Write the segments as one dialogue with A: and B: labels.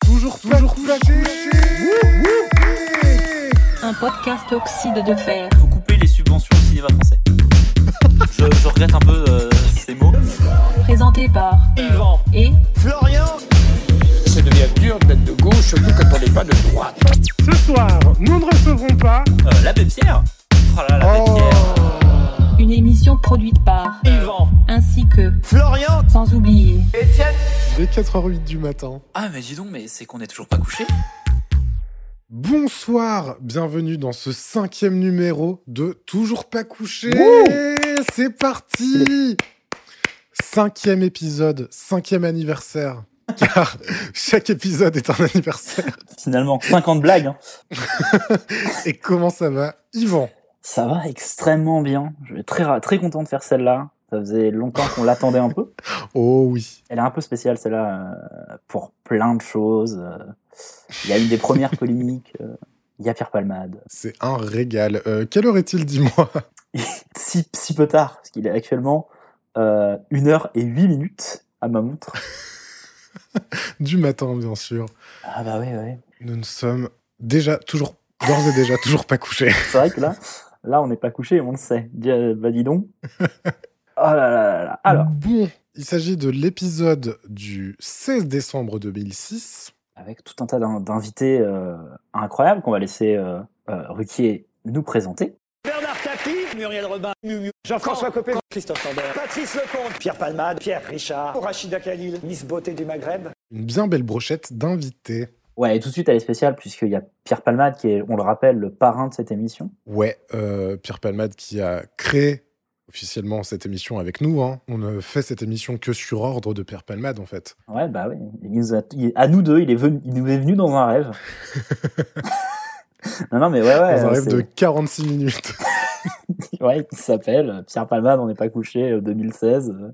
A: toujours, toujours flatté.
B: Un podcast oxyde de fer.
C: faut couper les subventions au cinéma français. je, je regrette un peu euh, ces mots. Euh,
B: Présenté par
D: Yvan,
B: et
D: Florian,
E: Ça devient dur d'être de gauche, surtout quand on n'est pas de droite.
A: Ce soir, nous ne recevrons pas.
C: Euh, l'abbé Pierre Oh là là, l'abbé
A: Oh.
C: Pierre
B: une émission produite par
D: Yvan,
B: ainsi que
D: Florian,
B: sans oublier
D: Étienne.
A: Dès 4h08 du matin.
C: Ah, mais dis donc, mais c'est qu'on est toujours pas couché
A: Bonsoir, bienvenue dans ce cinquième numéro de Toujours pas couché. C'est parti. Cinquième épisode, cinquième anniversaire. Car chaque épisode est un anniversaire.
C: Finalement, 50 blagues. hein.
A: Et comment ça va, Yvan
C: Ça va extrêmement bien. Je suis très, ra- très content de faire celle-là. Ça faisait longtemps qu'on l'attendait un peu.
A: Oh oui.
C: Elle est un peu spéciale, celle-là, euh, pour plein de choses. Euh, Il y a eu des premières polémiques. euh, Il y a Pierre Palmade.
A: C'est un régal. Euh, quelle heure est-il, dis-moi
C: Si, si peu tard, parce qu'il est actuellement euh, 1h08 minutes à ma montre.
A: Du matin, bien sûr.
C: Ah bah ouais, ouais.
A: Nous ne sommes déjà, toujours, d'ores et déjà, toujours pas couchés.
C: C'est vrai que là, là on n'est pas couché, on le sait. Dis- euh, Bah dis donc. Oh là là là là. Alors.
A: Bon, il s'agit de l'épisode du 16 décembre 2006.
C: Avec tout un tas d'in- d'invités euh, incroyables qu'on va laisser euh, euh, Ruquier nous présenter.
D: Bernard Tapie, Muriel Robin, Mumu, Jean-François Copé, Christophe Lambert, Patrice Lecomte, Pierre Palmade, Pierre Richard, Rachida Khalil, Miss Beauté du Maghreb.
A: Une bien belle brochette d'invités.
C: Ouais, et tout de suite, elle est spéciale, puisqu'il y a Pierre Palmade, qui est, on le rappelle, le parrain de cette émission.
A: Ouais, euh, Pierre Palmade qui a créé officiellement cette émission avec nous. hein. On ne fait cette émission que sur ordre de Pierre Palmade, en fait.
C: Ouais, bah oui. Il nous a- il- à nous deux, il, est venu, il nous est venu dans un rêve. non, non, mais ouais, ouais. euh,
A: Dans un rêve
C: c'est-
A: de 46 minutes.
C: Ouais, il s'appelle euh, Pierre Palmade, on n'est pas couché, euh, 2016. euh,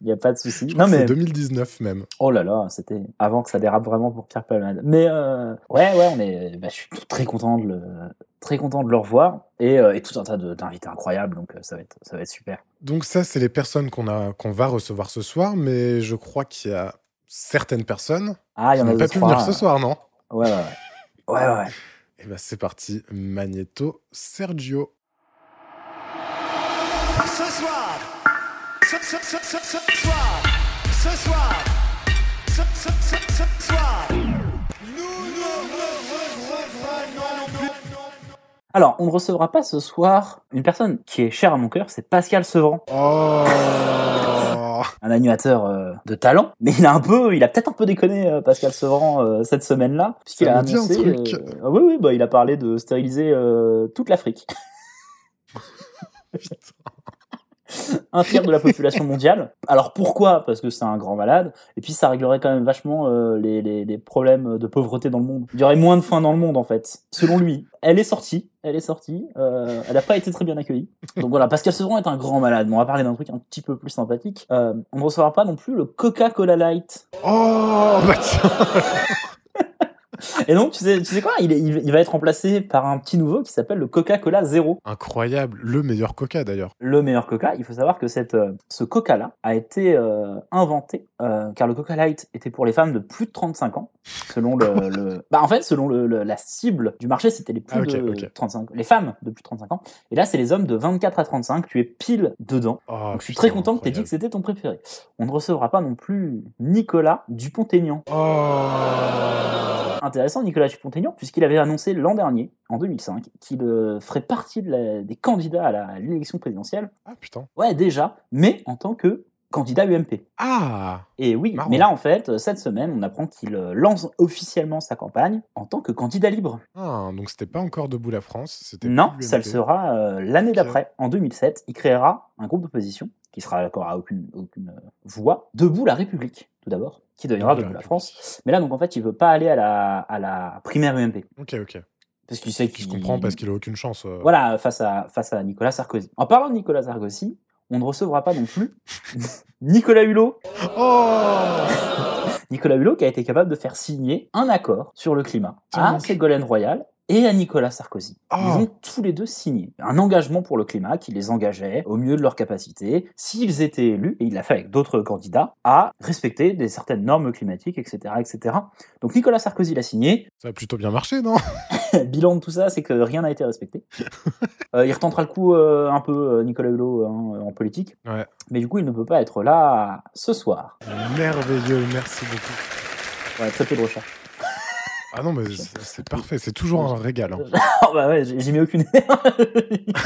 C: Il n'y a pas de souci. Non,
A: C'est
C: mais.
A: 2019 même.
C: Oh là là, c'était avant que ça dérape vraiment pour Pierre Palmade. Mais euh, ouais, ouais, on est, bah, je suis très content de le, très content de le revoir et, euh, et tout un tas de- d'invités incroyables, donc euh, ça va être, ça va être super.
A: Donc ça, c'est les personnes qu'on a, qu'on va recevoir ce soir, mais je crois qu'il y a certaines personnes
C: Ah, il y
A: qui
C: en a
A: n'ont
C: deux,
A: pas pu
C: trois.
A: venir ce soir, non
C: Ouais, ouais, ouais. Ouais, ouais.
A: Et ben c'est parti, Magneto Sergio.
D: Ce soir, ce, ce, ce, ce, ce soir, ce soir, ce, ce, ce, ce soir, nous ne reviendrons
C: Alors, on ne recevra pas ce soir une personne qui est chère à mon cœur, c'est Pascal Sevran,
A: Oh
C: un animateur euh, de talent, mais il a un peu, il a peut-être un peu déconné euh, Pascal Sevran euh, cette semaine-là, puisqu'il
A: Ça
C: a
A: me dit un
C: annoncé,
A: truc.
C: euh, ah oui, oui, bah il a parlé de stériliser euh, toute l'Afrique.
A: Putain.
C: un tiers de la population mondiale. Alors pourquoi Parce que c'est un grand malade. Et puis ça réglerait quand même vachement euh, les, les- les problèmes de pauvreté dans le monde. Il y aurait moins de faim dans le monde en fait, selon lui. Elle est sortie, elle est sortie. euh, elle n'a pas été très bien accueillie. Donc voilà, Pascal Sevran est un grand malade. Bon, on va parler d'un truc un petit peu plus sympathique. Euh, on ne recevra pas non plus le Coca-Cola Light.
A: Oh bah tiens
C: Et donc tu sais, tu sais quoi il, est- il il va être remplacé par un petit nouveau qui s'appelle le Coca-Cola Zéro.
A: Incroyable, le meilleur coca d'ailleurs.
C: le meilleur coca. Il faut savoir que cette, euh, ce coca-là a été euh, inventé euh, car le coca light était pour les femmes de plus de 35 ans, selon le, le- bah en fait selon le, le- la cible du marché, c'était les plus
A: Ah, ok,
C: de
A: ok.
C: 35, les femmes de plus de 35 ans. Et là, c'est les hommes de 24 à 35. Tu es pile dedans.
A: Oh,
C: Donc, je suis
A: putain,
C: très content que tu aies dit que
A: incroyable.
C: c'était ton préféré. On ne recevra pas non plus Nicolas Dupont-Aignan.
A: Oh.
C: Intéressant, Nicolas Dupont-Aignan, puisqu'il avait annoncé l'an dernier, en 2005, qu'il euh, ferait partie de la- des candidats à la- à l'élection présidentielle
A: Ah putain.
C: Ouais, déjà, mais en tant que candidat UMP.
A: Ah
C: Et oui,
A: Marrant.
C: mais là, en fait, euh, cette semaine, on apprend qu'il euh, lance officiellement sa campagne en tant que candidat libre.
A: Ah, donc c'était pas encore debout la France, c'était
C: Non,
A: plus
C: ça le
A: UMP.
C: sera euh, l'année
A: Ok.
C: d'après, en 2007. Il créera un groupe d'opposition qui sera d'accord à aucune, aucune euh, voix. Debout la République, tout d'abord, qui deviendra
A: Debout la
C: Debout la
A: République.
C: France. Mais là, donc, en fait, il veut pas aller à la, à la primaire UMP.
A: Ok, ok.
C: Parce qu'il sait
A: Je
C: qu'il
A: comprends parce qu'il a aucune chance. euh.
C: Voilà, face à, face à Nicolas Sarkozy. En parlant de Nicolas Sarkozy, on ne recevra pas non plus Nicolas Hulot.
A: Oh
C: Nicolas Hulot qui a été capable de faire signer un accord sur le climat
A: Tiens
C: à
A: donc.
C: Ségolène Royal et à Nicolas Sarkozy.
A: Ah.
D: Oh.
C: Ils ont tous les deux signé un engagement pour le climat qui les engageait, au mieux de leur capacité, s'ils étaient élus, et il l'a fait avec d'autres candidats, à respecter des certaines normes climatiques, etc. etc. Donc Nicolas Sarkozy l'a signé.
A: Ça a plutôt bien marché, non
C: Bilan de tout ça, c'est que rien n'a été respecté. Euh, il retentera le coup euh, un peu, euh, Nicolas Hulot, hein, en politique.
A: Ouais.
C: Mais du coup, il ne peut pas être là ce soir.
A: Merveilleux, merci beaucoup.
C: Ouais, très peu de recherche.
A: Ah non, mais c'est c'est parfait, c'est toujours un régal. hein.
C: Ah bah ouais, j'ai j'ai mis aucune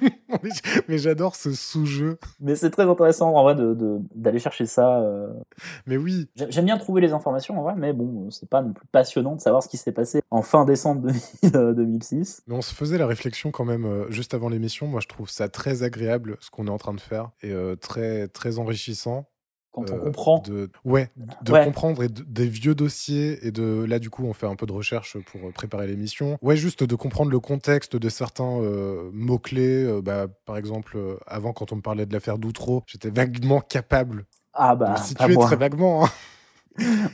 A: Mais j- Mais j'adore ce sous-jeu.
C: Mais c'est très intéressant en vrai d'aller de, d'aller chercher ça. euh.
A: Mais oui,
C: J'ai- J'aime bien trouver les informations en vrai, mais bon, euh, c'est pas non plus passionnant de savoir ce qui s'est passé en fin décembre 2000, euh, 2006.
A: mais on se faisait la réflexion quand même euh, juste avant l'émission. Moi, je trouve ça très agréable ce qu'on est en train de faire et euh, très très enrichissant.
C: Quand
A: euh,
C: on comprend.
A: De... Ouais, de
C: Ouais.
A: comprendre et de- des vieux dossiers et de là du coup on fait un peu de recherche pour euh, préparer l'émission. Ouais, juste de comprendre le contexte de certains euh, mots clés. bah, par exemple, euh, avant quand on me parlait de l'affaire d'Outreau, j'étais vaguement capable
C: Ah
A: de
C: bah,
A: me
C: pas
A: situer
C: moi.
A: très vaguement. hein.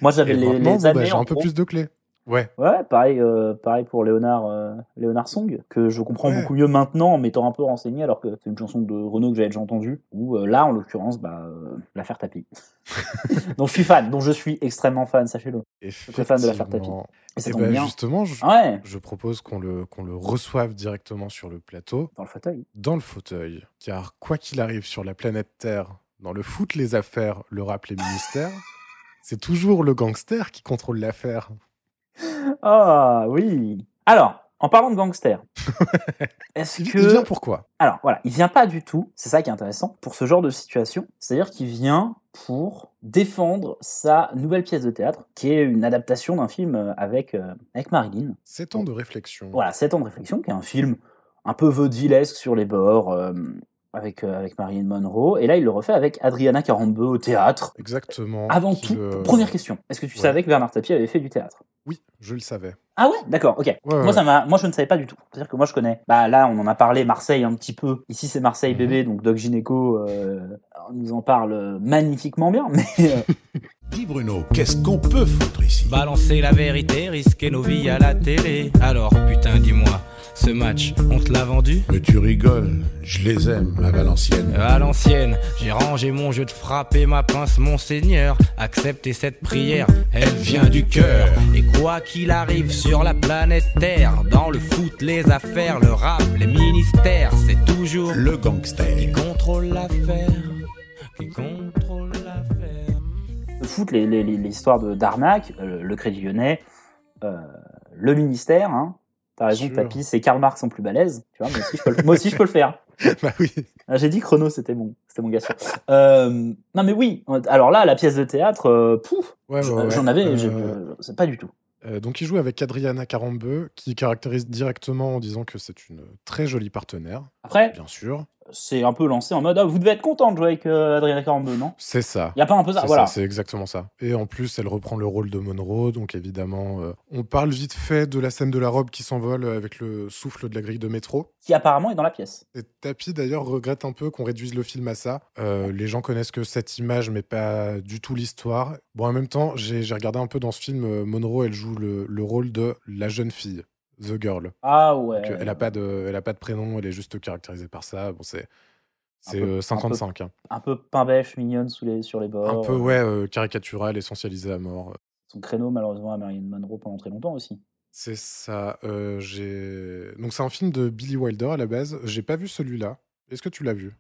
C: Moi
A: Et
C: j'avais les,
A: maintenant,
C: les
A: bon, bah,
C: années
A: j'ai
C: en
A: un peu
C: gros.
A: plus de clés. Ouais,
C: Ouais, pareil, euh, pareil pour Léonard, euh, Léonard Song, que je comprends
A: Ouais.
C: beaucoup mieux maintenant en m'étant un peu renseigné, alors que c'est une chanson de Renaud que j'avais déjà entendue, ou euh, là, en l'occurrence, bah, euh, l'affaire tapis. donc je suis fan, donc je suis extrêmement fan, sachez-le. très fan de l'affaire Tapie.
A: effectivement.
C: Et ça
A: Et
C: tombe
A: ben,
C: bien. Ah
A: justement, je,
C: Ouais,
A: je propose qu'on le, qu'on le reçoive directement sur le plateau,
C: dans le fauteuil.
A: dans le fauteuil, car quoi qu'il arrive sur la planète Terre, dans le foot, les affaires, le rap, les ministères, c'est toujours le gangster qui contrôle l'affaire.
C: Ah oui. Alors, en parlant de gangster, est-ce
A: Il,
C: que
A: il vient eh pourquoi
C: alors voilà, il vient pas du tout. C'est ça qui est intéressant pour ce genre de situation, c'est-à-dire qu'il vient pour défendre sa nouvelle pièce de théâtre, qui est une adaptation d'un film euh, avec euh, avec Marilyn.
A: C'est temps de réflexion.
C: Voilà, 7 ans de réflexion, qui est un film un peu vaudevillesque sur les bords. euh, avec, euh, avec Marilyn Monroe. Et là, il le refait avec Adriana Carambeu au théâtre.
A: Exactement.
C: Avant
A: qui
C: tout,
A: le-
C: première question. Est-ce que tu
A: Ouais.
C: savais que Bernard Tapie avait fait du théâtre
A: Oui, je le savais.
C: ah ouais, d'accord, ok.
A: Ouais, ouais.
C: Moi, ça m'a, moi, je ne savais pas du tout. C'est-à-dire que moi, je connais. Bah là, on en a parlé Marseille un petit peu. Ici, c'est Marseille bébé, donc Doc Gineco euh, nous en parle magnifiquement bien. Mais euh,
F: Dis Bruno, qu'est-ce qu'on peut foutre ici
G: Balancer la vérité, risquer nos vies à la télé. Alors putain, dis-moi, ce match, on te l'a vendu Euh,
F: Mais tu rigoles, je les aime à Valenciennes.
G: À l'ancienne, j'ai rangé mon jeu de frappe et ma pince, mon seigneur. Acceptez cette prière, elle vient du cœur. Et quoi qu'il arrive sur la planète Terre, dans le foot, les affaires, le rap, les ministères, c'est toujours
F: Le gangster.
G: contrôle l'affaire. Qui contrôle l'affaire.
C: le foot, les, les, les- les histoires de d'arnaque, euh, le Crédit Lyonnais, euh, le ministère. Hein. T'as raison,
A: Sûr.
C: Tapie, c'est Karl Marx en plus balèze. Tu vois, moi aussi, je peux le, moi aussi, je peux le faire.
A: bah oui.
C: Ah, J'ai dit Chrono, c'était bon, c'était mon gars sûr. Euh, non mais oui. Alors là, la pièce de théâtre, euh, pouf,
A: Ouais, ouais, ouais.
C: j'en avais, je-
A: Euh,
C: je- c'est pas du tout.
A: Euh, donc il joue avec Adriana Carambeu, qui caractérise directement en disant que c'est une très jolie partenaire,
C: Après,
A: bien sûr.
C: c'est un peu lancé en mode ah, vous devez être content de jouer avec euh, Adrien Carambeu, non
A: C'est ça.
C: Il y a pas un peu ça,
A: C'est
C: Ah, voilà.
A: ça, c'est exactement ça. Et en plus, elle reprend le rôle de Monroe, donc évidemment, euh, on parle vite fait de la scène de la robe qui s'envole euh, avec le souffle de la grille de métro.
C: qui apparemment est dans la pièce.
A: Et Tapi d'ailleurs regrette un peu qu'on réduise le film à ça. Euh, les gens connaissent que cette image, mais pas du tout l'histoire. Bon, en même temps, j'ai j'ai regardé un peu dans ce film, euh, Monroe, elle joue le, le rôle de la jeune fille, The Girl.
C: Ah ouais.
A: Donc, euh, elle n'a pas, de- elle a pas de prénom, elle est juste caractérisée par ça. Bon, c'est. C'est
C: peu-
A: euh,
C: un peu-
A: 55. hein.
C: Un peu pain bêche, mignonne sous les, sur les bords.
A: Un peu, ouais, euh, caricatural, essentialisé à mort.
C: Son créneau, malheureusement, à Marilyn Monroe pendant très longtemps aussi.
A: C'est ça. euh, j'ai... Donc, c'est un film de Billy Wilder à la base. J'ai pas vu celui-là. Est-ce que tu l'as vu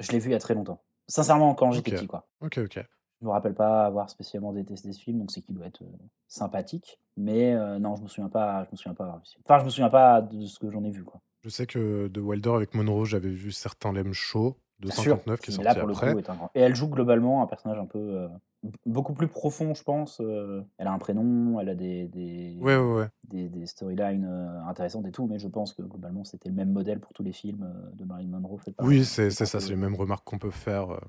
C: Je l'ai vu il y a très longtemps. Sincèrement, quand j'étais
A: Ok.
C: petit, quoi.
A: Ok, ok.
C: Je me rappelle pas avoir spécialement détesté ce film, donc c'est qu'il doit être euh, sympathique. Mais euh, non, je me souviens pas. Je me souviens pas. avoir vu ce film. Enfin, je me souviens pas de ce que j'en ai vu, quoi.
A: Je sais que de Wilder avec Monroe, j'avais vu certains l'aiment chaud de
C: Bien sûr,
A: 59 qui est
C: mais
A: sorti
C: là, pour
A: après.
C: Le coup, est un grand- Et elle joue globalement un personnage un peu euh, b- beaucoup plus profond, je pense. euh, elle a un prénom, elle a des des,
A: Ouais, ouais, ouais.
C: des, des storylines euh, intéressantes et tout, mais je pense que globalement c'était le même modèle pour tous les films euh, de Marilyn Monroe. Fait par-
A: Oui, c'est c'est
C: par-
A: ça, c'est les mêmes remarques qu'on peut faire. euh.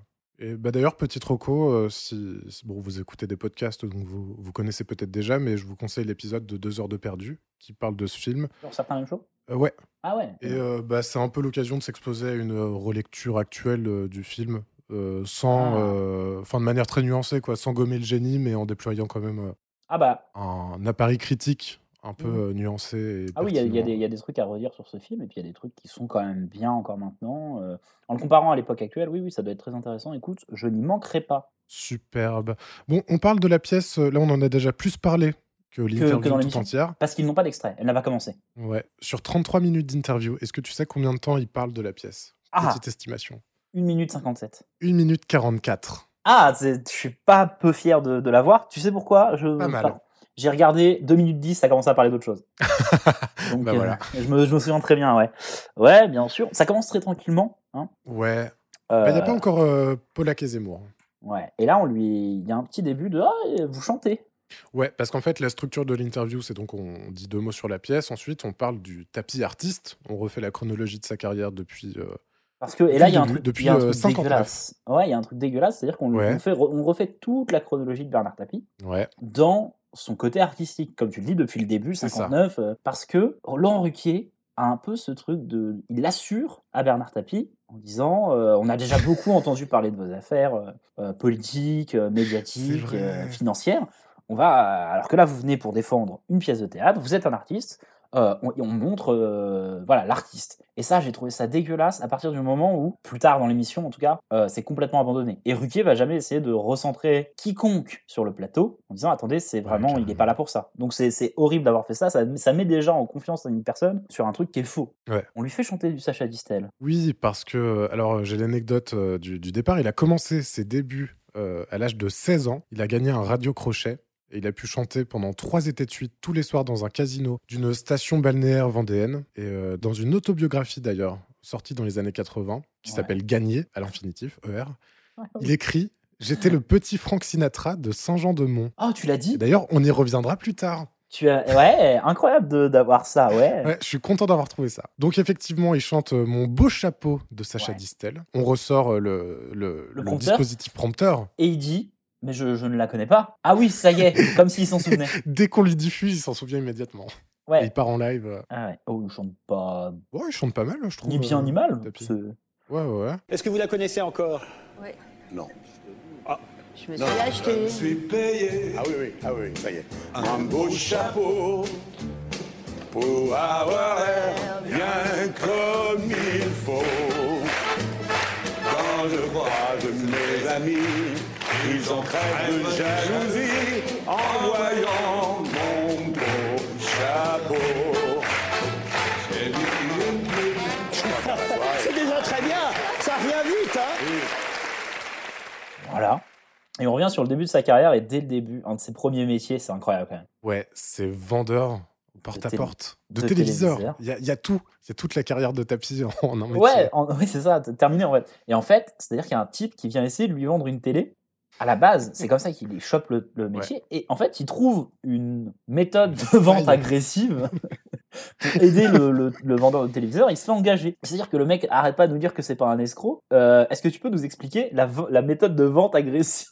A: Et bah d'ailleurs, petit roco, euh, si, si- bon, vous écoutez des podcasts, donc vous, vous connaissez peut-être déjà, mais je vous conseille l'épisode de 2 heures de perdu qui parle de ce film.
C: Sur certains même chose
A: Euh, ouais,
C: Ah ouais.
A: et euh, bah, c'est un peu l'occasion de s'exposer à une euh, relecture actuelle euh, du film, euh, sans,
C: Ah.
A: euh, enfin de manière très nuancée, quoi, sans gommer le génie, mais en déployant quand même euh,
C: Ah bah
A: un appareil critique un peu euh, nuancé. et
C: Mmh. Ah oui, il y a- il y, a
A: pertinent.
C: des- il y a des trucs à redire sur ce film, et puis il y a des trucs qui sont quand même bien encore maintenant. euh, en le comparant à l'époque actuelle, oui, oui, ça doit être très intéressant. Écoute, je n'y manquerai pas.
A: Superbe. Bon, on parle de la pièce, euh, là on en a déjà plus parlé que
C: que dans
A: l'interview tout
C: l'émission.
A: entière.
C: Parce qu'ils n'ont pas d'extrait, elle n'a pas commencé.
A: Ouais. Sur 33 minutes d'interview, est-ce que tu sais combien de temps il parle de la pièce
C: Ah,
A: Petite estimation.
C: 1 minute 57.
A: 1 minute 44.
C: Ah, c'est- je suis pas peu fier de, de l'avoir. Tu sais pourquoi je,
A: Pas mal.
C: pardon. J'ai regardé 2 minutes 10, ça commence à parler d'autre chose. Donc
A: Bah
C: euh,
A: voilà.
C: je, me, je me souviens très bien, ouais. Ouais, bien sûr. Ça commence très tranquillement. Hein.
A: Ouais.
C: Euh,
A: Il n'y a pas encore euh, Polak et Zemmour.
C: ouais. Et là, on lui, il y a un petit début de ah, vous chantez.
A: Ouais, parce qu'en fait, la structure de l'interview, c'est donc on dit deux mots sur la pièce, ensuite on parle du tapis artiste, on refait la chronologie de sa carrière depuis. euh,
C: Parce que, et là, il y a un
A: Depuis le-
C: truc,
A: depuis,
C: il y a un
A: euh,
C: truc
A: 59.
C: dégueulasse. Ouais, il y a un truc dégueulasse, c'est-à-dire qu'on
A: Ouais.
C: on fait, on refait toute la chronologie de Bernard Tapie
A: Ouais,
C: dans son côté artistique, comme tu le dis depuis le début,
A: C'est ça.
C: 59, euh, parce que Laurent Ruquier a un peu ce truc de. Il assure à Bernard Tapie en disant euh, On a déjà beaucoup entendu parler de vos affaires euh, euh, politiques, euh, médiatiques,
A: C'est vrai.
C: euh, financières. On va, alors que là, vous venez pour défendre une pièce de théâtre, vous êtes un artiste, euh, on, et on montre euh, voilà l'artiste. Et ça, j'ai trouvé ça dégueulasse à partir du moment où, plus tard dans l'émission en tout cas, euh, c'est complètement abandonné. Et Ruquier va jamais essayer de recentrer quiconque sur le plateau en disant attendez, c'est vraiment, il n'est pas là pour ça. Donc c'est c'est horrible d'avoir fait ça, ça, ça met déjà en confiance une personne sur un truc qui est faux.
A: Ouais.
C: On lui fait chanter du Sacha Distel.
A: Oui, parce que, alors euh, j'ai l'anecdote euh, du, du départ, il a commencé ses débuts euh, à l'âge de 16 ans, il a gagné un radio-crochet et il a pu chanter pendant trois étés de suite tous les soirs dans un casino d'une station balnéaire vendéenne et euh, dans une autobiographie d'ailleurs, sortie dans les années 80, qui
C: Ouais.
A: s'appelle Gagner à l'infinitif, ER. Il écrit J'étais le petit Frank Sinatra de Saint-Jean-de-Mont.
C: Oh, tu l'as
A: Et
C: dit
A: D'ailleurs, on y reviendra plus tard.
C: tu as... Ouais, incroyable de- d'avoir ça, ouais.
A: Ouais, je suis content d'avoir trouvé ça. Donc effectivement, il chante euh, Mon beau chapeau de Sacha
C: Ouais.
A: Distel. On ressort euh, le, le, le
C: prompteur
A: dispositif prompteur.
C: Et il dit Mais je, je ne la connais pas. Ah oui, ça y est, comme s'il s'en souvenait.
A: Dès qu'on lui diffuse, il s'en souvient immédiatement. Et
C: Ouais.
A: il part en live. euh.
C: Ah ouais. Oh, il chante pas
A: Ouais, il chante pas mal, je trouve.
C: ni bien
A: euh,
C: ni mal.
A: Tapie.
C: c'est-
A: Ouais, ouais, ouais.
D: Est-ce que vous la connaissez encore
H: Je me suis acheté.
F: Ah oui, oui, ah oui, ça y est. Un beau chapeau pour avoir l'air bien comme il faut. Quand je croise mes amis, ils en crèvent de jalousie en voyant mon beau chapeau. J'ai vu une
D: C'est déjà très bien Ça revient vite, hein
C: Voilà. Et on revient sur le début de sa carrière et dès le début, un de ses premiers métiers, c'est incroyable quand même.
A: Ouais, c'est vendeur porte-à-porte, de,
C: de
A: téléviseur.
C: téléviseur.
A: Il y, a- il y a tout. Il y a toute la carrière de Tapi en, en un métier.
C: Ouais, en- ouais, c'est ça, t- terminé en fait. Et en fait, c'est-à-dire qu'il y a un type qui vient essayer de lui vendre une télé. À la base, c'est comme ça qu'il chope le, le métier. Et en fait, il trouve une méthode de vente
A: faille.
C: agressive pour aider le, le- le vendeur de téléviseur. Il se fait engager. C'est-à-dire que le mec arrête pas de nous dire que c'est pas un escroc. Euh, Est-ce que tu peux nous expliquer la, v- la méthode de vente agressive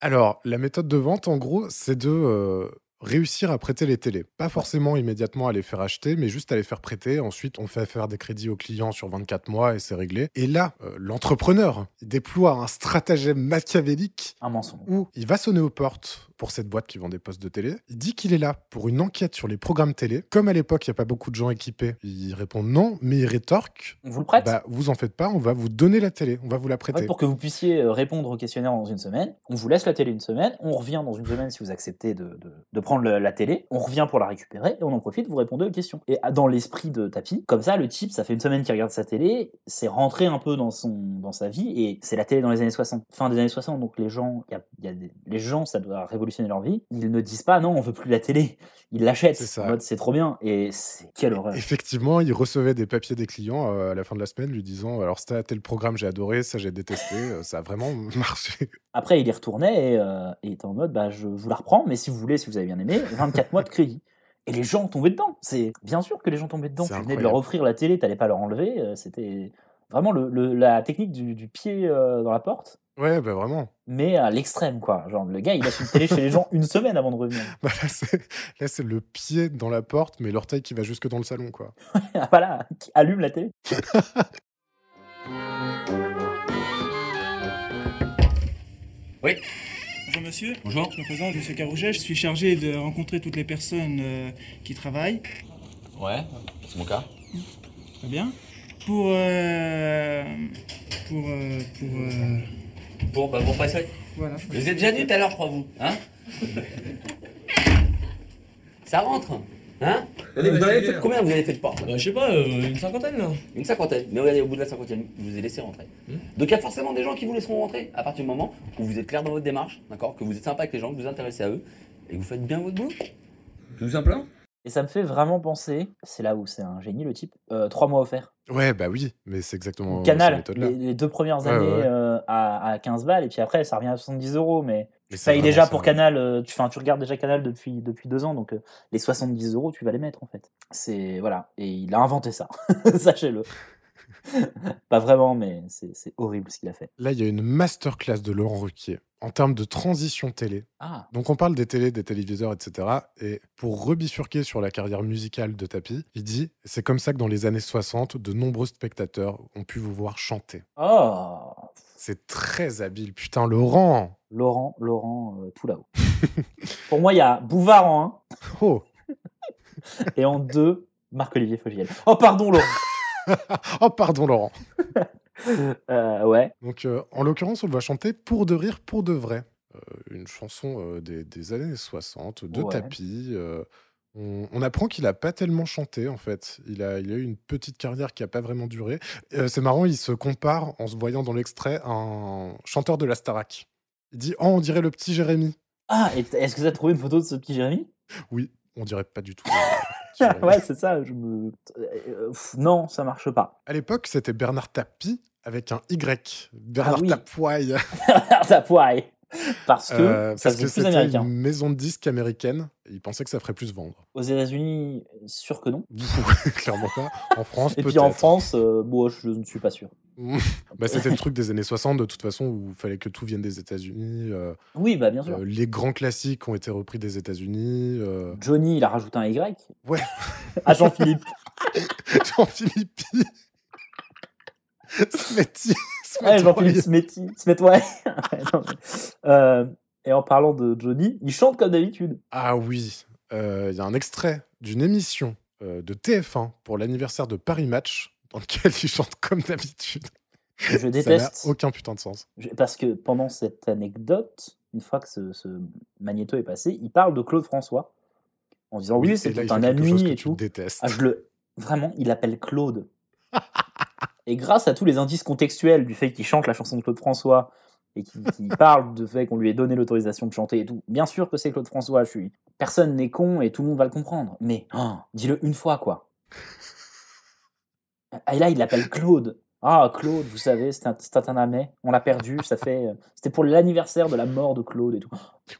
A: Alors, la méthode de vente, en gros, c'est de euh, réussir à prêter les télés. Pas forcément immédiatement à les faire acheter, mais juste à les faire prêter. Ensuite, on fait faire des crédits aux clients sur 24 mois et c'est réglé. Et là, euh, l'entrepreneur il déploie un stratagème machiavélique
C: Un mensonge.
A: où il va sonner aux portes pour cette boîte qui vend des postes de télé. Il dit qu'il est là pour une enquête sur les programmes télé. Comme à l'époque, il n'y a pas beaucoup de gens équipés, il répond non, mais il rétorque
C: On vous le prête
A: bah, vous en faites pas, on va vous donner la télé, on va vous la
C: Ouais,
A: prêter.
C: pour que vous puissiez euh, répondre au questionnaire dans une semaine. On vous laisse la télé une semaine, on revient dans une semaine si vous acceptez de, de- de prendre le- la télé, on revient pour la récupérer et on en profite, vous répondez aux questions. Et ah, dans l'esprit de Tapi, comme ça, le type, ça fait une semaine qu'il regarde sa télé, c'est rentré un peu dans, son, dans sa vie et c'est la télé dans les années 60. Fin des années 60, donc les gens, il y a- il y a des- les gens, ça doit révolutionner leur vie. Ils ne disent pas non, on veut plus la télé, ils l'achètent.
A: C'est ça.
C: En mode, C'est trop bien et c'est quelle horreur.
A: Effectivement, il recevait des papiers des clients euh, à la fin de la semaine lui disant alors c'était tel programme j'ai adoré, ça j'ai détesté, euh, ça a vraiment marché.
C: Après, il y retournait et, euh, et était en mode bah, je vous la reprends, mais si vous voulez, si vous avez bien aimé, 24 mois de crédit. Et les gens tombaient dedans. C'est bien sûr que les gens tombaient dedans.
A: C'est
C: Tu venais de leur
A: incroyable.
C: offrir la télé, t'allais pas leur enlever. euh, C'était vraiment le, le- la technique du, du pied euh, dans la porte,
A: Ouais, bah vraiment.
C: mais à l'extrême quoi. Genre le gars, il laisse une télé chez les gens une semaine avant de revenir.
A: Bah, là, c'est là, c'est le pied dans la porte, mais l'orteil qui va jusque dans le salon, quoi.
C: Ah, voilà, qui allume la télé.
I: Oui.
H: Bonjour monsieur.
I: Bonjour.
H: Je me présente, monsieur Carouget. Je suis chargé de rencontrer toutes les personnes euh, qui travaillent.
I: Ouais, c'est mon cas.
H: Très bien. Pour. euh, pour. euh, pour. euh,
I: Bon, bah, bon, pas ça.
H: voilà.
I: Je vous ai déjà dit tout à l'heure, je crois, vous. Hein Ça rentre Hein Vous en avez fait combien vous avez fait de porte
J: Euh, je sais pas, une cinquantaine là. Hmm
I: Une cinquantaine. Mais regardez, au bout de la cinquantaine, je vous ai laissé rentrer. Donc il y a forcément des gens qui vous laisseront rentrer à partir du moment où vous êtes clair dans votre démarche, d'accord Que vous êtes sympa avec les gens, que vous vous intéressez à eux et que vous faites bien votre boulot.
J: Tout simplement.
C: Et ça me fait vraiment penser, c'est là où c'est un génie le type, euh, trois mois offerts.
A: Ouais, bah oui, mais c'est exactement cette
C: Canal,
A: méthode-là.
C: les, les deux premières
A: Ouais,
C: années
A: ouais, ouais.
C: euh, à, à 15 balles, et puis après ça revient à 70 euros, mais
A: Mais
C: tu
A: c'est
C: payes
A: vraiment
C: déjà
A: ça,
C: pour
A: ouais.
C: Canal, euh, tu, 'fin, tu regardes déjà Canal depuis, depuis deux ans, donc euh, les 70 euros tu vas les mettre en fait. C'est voilà, et il a inventé ça, sachez-le. Pas vraiment, mais c'est c'est horrible ce qu'il a fait.
A: Là, il y a une masterclass de Laurent Ruquier en termes de transition télé.
C: Ah,
A: Donc on parle des télés, des téléviseurs, etc. Et pour rebifurquer sur la carrière musicale de Tapi, il dit « C'est comme ça que dans les années 60, de nombreux spectateurs ont pu vous voir chanter.
C: oh, ».
A: C'est très habile. Putain, Laurent
C: Laurent, Laurent, euh, tout là-haut. pour moi, il y a Bouvard en 1,
A: Oh
C: et en deux, Marc-Olivier Fogiel. Oh, pardon, Laurent.
A: Oh, pardon, Laurent
C: Euh, ouais.
A: Donc, euh, en l'occurrence, on le voit chanter Pour de rire, pour de vrai. Euh, une chanson euh, des, des années 60, de
C: Ouais.
A: tapis. euh, on, on apprend qu'il n'a pas tellement chanté, en fait. Il a, il a eu une petite carrière qui n'a pas vraiment duré. Euh, C'est marrant, il se compare, en se voyant dans l'extrait, à un chanteur de la Starac. Il dit Oh, on dirait le petit Jérémy.
C: Ah, et t- est-ce que tu as trouvé une photo de ce petit Jérémy
A: Oui, on dirait pas du tout. le petit Jérémy.
C: Ouais, c'est ça. Je me... euh, pff, non, ça marche pas.
A: À l'époque, c'était Bernard Tapie avec un Y. Bernard
C: Ah oui.
A: Tapoy.
C: ça pourrait. Parce que
A: Euh,
C: ça
A: parce
C: faisait
A: que
C: plus
A: c'était
C: américain.
A: une maison de disques américaine. Ils pensaient que ça ferait plus vendre.
C: Aux États-Unis, sûr que non.
A: Pff, Clairement pas. En France,
C: Et
A: peut-être.
C: puis en France, euh, bon, je ne suis pas sûr.
A: Bah, c'était le truc des années 60, de toute façon, où il fallait que tout vienne des États-Unis. euh,
C: Oui, bah bien sûr.
A: euh, les grands classiques ont été repris des États-Unis. euh,
C: Johnny, il a rajouté un Y.
A: Ouais.
C: À Jean-Philippe.
A: Jean-Philippe Pi. Smetty.
C: Ouais,
A: Smetty.
C: Jean-Philippe Smetti. Smet, ouais. Non, mais- Euh, et en parlant de Johnny, il chante comme d'habitude.
A: Ah oui, euh, il y a un extrait d'une émission euh, de TF1 pour l'anniversaire de Paris Match, dans lequel il chante comme d'habitude.
C: Je
A: Ça n'a
C: déteste.
A: aucun putain de sens.
C: Je- Parce que pendant cette anecdote, une fois que ce, ce magnéto est passé, il parle de Claude François en disant oui,
A: et
C: c'est
A: là, il
C: tout
A: fait
C: un
A: quelque chose
C: ami
A: que
C: et
A: tu
C: tout.
A: détestes.
C: Ah, je le... Vraiment, il l'appelle Claude. et grâce à tous les indices contextuels du fait qu'il chante la chanson de Claude François et qu'il qu'il parle du fait qu'on lui ait donné l'autorisation de chanter et tout, bien sûr que c'est Claude François, je suis... Personne n'est con et tout le monde va le comprendre. Mais oh, dis-le une fois, quoi. Ah, Et là, il l'appelle Claude. Ah, Claude, vous savez, c'est un, c'est un amé. On l'a perdu, ça fait... euh, C'était pour l'anniversaire de la mort de Claude et tout.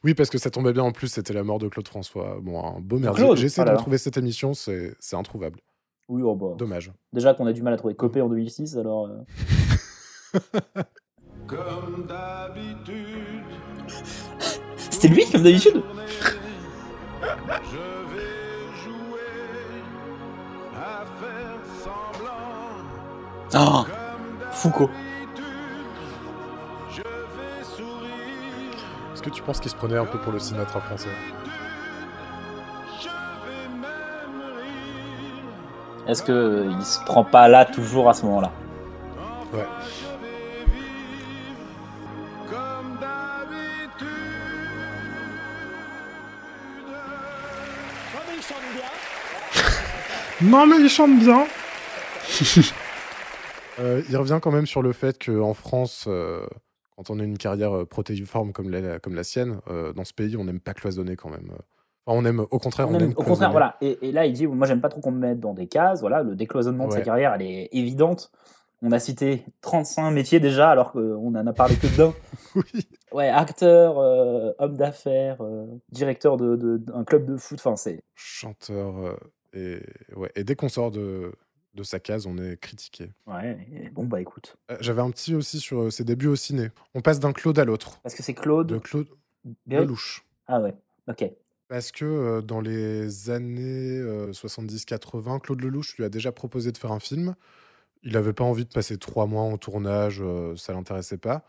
A: Oui, parce que ça tombait bien en plus, c'était la mort de Claude François. Bon, un beau merdier.
C: Claude, ah
A: J'ai essayé
C: voilà.
A: de retrouver cette émission, c'est c'est introuvable.
C: Oui, oh bah.
A: Dommage.
C: Déjà qu'on a du mal à trouver Copé en 2006, alors... euh,
F: Comme d'habitude.
C: C'était lui, comme d'habitude
F: Je vais jouer à faire semblant.
C: Ah,
F: Comme
C: Foucault.
F: d'habitude, je vais sourire.
A: Est-ce que tu penses qu'il se prenait un peu pour le Sinatra français
F: Je vais même rire.
C: Est-ce que euh, il se prend pas là toujours à ce moment-là
A: Ouais.
F: Je vais vivre comme d'habitude.
D: Oh, mais il chante bien.
A: Non, mais il chante bien Euh, Il revient quand même sur le fait qu'en France, euh, quand on a une carrière euh, protéiforme comme la, comme la sienne, euh, dans ce pays, on n'aime pas cloisonner quand même. Enfin, on aime, au contraire, on,
C: Même-
A: aime
C: Au contraire,
A: cloisonner.
C: voilà. Et, et là, il dit moi, j'aime pas trop qu'on me mette dans des cases. Voilà, le décloisonnement de sa
A: Ouais.
C: carrière, elle est évidente. On a cité 35 métiers déjà, alors qu'on en a parlé que d'un.
A: Oui.
C: Ouais, acteur, euh, homme d'affaires, euh, directeur d'un de, d'un club de foot. Enfin, c'est
A: Chanteur. euh, et, ouais. et dès qu'on sort de, de sa case, on est critiqué.
C: ouais. et Bon bah écoute,
A: Euh, J'avais un petit aussi sur euh, ses débuts au ciné. On passe d'un Claude à l'autre.
C: parce que c'est Claude.
A: De Claude
C: Berry-
A: Lelouch.
C: Ah ouais. Ok.
A: Parce que euh, dans les années euh, 70-80, Claude Lelouch lui a déjà proposé de faire un film. Il n'avait pas envie de passer trois mois en tournage, euh, ça l'intéressait pas.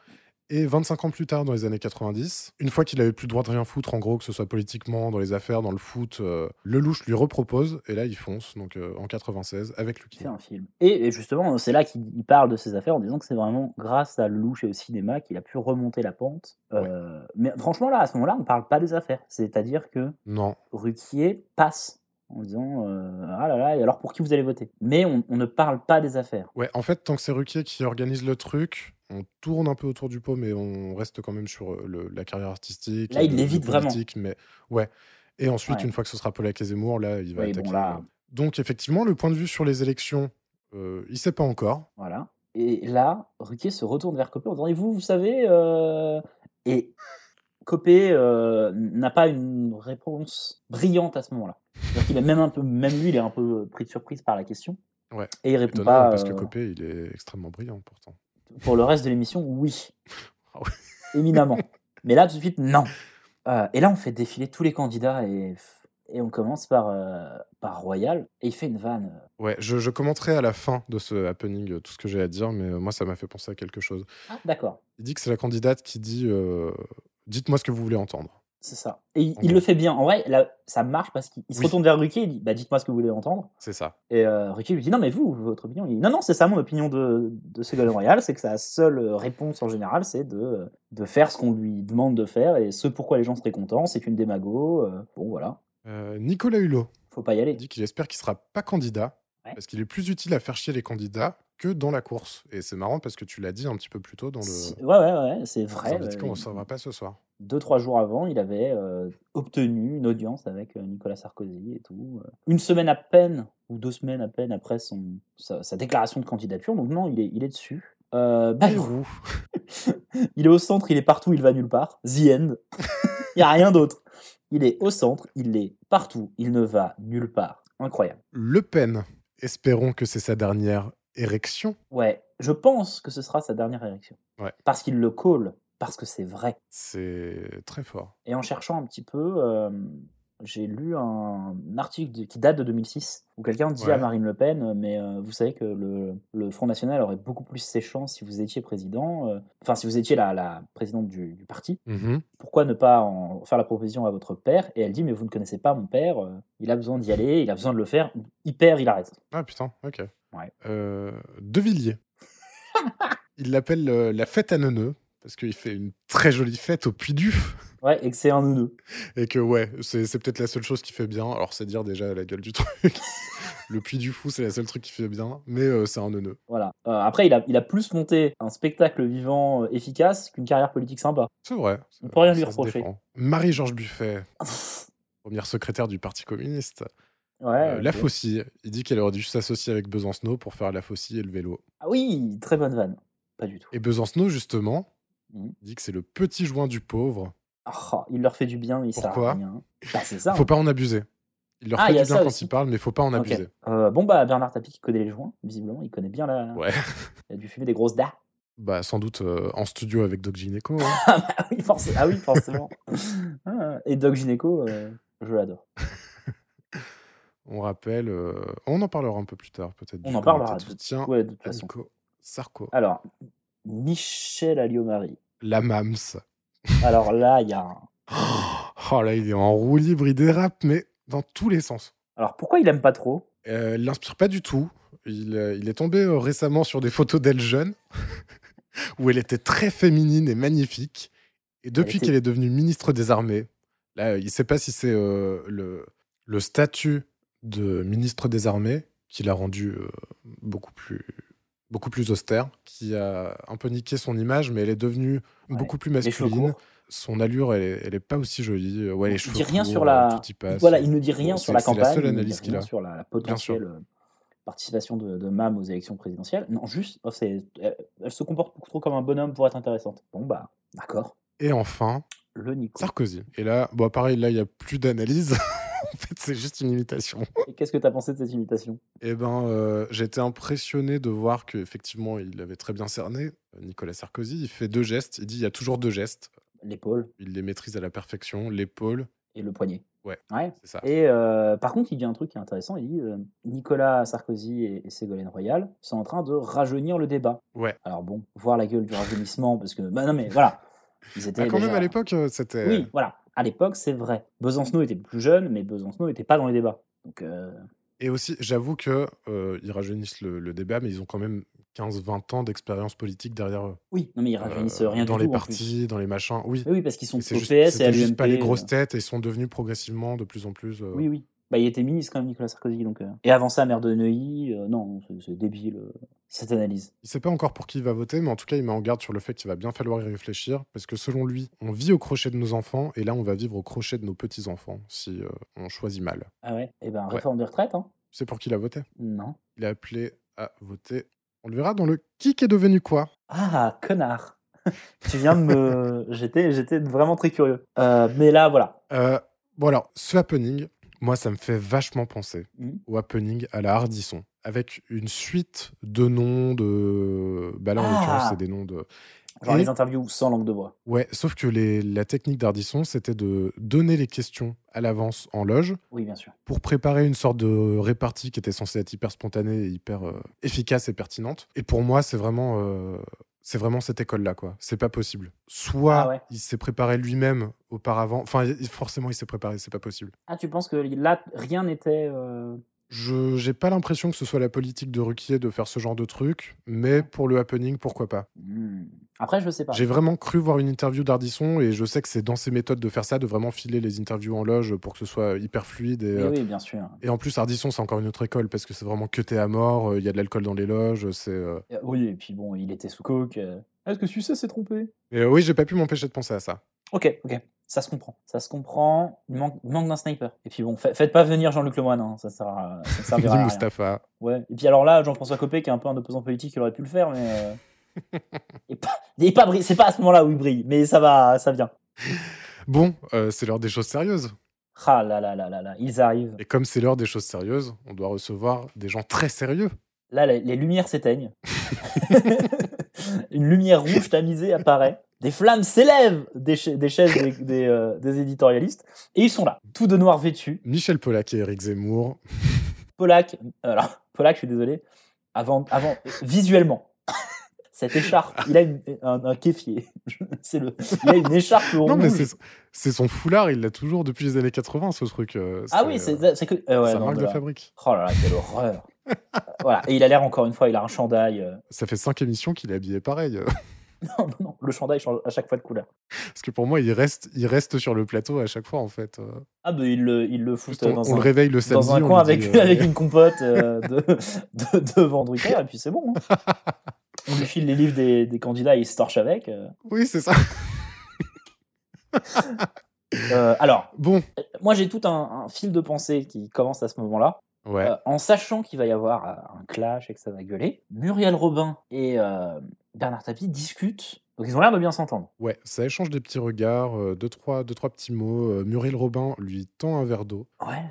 A: Et 25 ans plus tard, dans les années 90, une fois qu'il avait plus le droit de rien foutre, en gros, que ce soit politiquement, dans les affaires, dans le foot, euh, Lelouch lui repropose, et là, il fonce, donc euh, en 96, avec Lucky.
C: fait un film. Et, et justement, c'est là qu'il il parle de ses affaires en disant que c'est vraiment grâce à Lelouch et au cinéma qu'il a pu remonter la pente. Euh, Mais franchement, là, à ce moment-là, on ne parle pas des affaires. C'est-à-dire que
A: Non.
C: Ruquier passe en disant euh, Ah là là, et alors pour qui vous allez voter Mais on, on ne parle pas des affaires.
A: Ouais, en fait, tant que c'est Ruquier qui organise le truc, on tourne un peu autour du pot, mais on reste quand même sur euh, le- la carrière artistique.
C: Là,
A: et
C: il
A: le-
C: l'évite
A: le
C: vraiment.
A: politique, Mais ouais. Et ensuite,
C: Ouais.
A: une fois que ce sera Paul avec les Zemmour, là, il va
C: Oui, bon,
A: attaquer.
C: là-
A: Donc, effectivement, le point de vue sur les élections, euh, il sait pas encore.
C: Voilà. Et là, Ruquier se retourne vers Copé en disant Et vous, vous savez euh, Et Copé euh, n'a pas une réponse brillante à ce moment-là. C'est-à-dire qu'il est même un peu, même lui, il est un peu pris de surprise par la question.
A: Ouais.
C: Et il répond
A: Étonnamment,
C: pas.
A: parce que
C: euh,
A: Copé, il est extrêmement brillant pourtant.
C: Pour le reste de l'émission, oui. Éminemment. Mais là, tout de suite, non. Euh, et là, on fait défiler tous les candidats et, et on commence par, euh, par Royal. Et il fait une vanne.
A: Ouais, je, je commenterai à la fin de ce happening euh, tout ce que j'ai à dire, mais euh, moi, ça m'a fait penser à quelque chose.
C: Ah, d'accord.
A: Il dit que c'est la candidate qui dit euh, Dites-moi ce que vous voulez entendre.
C: C'est ça. Et il,
A: En
C: il
A: gros.
C: le fait bien. En vrai, là, ça marche parce qu'il il se
A: Oui.
C: retourne vers Ruquier et il dit bah, Dites-moi ce que vous voulez entendre.
A: C'est ça.
C: Et euh, Ruquier lui dit Non, mais vous, votre opinion. Il dit, non, non, c'est ça mon opinion de, de Ségolène Royal. C'est que sa seule euh, réponse en général, c'est de, de faire ce qu'on lui demande de faire et ce pourquoi les gens seraient contents. C'est une démago. euh, bon, voilà.
A: Euh, Nicolas Hulot
C: Faut pas y aller.
A: dit qu'il espère qu'il sera pas candidat
C: Ouais.
A: parce qu'il est plus utile à faire chier les candidats que dans la course. Et c'est marrant parce que tu l'as dit un petit peu plus tôt dans
C: Si-
A: le.
C: Ouais, ouais, ouais, c'est
A: dans
C: vrai.
A: le Vatican,
C: euh,
A: on s'en va pas ce soir.
C: Deux, trois jours avant, il avait euh, obtenu une audience avec euh, Nicolas Sarkozy et tout. euh. Une semaine à peine, ou deux semaines à peine après son, sa, sa déclaration de candidature. Donc, non, il est, il est dessus. Euh, Bayrou. il est au centre, il est partout, il va nulle part. The end. il n'y a rien d'autre. Il est au centre, il est partout, il ne va nulle part. Incroyable.
A: Le Pen, espérons que c'est sa dernière érection.
C: Ouais, je pense que ce sera sa dernière élection.
A: Ouais.
C: Parce qu'il le colle, parce que c'est vrai.
A: C'est très fort.
C: Et en cherchant un petit peu, euh, j'ai lu un article de- qui date de 2006 où quelqu'un dit
A: Ouais.
C: à Marine Le Pen euh, Mais euh, vous savez que le, le Front National aurait beaucoup plus ses chances si vous étiez président, euh, enfin, si vous étiez la, la présidente du, du parti.
A: Mhm.
C: Pourquoi ne pas en faire la proposition à votre père Et elle dit Mais vous ne connaissez pas mon père, euh, il a besoin d'y aller, il a besoin de le faire, il perd, il arrête.
A: Ah putain, ok.
C: Ouais.
A: Euh, de Villiers. il l'appelle euh, la fête à neuneux parce qu'il fait une très jolie fête au Puy du
C: Ouais, et que c'est un nouneux.
A: et que ouais, c'est c'est peut-être la seule chose qui fait bien. Alors c'est dire déjà la gueule du truc. le Puy du Fou, c'est la seule truc qui fait bien, mais euh, c'est un neuneux.
C: Voilà. Euh, après, il a, il a plus monté un spectacle vivant euh, efficace qu'une carrière politique sympa.
A: C'est vrai.
C: On
A: c'est
C: peut rien
A: vrai,
C: lui
A: ça se
C: reprocher.
A: défend. Marie-Georges Buffet, première secrétaire du Parti communiste.
C: Ouais,
A: Euh, la
C: ok.
A: faucille. Il dit qu'elle aurait dû s'associer avec Besancenot pour faire la faucille et le vélo.
C: Ah oui, très bonne vanne. Pas du tout.
A: Et Besancenot, justement,
C: Mhm.
A: dit que c'est le petit joint du pauvre.
C: Ah, il leur fait du bien, mais ça
A: Pourquoi
C: sert à rien. Bah, c'est ça.
A: Faut
C: hein.
A: pas en abuser. Il leur
C: Ah,
A: fait
C: il y
A: du
C: a
A: bien
C: ça
A: quand
C: aussi.
A: il parle, mais faut pas en
C: Ok.
A: abuser.
C: Euh, bon, bah, Bernard Tapie, qui connaît les joints, visiblement, il connaît bien la.
A: Ouais.
C: Il a dû fumer des grosses da.
A: Bah, sans doute euh, en studio avec Doc Gineco. hein.
C: Ah oui, forcément. Ah, oui, forcément. Ah, et Doc Gineco, euh, je l'adore.
A: On rappelle, euh, on en parlera un peu plus tard, peut-être.
C: On
A: du
C: en parlera.
A: comité de soutien
C: Ouais, de toute
A: à
C: façon.
A: Nico Sarko.
C: Alors, Michel Alliot-Marie.
A: La MAMS.
C: Alors là, il y a un.
A: Oh là, il est en roue libre, il dérape, mais dans tous les sens.
C: Alors, pourquoi il aime pas trop
A: Euh, il l'inspire pas du tout. Il, euh, il est tombé euh, récemment sur des photos d'elle jeune, où elle était très féminine et magnifique. Et depuis
C: était-
A: qu'elle est devenue ministre des Armées, là, euh, il sait pas si c'est euh, le, le statut de ministre des Armées qui l'a rendu euh, beaucoup plus beaucoup plus austère, qui a un peu niqué son image, mais elle est devenue beaucoup plus
C: Les cheveux
A: masculine.
C: courts.
A: Son allure, elle est, elle est pas aussi jolie. Euh, Ouais, les
C: Il
A: cheveux
C: dit rien
A: courts,
C: sur la-
A: euh, tout y passe.
C: Voilà, il ne dit rien
A: Bon,
C: sur
A: c'est-
C: la
A: c'est
C: campagne.
A: la seule
C: il ne dit
A: analyse qu'il
C: rien
A: a.
C: Sur la, la potentielle euh, participation de, de MAM aux élections présidentielles. Non, juste, oh, c'est- elle, elle se comporte beaucoup trop comme un bonhomme pour être intéressante. Bon, bah, d'accord.
A: Et enfin,
C: Le Nico.
A: Sarkozy. Et là, bon, pareil, là, il n'y a plus d'analyse. en fait, c'est juste une imitation.
C: Et qu'est-ce que t'as pensé de cette imitation
A: Eh ben, euh, j'étais impressionné de voir qu'effectivement, il avait très bien cerné. euh, Nicolas Sarkozy, il fait deux gestes. Il dit il y a toujours deux gestes.
C: L'épaule
A: Il les maîtrise à la perfection l'épaule
C: et le poignet.
A: Ouais,
C: c'est ça. Et euh, par contre, il dit un truc qui est intéressant. Il dit euh, Nicolas Sarkozy et, et Ségolène Royal sont en train de rajeunir le débat.
A: Ouais.
C: Alors bon, voir la gueule du rajeunissement, parce que bah non mais voilà, ils étaient
A: Ah, quand même,
C: déjà-
A: à l'époque, euh, c'était.
C: Oui, voilà. À l'époque, c'est vrai. Besancenot était plus jeune, mais Besancenot n'était pas dans les débats. Donc, euh,
A: Et aussi, j'avoue que euh, ils rajeunissent le, le débat, mais ils ont quand même 15-20 ans d'expérience politique derrière eux. Euh,
C: Oui, non, mais ils rajeunissent rien du
A: Dans
C: tout,
A: les
C: en
A: partis, dans les machins, oui.
C: Mais oui, parce qu'ils sont
A: C'est
C: au
A: juste-
C: PS et
A: c'était
C: à
A: juste pas
C: l'UMP,
A: les grosses têtes et ils sont devenus progressivement de plus en plus. euh,
C: euh. oui, oui. Bah, il était ministre quand même, Nicolas Sarkozy. Donc, euh. Et avant ça, maire de Neuilly, euh, non, c'est- c'est débile, euh, cette analyse.
A: Il sait pas encore pour qui il va voter, mais en tout cas, il met en garde sur le fait qu'il va bien falloir y réfléchir, parce que selon lui, on vit au crochet de nos enfants, et là, on va vivre au crochet de nos petits-enfants, si euh, on choisit mal.
C: Ah ouais Eh ben,
A: Ouais.
C: réforme de retraite, hein
A: C'est pour qui il a voté
C: Non.
A: Il a appelé à voter. On le verra dans le qui est devenu quoi.
C: Ah, connard Tu viens de me... J'étais j'étais vraiment très curieux. Euh, mais là, voilà.
A: Euh, bon, alors, ce happening, moi, ça me fait vachement penser
C: Mhm.
A: au happening à la Hardisson, avec une suite de noms de. Bah là, en
C: Ah.
A: l'occurrence, c'est des noms de.
C: Genre
A: Et-
C: les interviews sans langue de bois.
A: Ouais, sauf que les- la technique d'Ardisson, c'était de donner les questions à l'avance en loge
C: Oui, bien sûr.
A: pour préparer une sorte de répartie qui était censée être hyper spontanée et hyper euh, efficace et pertinente. Et pour moi, c'est vraiment, euh, c'est vraiment cette école-là, quoi. C'est pas possible. Soit
C: Ah ouais.
A: il s'est préparé lui-même auparavant, enfin, il- forcément, il s'est préparé, c'est pas possible.
C: Ah, tu penses que là, rien n'était... euh,
A: Je j'ai pas l'impression que ce soit la politique de Ruquier de faire ce genre de truc, mais pour le happening, pourquoi pas
C: hmm. Après, je sais pas.
A: J'ai vraiment cru voir une interview d'Ardisson et je sais que c'est dans ses méthodes de faire ça, de vraiment filer les interviews en loge pour que ce soit hyper fluide. Et,
C: Mais
A: euh,
C: oui, bien sûr.
A: et en plus, Ardisson, c'est encore une autre école parce que c'est vraiment que t'es à mort, euh, il y a de l'alcool dans les loges. c'est euh,
C: Euh, Oui, et puis bon, il était sous coke. euh. Est-ce que Sucet s'est trompé
A: Et, euh, oui, j'ai pas pu m'empêcher de penser à ça.
C: Ok, ok. Ça se comprend. Ça se comprend. Il manque, il manque d'un sniper. Et puis bon, fa- faites pas venir Jean-Luc Lemoyne, hein, ça, sert à- ça ne
A: Dit
C: servira à rien.
A: Mustapha.
C: Ouais. Et puis alors là, Jean-François Copé, qui est un peu un opposant politique, il aurait pu le faire, mais. euh, il est pas, il est pas brill- C'est pas à ce moment-là où il brille, mais ça va, ça vient.
A: Bon, euh, c'est l'heure des choses sérieuses.
C: Ah là là là là là, ils arrivent.
A: Et comme c'est l'heure des choses sérieuses, on doit recevoir des gens très sérieux.
C: Là, les, les lumières s'éteignent. Une lumière rouge tamisée apparaît. Des flammes s'élèvent des, cha- des chaises des, des, euh, des éditorialistes. Et ils sont là, tout de noir vêtus.
A: Michel Pollack et Eric Zemmour.
C: Polak, alors, Polak, je suis désolé, avant, avant visuellement, cette écharpe, il a une- un, un kéfier. C'est le, il a une écharpe
A: non, mais
C: rouge.
A: c'est c'est son foulard, il l'a toujours depuis les années 80, ce truc. euh,
C: ah oui,
A: euh,
C: c'est c'est que. euh, ouais,
A: sa
C: non,
A: marque
C: mais
A: de
C: là-
A: fabrique.
C: Oh là là, quelle horreur. voilà, et il a l'air encore une fois, il a un chandail. euh,
A: Ça fait cinq émissions qu'il est habillé pareil.
C: Non, non, non, le chandail change à chaque fois de couleur.
A: Parce que pour moi, il reste, il reste sur le plateau à chaque fois, en fait. Euh,
C: Ah, ben il le, il le fout
A: juste on,
C: dans
A: on
C: un.
A: le réveille le samedi.
C: dans un
A: on
C: coin
A: lui
C: avec,
A: dit, euh,
C: avec une compote euh, de, de, devant Drucker, et puis c'est bon. hein. On lui file les livres des, des candidats et il se torche avec. euh.
A: Oui, c'est ça.
C: Euh, alors,
A: Bon.
C: moi j'ai tout un, un fil de pensée qui commence à ce moment-là.
A: Ouais.
C: Euh, en sachant qu'il va y avoir euh, un clash et que ça va gueuler, Muriel Robin et euh, Bernard Tapie discutent. Donc ils ont l'air de bien s'entendre.
A: Ouais, ça échange des petits regards, euh, deux, trois, deux, trois petits mots. Euh, Muriel Robin lui tend un verre d'eau.
C: Ouais.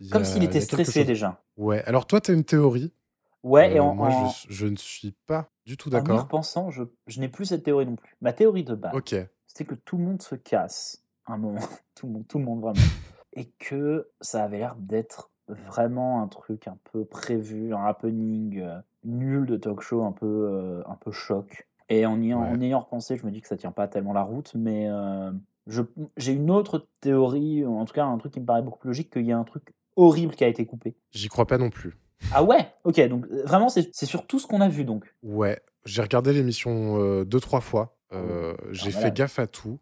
A: Il y
C: Comme
A: a-
C: s'il
A: il y
C: était
A: a quelque
C: stressé
A: chose.
C: déjà.
A: Ouais, alors toi, t'as une théorie.
C: Ouais, et Ah,
A: Euh,
C: en,
A: moi,
C: en-
A: je, je ne suis pas du tout
C: en y
A: d'accord.
C: repensant, je, je n'ai plus cette théorie non plus. Ma théorie de base,
A: Ok.
C: c'était que tout le monde se casse à un moment, tout le monde, tout le monde vraiment, et que ça avait l'air d'être vraiment un truc un peu prévu, un happening euh, nul de talk show, un peu, euh, un peu choc. Et en y, en
A: Ouais.
C: y ayant repensé, je me dis que ça tient pas tellement la route, mais euh, je- j'ai une autre théorie, ou en tout cas un truc qui me paraît beaucoup plus logique, qu'il y a un truc horrible qui a été coupé.
A: J'y crois pas non plus.
C: Ah ouais, ok, donc euh, vraiment c'est c'est sur tout ce qu'on a vu donc.
A: Ouais, j'ai regardé l'émission euh, deux, trois fois. Euh, j'ai fait
C: malade.
A: gaffe à tout.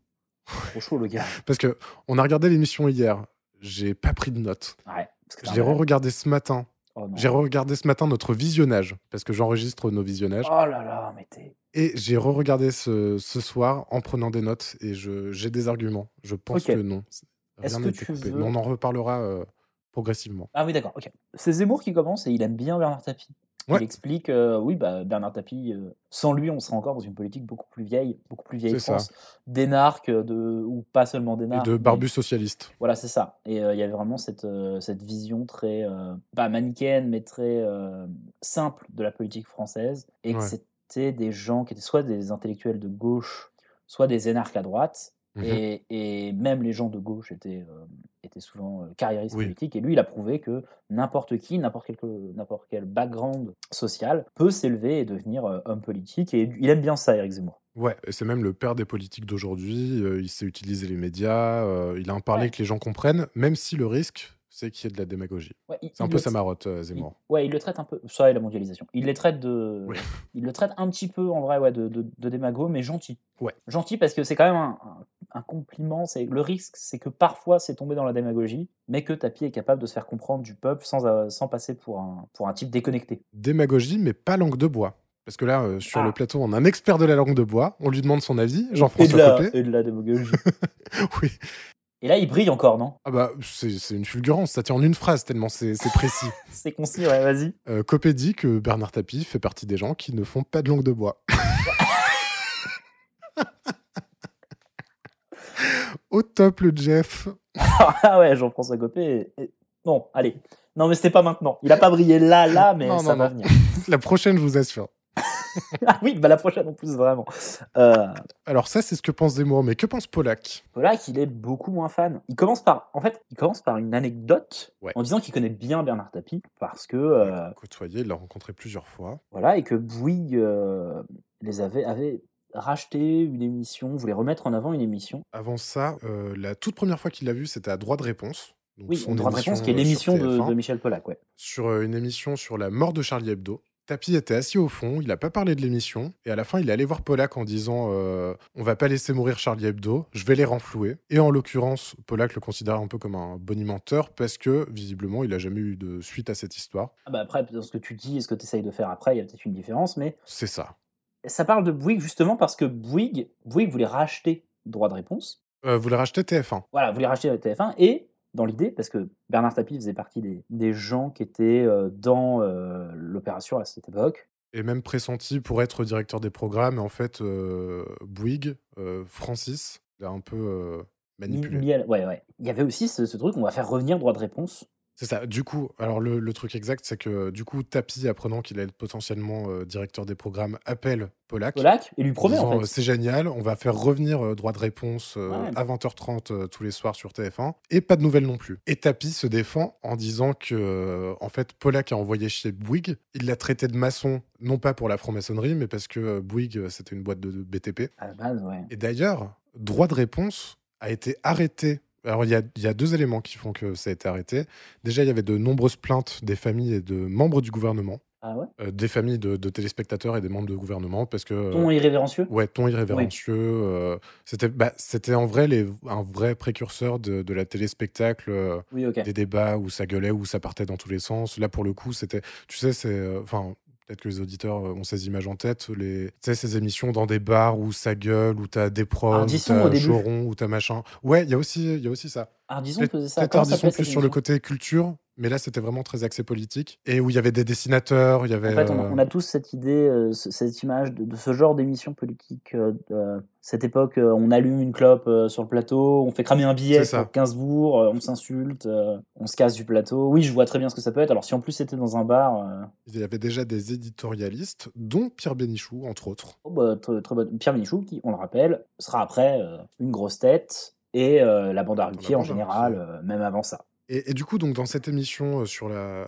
C: Trop chaud le gars.
A: Parce que on a regardé l'émission hier. J'ai pas pris de notes.
C: Ouais, parce que c'est
A: Je
C: un
A: l'ai
C: malade.
A: re-regardé ce matin.
C: Oh non.
A: J'ai regardé ce matin notre visionnage, parce que j'enregistre nos visionnages.
C: Oh là là, mais t'es...
A: Et j'ai re-regardé ce, ce soir en prenant des notes et je- j'ai des arguments. Je pense
C: Ok.
A: que non.
C: Est-ce
A: Rien
C: que
A: n'a été
C: tu
A: coupé.
C: veux-
A: Mais on en reparlera euh, progressivement.
C: Ah oui, d'accord, ok. C'est Zemmour qui commence et il aime bien Bernard Tapie.
A: Ouais.
C: Il explique, euh, oui, bah, Bernard Tapie, euh, sans lui, on serait encore dans une politique beaucoup plus vieille, beaucoup plus vieille
A: C'est ça.
C: France, d'énarques, euh, de, ou pas seulement d'énarques.
A: et de
C: mais-
A: barbu socialiste.
C: Voilà, c'est ça. Et euh, il y avait vraiment cette, euh, cette vision très, euh, pas manichéenne, mais très euh, simple de la politique française. Et que
A: Ouais.
C: c'était des gens qui étaient soit des intellectuels de gauche, soit des énarques à droite,
A: Mmh
K: Mhm.
C: Et, et même les gens de gauche étaient, euh, étaient souvent euh, carriéristes
K: Oui.
C: politiques. Et lui, il a prouvé que n'importe qui, n'importe quel, n'importe quel background social peut s'élever et devenir euh, homme politique. Et il aime bien ça, Eric Zemmour.
A: Ouais, et c'est même le père des politiques d'aujourd'hui. euh, il sait utiliser les médias, euh, il a un parler que les gens comprennent, même si le risque, c'est qu'il y ait de la démagogie.
C: Ouais, il-
A: c'est un
C: il
A: peu
C: le-
A: sa marotte, euh, Zemmour.
C: Ouais, il le traite un peu. Ça et la mondialisation. Il les traite de. Il le traite un petit peu, en vrai, ouais, de, de, de démago, mais gentil.
A: Ouais.
C: Gentil parce que c'est quand même un, un- un compliment. C'est le risque, c'est que parfois c'est tombé dans la démagogie, mais que Tapi est capable de se faire comprendre du peuple sans, euh, sans passer pour un pour un type déconnecté.
A: Démagogie, mais pas langue de bois. Parce que là, euh, sur
C: Ah.
A: le plateau, on a un expert de la langue de bois, on lui demande son avis,
C: et de la-
A: Jean-François Copé.
C: Et de la démagogie.
A: oui.
C: Et là, il brille encore, non
A: Ah bah, c'est c'est une fulgurance, ça tient en une phrase tellement c'est c'est précis.
C: C'est concis, ouais, vas-y.
A: Euh, Copé dit que Bernard Tapie fait partie des gens qui ne font pas de langue de bois. Au top, le Jeff.
C: ah ouais, Jean-François Copé. est- est- Bon, allez. Non, mais c'était pas maintenant. Il a pas brillé là, là, mais
A: Non,
C: ça
A: non,
C: va
A: non.
C: venir.
A: La prochaine, je vous assure.
C: ah oui, bah la prochaine en plus, vraiment. Euh,
A: Alors ça, c'est ce que pense Zemmour, mais que pense Polak
C: Polak, il est beaucoup moins fan. Il commence par, en fait, il commence par une anecdote en disant qu'il connaît bien Bernard Tapie parce que euh,
A: Côtoyé, il l'a rencontré plusieurs fois.
C: voilà et que Bouygues euh, les avait avait racheté une émission, voulait remettre en avant une émission.
A: Avant ça, euh, la toute première fois qu'il l'a vu, c'était à Droit de réponse. Donc
C: Oui,
A: son
C: on droit de
A: émission,
C: réponse qui est
A: euh, sur
C: l'émission de,
A: TF1.
C: de Michel Polak, ouais.
A: Sur euh, une émission sur la mort de Charlie Hebdo. Tapi était assis au fond, il n'a pas parlé de l'émission, et à la fin, il est allé voir Polak en disant euh, On va pas laisser mourir Charlie Hebdo, je vais les renflouer. Et en l'occurrence, Polak le considère un peu comme un bonimenteur parce que, visiblement, il a jamais eu de suite à cette histoire.
C: Ah bah après, dans ce que tu dis et ce que tu essayes de faire après, il y a peut-être une différence, mais
A: C'est ça.
C: ça parle de Bouygues justement parce que Bouygues, Bouygues voulait racheter droit de réponse
A: Euh, vous le rachetez TF1
C: voilà, voulait racheter TF1 et dans l'idée, parce que Bernard Tapie faisait partie des, des gens qui étaient euh, dans euh, l'opération à cette époque.
A: et même pressenti pour être directeur des programmes. Et en fait, euh, Bouygues, euh, Francis, l'a un peu euh, manipulé.
C: Ni- ni elle- ouais, ouais. Il y avait aussi ce, ce truc, on va faire revenir droit de réponse.
A: C'est ça. Du coup, alors le, le truc exact, c'est que du coup, Tapi, apprenant qu'il allait être potentiellement euh, directeur des programmes, appelle Polak.
C: Polak, et lui promet, en
A: disant,
C: fait.
A: euh, C'est génial, on va faire revenir euh, droit de réponse euh,
C: Ouais.
A: à 20h30 euh, tous les soirs sur TF1. Et pas de nouvelles non plus. Et Tapi se défend en disant que, euh, en fait, Polak a envoyé chez Bouygues. Il l'a traité de maçon, non pas pour la franc-maçonnerie, mais parce que euh, Bouygues, euh, c'était une boîte de de BTP.
C: À la base, ouais.
A: Et d'ailleurs, droit de réponse a été arrêté. Alors, il y, a, il y a deux éléments qui font que ça a été arrêté. Déjà, il y avait de nombreuses plaintes des familles et de membres du gouvernement.
C: Ah ouais
A: Euh, des familles de, de téléspectateurs et des membres de gouvernement parce que euh,
C: Ton irrévérencieux
A: ouais ton irrévérencieux euh, c'était bah, c'était en vrai les, un vrai précurseur de, de la téléspectacle euh,
C: Oui, ok.
A: des débats où ça gueulait où ça partait dans tous les sens là pour le coup c'était tu sais c'est euh, enfin Peut-être que les auditeurs euh, ont ces images en tête, les, tu sais, ces émissions dans des bars où ça gueule, où t'as des pros, où
C: Ardisson, au
A: t'as
C: début.
A: Choron, où t'as machin. Ouais, il y, a aussi- il y a aussi ça.
C: Ardisson
A: Peut-
C: faisait ça.
A: Peut-être
C: Comment
A: Ardisson
C: s'appelait
A: plus
C: cette
A: sur le
C: émission
A: côté culture, mais là c'était vraiment très axé politique, et où il y avait des dessinateurs, il y avait.
C: En fait, on, a-
A: euh,
C: on a tous cette idée, euh, ce- cette image de, de ce genre d'émission politique. euh, de, euh, cette époque, euh, on allume une clope euh, sur le plateau, on fait cramer un billet
A: C'est ça.
C: pour 15 bourgs, euh, on s'insulte, euh, on se casse du plateau. Oui, je vois très bien ce que ça peut être. Alors, si en plus c'était dans un bar, euh,
A: Il y avait déjà des éditorialistes, dont Pierre Bénichou, entre autres.
C: oh, bah, très- très bonne- Pierre Michou, qui, on le rappelle, sera après euh, une grosse tête et euh, la bande à Ruquier en
A: bande à
C: général, euh, même avant ça.
A: Et, et du coup, donc, dans cette émission, euh, sur la,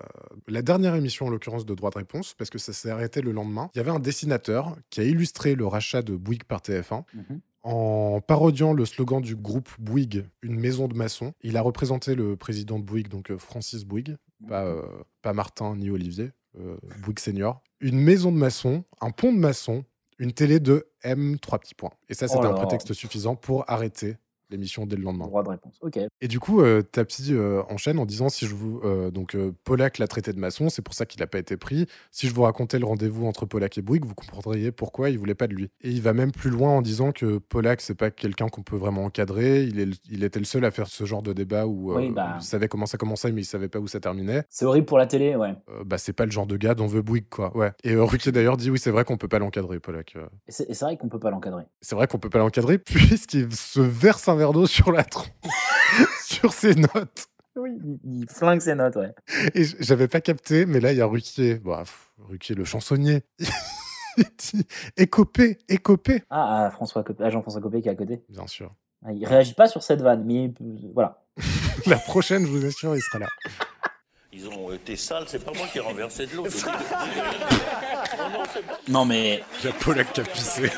A: la dernière émission, en l'occurrence, de Droit de Réponse, parce que ça s'est arrêté le lendemain, il y avait un dessinateur qui a illustré le rachat de Bouygues par TF1
C: Mhm.
A: en parodiant le slogan du groupe Bouygues, une maison de maçons. Il a représenté le président de Bouygues, donc euh, Francis Bouygues, pas, euh, pas Martin ni Olivier, euh, Bouygues Senior. Une maison de maçons, un pont de maçons, une télé de M, trois petits points. Et ça, c'était
C: Oh là
A: un
C: là.
A: prétexte suffisant pour arrêter l'émission dès le lendemain.
C: Droit de réponse. Ok.
A: Et du coup, euh, Tapi euh, enchaîne en disant si je vous euh, donc euh, Polak l'a traité de maçon, c'est pour ça qu'il n'a pas été pris. Si je vous racontais le rendez-vous entre Polak et Bouygues, vous comprendriez pourquoi il voulait pas de lui. Et il va même plus loin en disant que Polak c'est pas quelqu'un qu'on peut vraiment encadrer. Il, est le- il était le seul à faire ce genre de débat où euh,
C: Oui, bah.
A: il savait comment ça commençait, mais il savait pas où ça terminait.
C: C'est horrible pour la télé, ouais.
A: Euh, bah c'est pas le genre de gars dont veut Bouygues quoi. Ouais. Et euh, Ruquier d'ailleurs dit oui c'est vrai qu'on peut pas l'encadrer Polak. Euh,
C: Et c'est et c'est vrai qu'on peut pas l'encadrer.
A: c'est vrai qu'on peut pas l'encadrer puisqu'il se verse un verre d'eau sur la tronche, sur ses notes.
C: Oui, il, il flingue ses notes, ouais.
A: Et j- j'avais pas capté, mais là, il y a Ruquier. Bah, pff, Ruquier, le chansonnier. Il dit Écopé, écopé.
C: Ah, à François Copé- à Jean-François Copé qui est à côté.
A: Bien sûr.
C: Il réagit pas sur cette vanne, mais euh, voilà.
A: La prochaine, je vous assure, il sera là.
K: Ils ont été sales, c'est pas moi qui ai renversé de l'eau.
C: Non mais.
A: La Polac qui a pissé.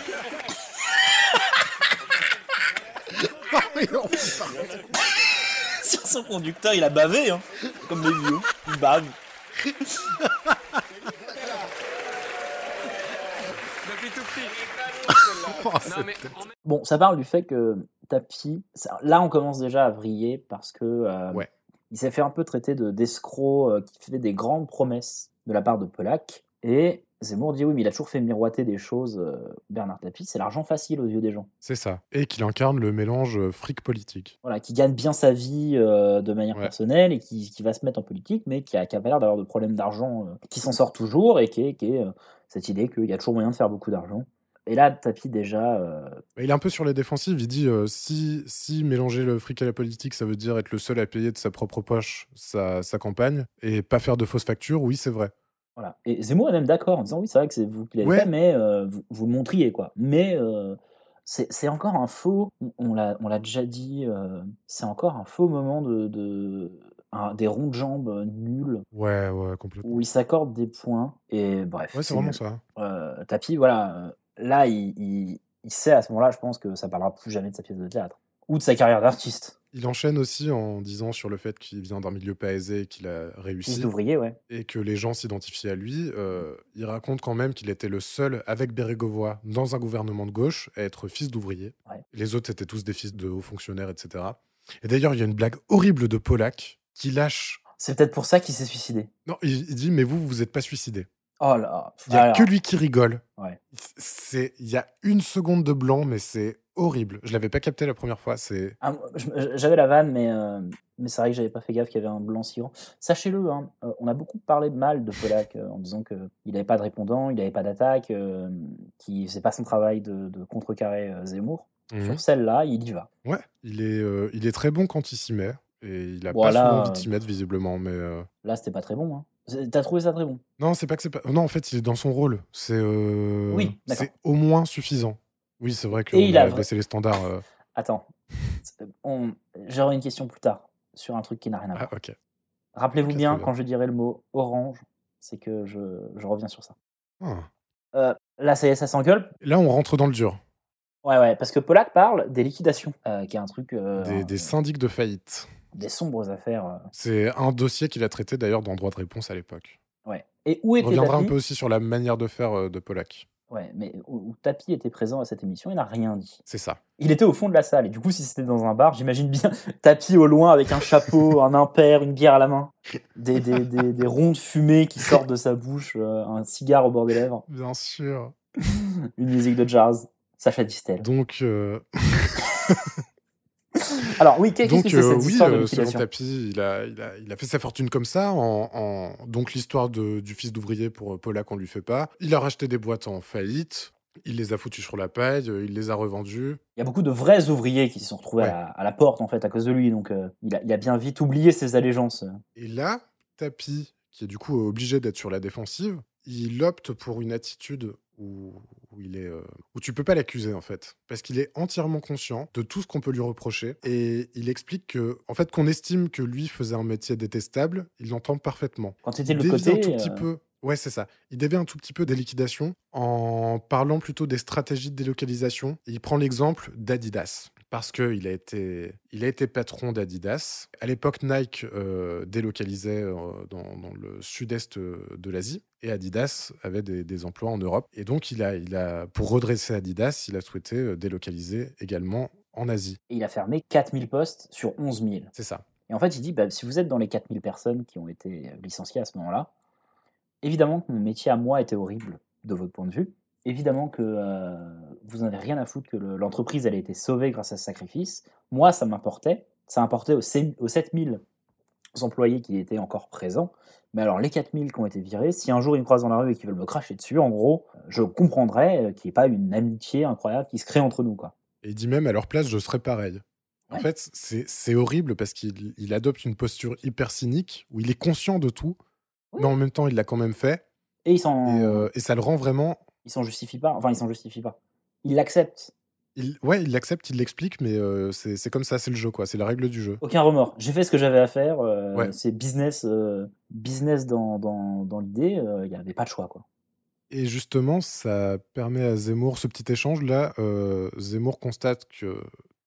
C: Sur son conducteur, il a bavé, hein. Comme les vieux. Il bave. Bon, ça parle du fait que Tapi, ça- là on commence déjà à vriller parce que euh, il s'est fait un peu traiter de d'escroc euh, qui fait des grandes promesses de la part de Polak. Et Zemmour dit oui, mais il a toujours fait miroiter des choses. euh, Bernard Tapi, c'est l'argent facile aux yeux des gens.
A: C'est ça. Et qu'il incarne le mélange euh, fric politique.
C: Voilà, qui gagne bien sa vie euh, de manière personnelle et qui, qui va se mettre en politique, mais qui a, qui a pas l'air d'avoir de problème d'argent, euh, qui s'en sort toujours et qui est, qui est, euh, cette idée qu'il y a toujours moyen de faire beaucoup d'argent. Et là, Tapi déjà, euh,
A: Mais Bah, Il est un peu sur les défensives. Il dit euh, si, si mélanger le fric à la politique, ça veut dire être le seul à payer de sa propre poche sa, sa campagne et pas faire de fausses factures, oui, c'est vrai.
C: Voilà. Et Zemmour est même d'accord en disant oui, c'est vrai que c'est vous qui l'avez
A: Ouais.
C: fait, mais euh, vous, vous le montriez, quoi. Mais euh, c'est c'est encore un faux, on- on l'a on l'a déjà dit, euh, c'est encore un faux moment de, de- un- des ronds de jambes euh, nuls
A: Ouais, ouais, complètement.
C: où ils s'accordent des points. Et bref.
A: Ouais, c'est vraiment
C: nul.
A: ça.
C: Euh, Tapi, voilà, euh, là, il, il- il sait à ce moment-là, je pense que ça parlera plus jamais de sa pièce de théâtre ou de sa carrière d'artiste.
A: Il enchaîne aussi en disant sur le fait qu'il vient d'un milieu pas aisé et qu'il a réussi.
C: Fils d'ouvrier, ouais.
A: Et que les gens s'identifiaient à lui. Euh, il raconte quand même qu'il était le seul, avec Bérégovoy, dans un gouvernement de gauche, à être fils d'ouvrier. Les autres étaient tous des fils de hauts fonctionnaires, etc. Et d'ailleurs, il y a une blague horrible de Polak qui lâche.
C: C'est peut-être pour ça qu'il s'est suicidé.
A: Non, il, il dit Mais vous, vous n'êtes pas suicidé.
C: Oh là.
A: Il n'y a
C: Alors.
A: que lui qui rigole.
C: Ouais.
A: C'est- Il y a une seconde de blanc, mais c'est horrible. Je l'avais pas capté la première fois. C'est
C: Ah, moi, je- J'avais la vanne, mais, euh, mais c'est vrai que j'avais pas fait gaffe qu'il y avait un blanc si grand. Sachez-le, hein, euh, on a beaucoup parlé de mal de Polak euh, en disant qu'il n'avait pas de répondant, il n'avait pas d'attaque, euh, qu'il faisait pas son travail de, de contrecarrer euh, Zemmour.
A: Mhm.
C: Sur celle-là, il y va.
A: Ouais, il est, euh, il est très bon quand il s'y met. Et il a
C: Voilà.
A: pas souvent envie de s'y mettre, visiblement. Mais euh,
C: Là, c'était pas très bon. hein. C'est- T'as trouvé ça très bon
A: Non, c'est pas que c'est pas. Non, en fait, il est dans son rôle. C'est euh,
C: Oui, d'accord.
A: c'est au moins suffisant. Oui, c'est vrai que
C: Et il a vra-
A: baissé les standards. euh.
C: Attends, on... j'aurai une question plus tard sur un truc qui n'a rien à voir. Rappelez-vous
A: Ok,
C: bien,
A: Ah, très bien.
C: quand je dirai le mot orange, c'est que je, je reviens sur ça.
A: Ah.
C: Euh, là, ça y est, ça s'engueule.
A: Là, on rentre dans le dur.
C: Ouais, ouais, parce que Polak parle des liquidations, euh, qui est un truc. euh,
A: Des, des syndics de faillite.
C: des sombres affaires. euh.
A: C'est un dossier qu'il a traité d'ailleurs dans Droit de réponse à l'époque.
C: Ouais. Et où
A: On
C: était
A: reviendra un
C: Tapi
A: peu aussi sur la manière de faire euh, de Polak.
C: Ouais, mais où, où Tapi était présent à cette émission, il n'a rien dit.
A: C'est ça.
C: Il était au fond de la salle, et du coup, si c'était dans un bar, j'imagine bien Tapi au loin avec un chapeau, un impair, une bière à la main, des, des, des, des ronds de fumée qui sortent de sa bouche, euh, un cigare au bord des lèvres,
A: Bien sûr.
C: une musique de jazz, Sacha Distel.
A: Donc, euh,
C: Alors, oui, qu'est-
A: Donc,
C: qu'est-ce que c'est
A: euh,
C: cette
A: oui,
C: histoire de
A: euh, selon
C: liquidation
A: Tapi, il a, il, a, il a fait sa fortune comme ça. En, en- Donc, l'histoire de- du fils d'ouvrier pour euh, Polak, on lui fait pas. Il a racheté des boîtes en faillite. Il les a foutues sur la paille. euh, Il les a revendues.
C: Il y a beaucoup de vrais ouvriers qui se sont retrouvés à, la, à la porte, en fait, à cause de lui, donc euh, il, a, il a bien vite oublié ses allégeances.
A: Et là, Tapi, qui est du coup euh, obligé d'être sur la défensive, il opte pour une attitude où, où il est, euh, où tu peux pas l'accuser en fait, parce qu'il est entièrement conscient de tout ce qu'on peut lui reprocher et il explique que, en fait, qu'on estime que lui faisait un métier détestable, il l'entend parfaitement.
C: Quand t'étais de
A: Il
C: l'autre
A: dévie un
C: côté,
A: tout petit
C: euh,
A: peu. Ouais, c'est ça. Il dévie un tout petit peu des liquidations en parlant plutôt des stratégies de délocalisation. Il prend l'exemple d'Adidas. Parce qu'il a, été- il a été patron d'Adidas. À l'époque, Nike euh, délocalisait euh, dans, dans le sud-est euh, de l'Asie et Adidas avait des, des emplois en Europe. Et donc, il a, il a, pour redresser Adidas, il a souhaité euh, délocaliser également en Asie.
C: et il a fermé 4000 postes sur 11 000.
A: C'est ça.
C: Et en fait, il dit, bah, si vous êtes dans les 4000 personnes qui ont été euh, licenciées à ce moment-là, évidemment que mon métier à moi était horrible, de votre point de vue. Évidemment que euh, vous n'avez rien à foutre que le- l'entreprise, elle a été sauvée grâce à ce sacrifice. Moi, ça m'importait. Ça importait aux, 7 aux 7000 employés qui étaient encore présents. Mais alors, les 4000 qui ont été virés, si un jour ils me croisent dans la rue et qu'ils veulent me cracher dessus, en gros, je comprendrais euh, qu'il n'y ait pas une amitié incroyable qui se crée entre nous. Quoi.
A: Et il dit même à leur place, je serais pareil. En fait, c'est c'est horrible parce qu'il il adopte une posture hyper cynique où il est conscient de tout, mais en même temps, il l'a quand même fait.
C: Et, ils s'en-
A: euh, et ça le rend vraiment.
C: Il s'en justifie pas. Enfin, il s'en justifie pas. Il l'accepte.
A: Il, ouais, il l'accepte, il l'explique, mais euh, c'est c'est comme ça, c'est le jeu, quoi. C'est la règle du jeu.
C: Aucun remords. J'ai fait ce que j'avais à faire. euh,
A: Ouais.
C: C'est business, euh, business dans, dans, dans l'idée. euh, Il n'y avait pas de choix. Quoi.
A: Et justement, ça permet à Zemmour, ce petit échange là, euh, Zemmour constate que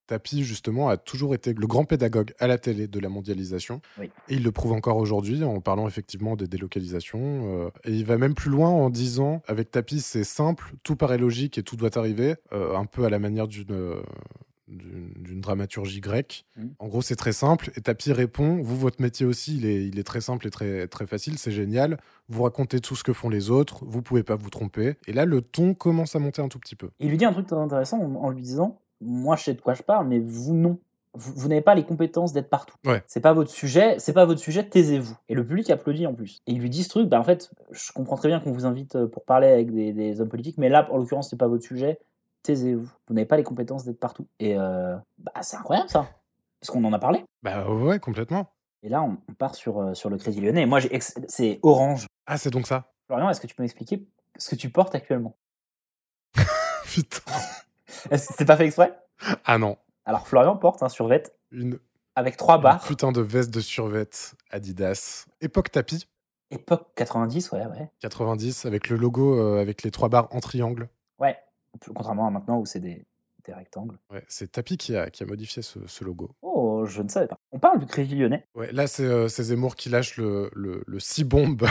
A: Tapi, justement, a toujours été le grand pédagogue à la télé de la mondialisation.
C: Oui.
A: Et il le prouve encore aujourd'hui en parlant effectivement des délocalisations. euh, et il va même plus loin en disant, avec Tapi, c'est simple, tout paraît logique et tout doit arriver, euh, un peu à la manière d'une... euh, d'une d'une dramaturgie grecque.
C: Mhm.
A: En gros, c'est très simple. Et Tapi répond Vous, votre métier aussi, il est, il est très simple et très, très facile, c'est génial vous racontez tout ce que font les autres, vous pouvez pas vous tromper. Et là, le ton commence à monter un tout petit peu.
C: Et il lui dit un truc très intéressant en, en lui disant Moi, je sais de quoi je parle, mais vous, non. Vous, vous n'avez pas les compétences d'être partout.
A: Ouais.
C: C'est pas votre sujet, c'est pas votre sujet, taisez-vous. Et le public applaudit en plus. Et il lui dit ce truc, bah en fait, je comprends très bien qu'on vous invite euh, pour parler avec des, des hommes politiques, mais là, en l'occurrence, c'est pas votre sujet, taisez-vous. Vous n'avez pas les compétences d'être partout. Et euh, bah, c'est incroyable ça, parce qu'on en a parlé.
A: Bah ouais, complètement.
C: Et là, on, on part sur, euh, sur le Crédit Lyonnais. Moi, j'ai ex- c'est orange.
A: Ah, c'est donc ça.
C: Florian, est-ce que tu peux m'expliquer ce que tu portes actuellement
A: Putain.
C: Est-ce que c'est pas fait exprès
A: Ah non.
C: Alors, Florian porte un survêt
A: Une
C: avec trois barres,
A: putain de veste de survette Adidas. Époque tapis,
C: époque 90, ouais, ouais.
A: 90, avec le logo euh, avec les trois barres en triangle.
C: Ouais, contrairement à maintenant où c'est des, des rectangles.
A: Ouais, c'est Tapi qui a, qui a modifié ce, ce logo.
C: Oh, je ne savais pas. On parle du Crédit Lyonnais.
A: Ouais, là, c'est euh, c'est Zemmour qui lâche le, le, le bombe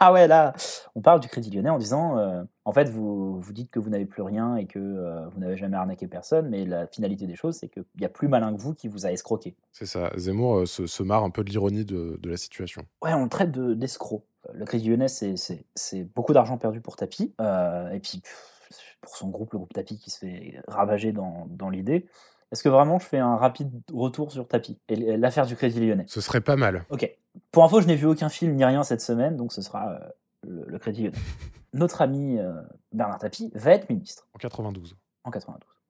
C: Ah ouais, là, on parle du Crédit Lyonnais en disant, euh, en fait, vous, vous dites que vous n'avez plus rien et que euh, vous n'avez jamais arnaqué personne, mais la finalité des choses, c'est qu'il y a plus malin que vous qui vous a escroqué.
A: C'est ça. Zemmour euh, se, se marre un peu de l'ironie de, de la situation.
C: Ouais, on le traite de- d'escroc. le Crédit Lyonnais, c'est- c'est c'est beaucoup d'argent perdu pour Tapi. euh, et puis, pff, pour son groupe, le groupe Tapi qui se fait ravager dans, dans l'idée. Est-ce que vraiment je fais un rapide retour sur Tapi et l- l'affaire du Crédit Lyonnais
A: Ce serait pas mal.
C: Ok. Pour info, je n'ai vu aucun film ni rien cette semaine, donc ce sera euh, le, le Crédit Lyonnais. Notre ami euh, Bernard Tapie va être ministre
A: En 92.
C: en 92.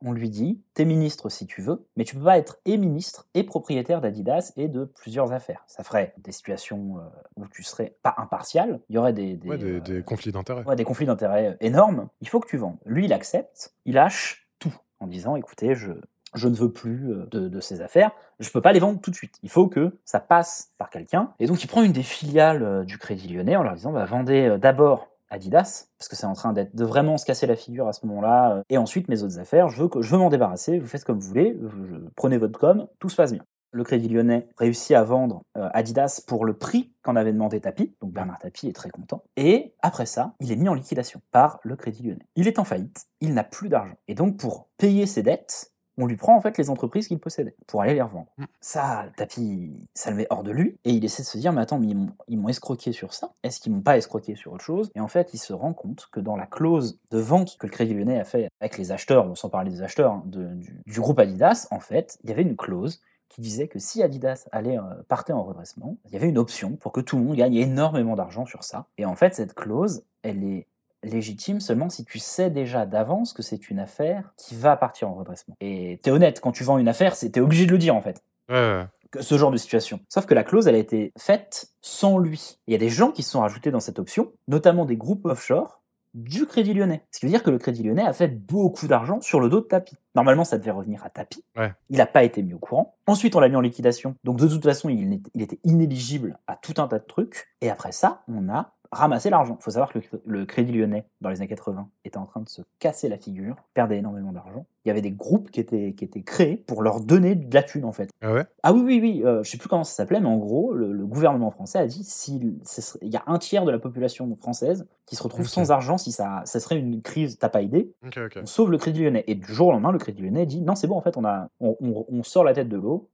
C: On lui dit, t'es ministre si tu veux, mais tu peux pas être et ministre et propriétaire d'Adidas et de plusieurs affaires. Ça ferait des situations euh, où tu serais pas impartial, il y aurait des, des,
A: Ouais, des,
C: euh,
A: des conflits d'intérêts.
C: ouais, des conflits d'intérêts euh, énormes. Il faut que tu vendes. Lui, il accepte, il lâche tout en disant, écoutez, je, je ne veux plus euh, de, de ces affaires, je peux pas les vendre tout de suite. Il faut que ça passe par quelqu'un. Et donc, il prend une des filiales euh, du Crédit Lyonnais en leur disant, bah, vendez euh, d'abord Adidas, parce que c'est en train d'être de vraiment se casser la figure à ce moment-là, euh, et ensuite mes autres affaires, je veux, que- je veux m'en débarrasser, vous faites comme vous voulez, euh, je- je- prenez votre com, tout se passe bien. Le Crédit Lyonnais réussit à vendre euh, Adidas pour le prix qu'en avait demandé Tapi, donc Bernard Tapi est très content, et après ça, il est mis en liquidation par le Crédit Lyonnais. Il est en faillite, il n'a plus d'argent, et donc pour payer ses dettes, on lui prend en fait les entreprises qu'il possédait pour aller les revendre. Ça, Tapi, ça le met hors de lui. Et il essaie de se dire, mais attends, mais ils m'ont- ils m'ont escroqué sur ça. Est-ce qu'ils m'ont pas escroqué sur autre chose Et en fait, il se rend compte que dans la clause de vente que le Crédit Lyonnais a fait avec les acheteurs, bon, sans parler des acheteurs, hein, de- du, du groupe Adidas, en fait, il y avait une clause qui disait que si Adidas allait euh, partait en redressement, il y avait une option pour que tout le monde gagne énormément d'argent sur ça. Et en fait, cette clause, elle est légitime seulement si tu sais déjà d'avance que c'est une affaire qui va partir en redressement. Et t'es honnête, quand tu vends une affaire, c'est- t'es obligé de le dire en fait
A: Ouais, ouais.
C: que ce genre de situation. Sauf que la clause, elle a été faite sans lui. Il y a des gens qui se sont rajoutés dans cette option, notamment des groupes offshore du Crédit Lyonnais. Ce qui veut dire que le Crédit Lyonnais a fait beaucoup d'argent sur le dos de Tapi. Normalement, ça devait revenir à Tapi.
A: Ouais.
C: Il n'a pas été mis au courant. Ensuite, on l'a mis en liquidation. Donc, de toute façon, il, n'est- il était inéligible à tout un tas de trucs. Et après ça, on a ramassé l'argent. Il faut savoir que le, le Crédit Lyonnais, dans les années 80, était en train de se casser la figure, perdait énormément d'argent. Il y avait des groupes qui étaient, qui étaient créés pour leur donner de la thune, en fait.
A: Ah ouais
C: Ah oui, oui, oui, euh, je sais plus comment ça s'appelait, mais en gros, le, le gouvernement français a dit s'il ce serait- il y a un tiers de la population française qui se retrouve
A: Ok.
C: sans argent si ça, ça serait une crise, t'as pas idée,
A: Ok, ok.
C: on sauve le Crédit Lyonnais. Et du jour au lendemain, le Crédit Lyonnais dit non, c'est bon, en fait, on, a, on, on- on sort la tête de l'eau,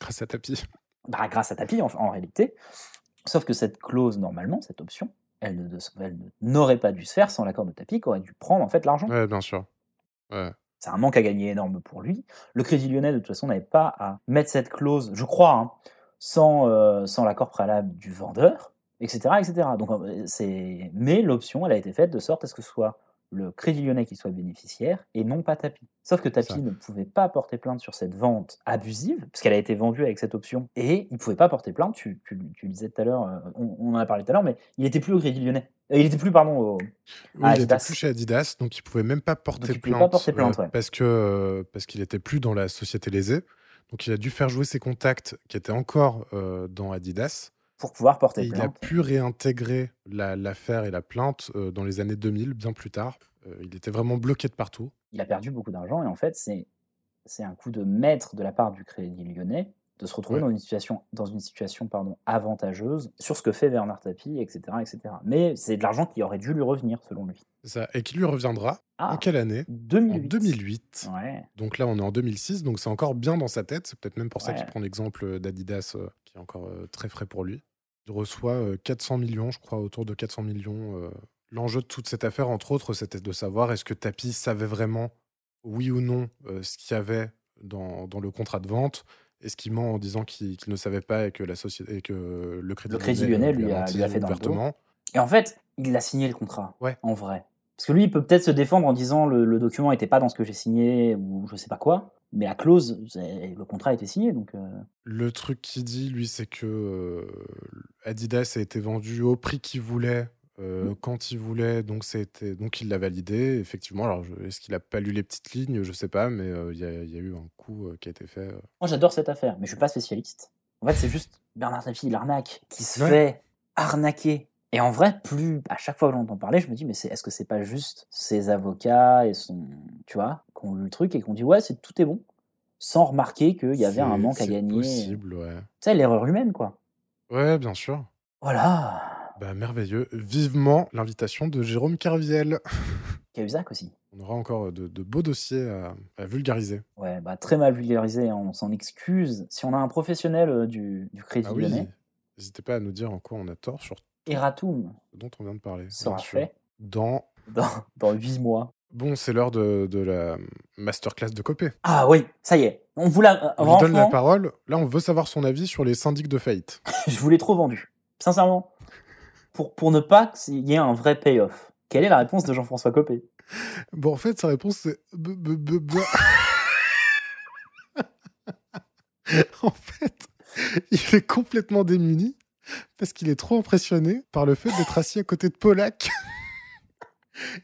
A: Grâce à Tapi.
C: bah, grâce à Tapi en, en réalité. Sauf que cette clause, normalement, cette option, elle ne- elle ne- n'aurait pas dû se faire sans l'accord de Tapi, qui aurait dû prendre en fait l'argent.
A: Ouais, bien sûr. Ouais.
C: C'est un manque à gagner énorme pour lui. Le Crédit Lyonnais, de toute façon, n'avait pas à mettre cette clause, je crois, hein, sans, euh, sans l'accord préalable du vendeur, etc. etc. Donc, euh, c'est... Mais l'option, elle a été faite de sorte à ce que ce soit le Crédit Lyonnais qui soit bénéficiaire et non pas Tapi. Sauf que Tapi ne pouvait pas porter plainte sur cette vente abusive, puisqu'elle a été vendue avec cette option, et il ne pouvait pas porter plainte, tu, tu, tu le disais tout à l'heure, euh, on, on en a parlé tout à l'heure, mais il n'était plus au Crédit Lyonnais. Euh, Il n'était plus, pardon, au,
A: Oui,
C: à
A: il était
C: Ah, Adidas.
A: plus chez Adidas, donc il pouvait même pas porter
C: il pouvait
A: plainte,
C: pas porter plainte, ouais.
A: parce que euh, parce qu'il était plus dans la société lésée, donc il a dû faire jouer ses contacts qui étaient encore euh, dans Adidas
C: pour pouvoir porter
A: et Il a
C: plainte.
A: pu réintégrer la- l'affaire et la plainte euh, dans les années 2000, bien plus tard. Euh, il était vraiment bloqué de partout.
C: il a perdu beaucoup d'argent et en fait c'est c'est un coup de maître de la part du Crédit Lyonnais de se retrouver
A: Ouais.
C: dans une situation dans une situation pardon avantageuse sur ce que fait Bernard Tapie etc etc mais c'est de l'argent qui aurait dû lui revenir selon lui
A: C'est Ça. Et qui lui reviendra
C: Ah.
A: en quelle année
C: 2008.
A: En 2008.
C: ouais
A: Donc là, on est en 2006, donc c'est encore bien dans sa tête. C'est peut-être même pour ça qu'il
C: Ouais.
A: prend l'exemple d'Adidas, euh, qui est encore euh, très frais pour lui. Il reçoit euh, 400 millions, je crois, autour de 400 millions. euh. L'enjeu de toute cette affaire, entre autres, c'était de savoir est-ce que Tapi savait vraiment, oui ou non, euh, ce qu'il y avait dans, dans le contrat de vente. Est-ce qu'il ment en disant qu'il qu'il ne savait pas et que, la société, et que le Crédit,
C: le Crédit Lyonnais lui a,
A: menti
C: lui a fait dans le dos.
A: ouvertement
C: et en fait il a signé le contrat
A: Ouais.
C: en vrai parce que lui il peut peut-être se défendre en disant le, le document n'était pas dans ce que j'ai signé ou je sais pas quoi mais la clause c'est- le contrat a été signé donc euh,
A: Le truc qu'il dit, lui, c'est que euh, Adidas a été vendu au prix qu'il voulait,
C: Mmh.
A: euh, quand il voulait, donc, c'était, donc il l'a validé. Effectivement, alors je- est-ce qu'il a pas lu les petites lignes Je sais pas, mais euh, il y, a- il y a eu un coup euh, qui a été fait. euh.
C: Moi, j'adore cette affaire, mais je suis pas spécialiste. En fait, c'est juste Bernard Tapie, l'arnaque, qui se
A: Ouais.
C: fait arnaquer. Et en vrai, plus à chaque fois que j'entends parler, je me dis, mais c'est- est-ce que c'est pas juste ses avocats et son, tu vois, qu'on lu le truc et qu'on dit ouais, c'est tout est bon, sans remarquer qu'il y avait un
A: C'est-
C: manque à
A: c'est
C: gagner.
A: possible, ouais.
C: Tu sais, l'erreur humaine, quoi.
A: Ouais, bien sûr.
C: Voilà.
A: Bah, merveilleux. Vivement l'invitation de Jérôme Carviel.
C: Cahuzac aussi.
A: On aura encore de, de beaux dossiers à, à vulgariser.
C: Ouais, bah très mal vulgarisé, hein, on s'en excuse. Si on a un professionnel euh, du, du crédit
A: Ah oui,
C: lyonnais,
A: n'hésitez pas à nous dire en quoi on a tort sur
C: Eratum
A: ce dont on vient de parler.
C: sera
A: bien sûr.
C: fait
A: Dans
C: dans, dans 8 mois.
A: Bon, c'est l'heure de, de la masterclass de Copé.
C: Ah oui, ça y est. On vous la. euh,
A: On lui donne la
C: franchement,
A: parole. Là, on veut savoir son avis sur les syndics de faillite.
C: je vous l'ai trop vendu. Sincèrement. Pour, pour ne pas qu'il y ait un vrai payoff. Quelle est la réponse de Jean-François Copé
A: Bon, en fait, sa réponse, c'est... b- b- b- b- en fait, il est complètement démuni parce qu'il est trop impressionné par le fait d'être assis à côté de Polak.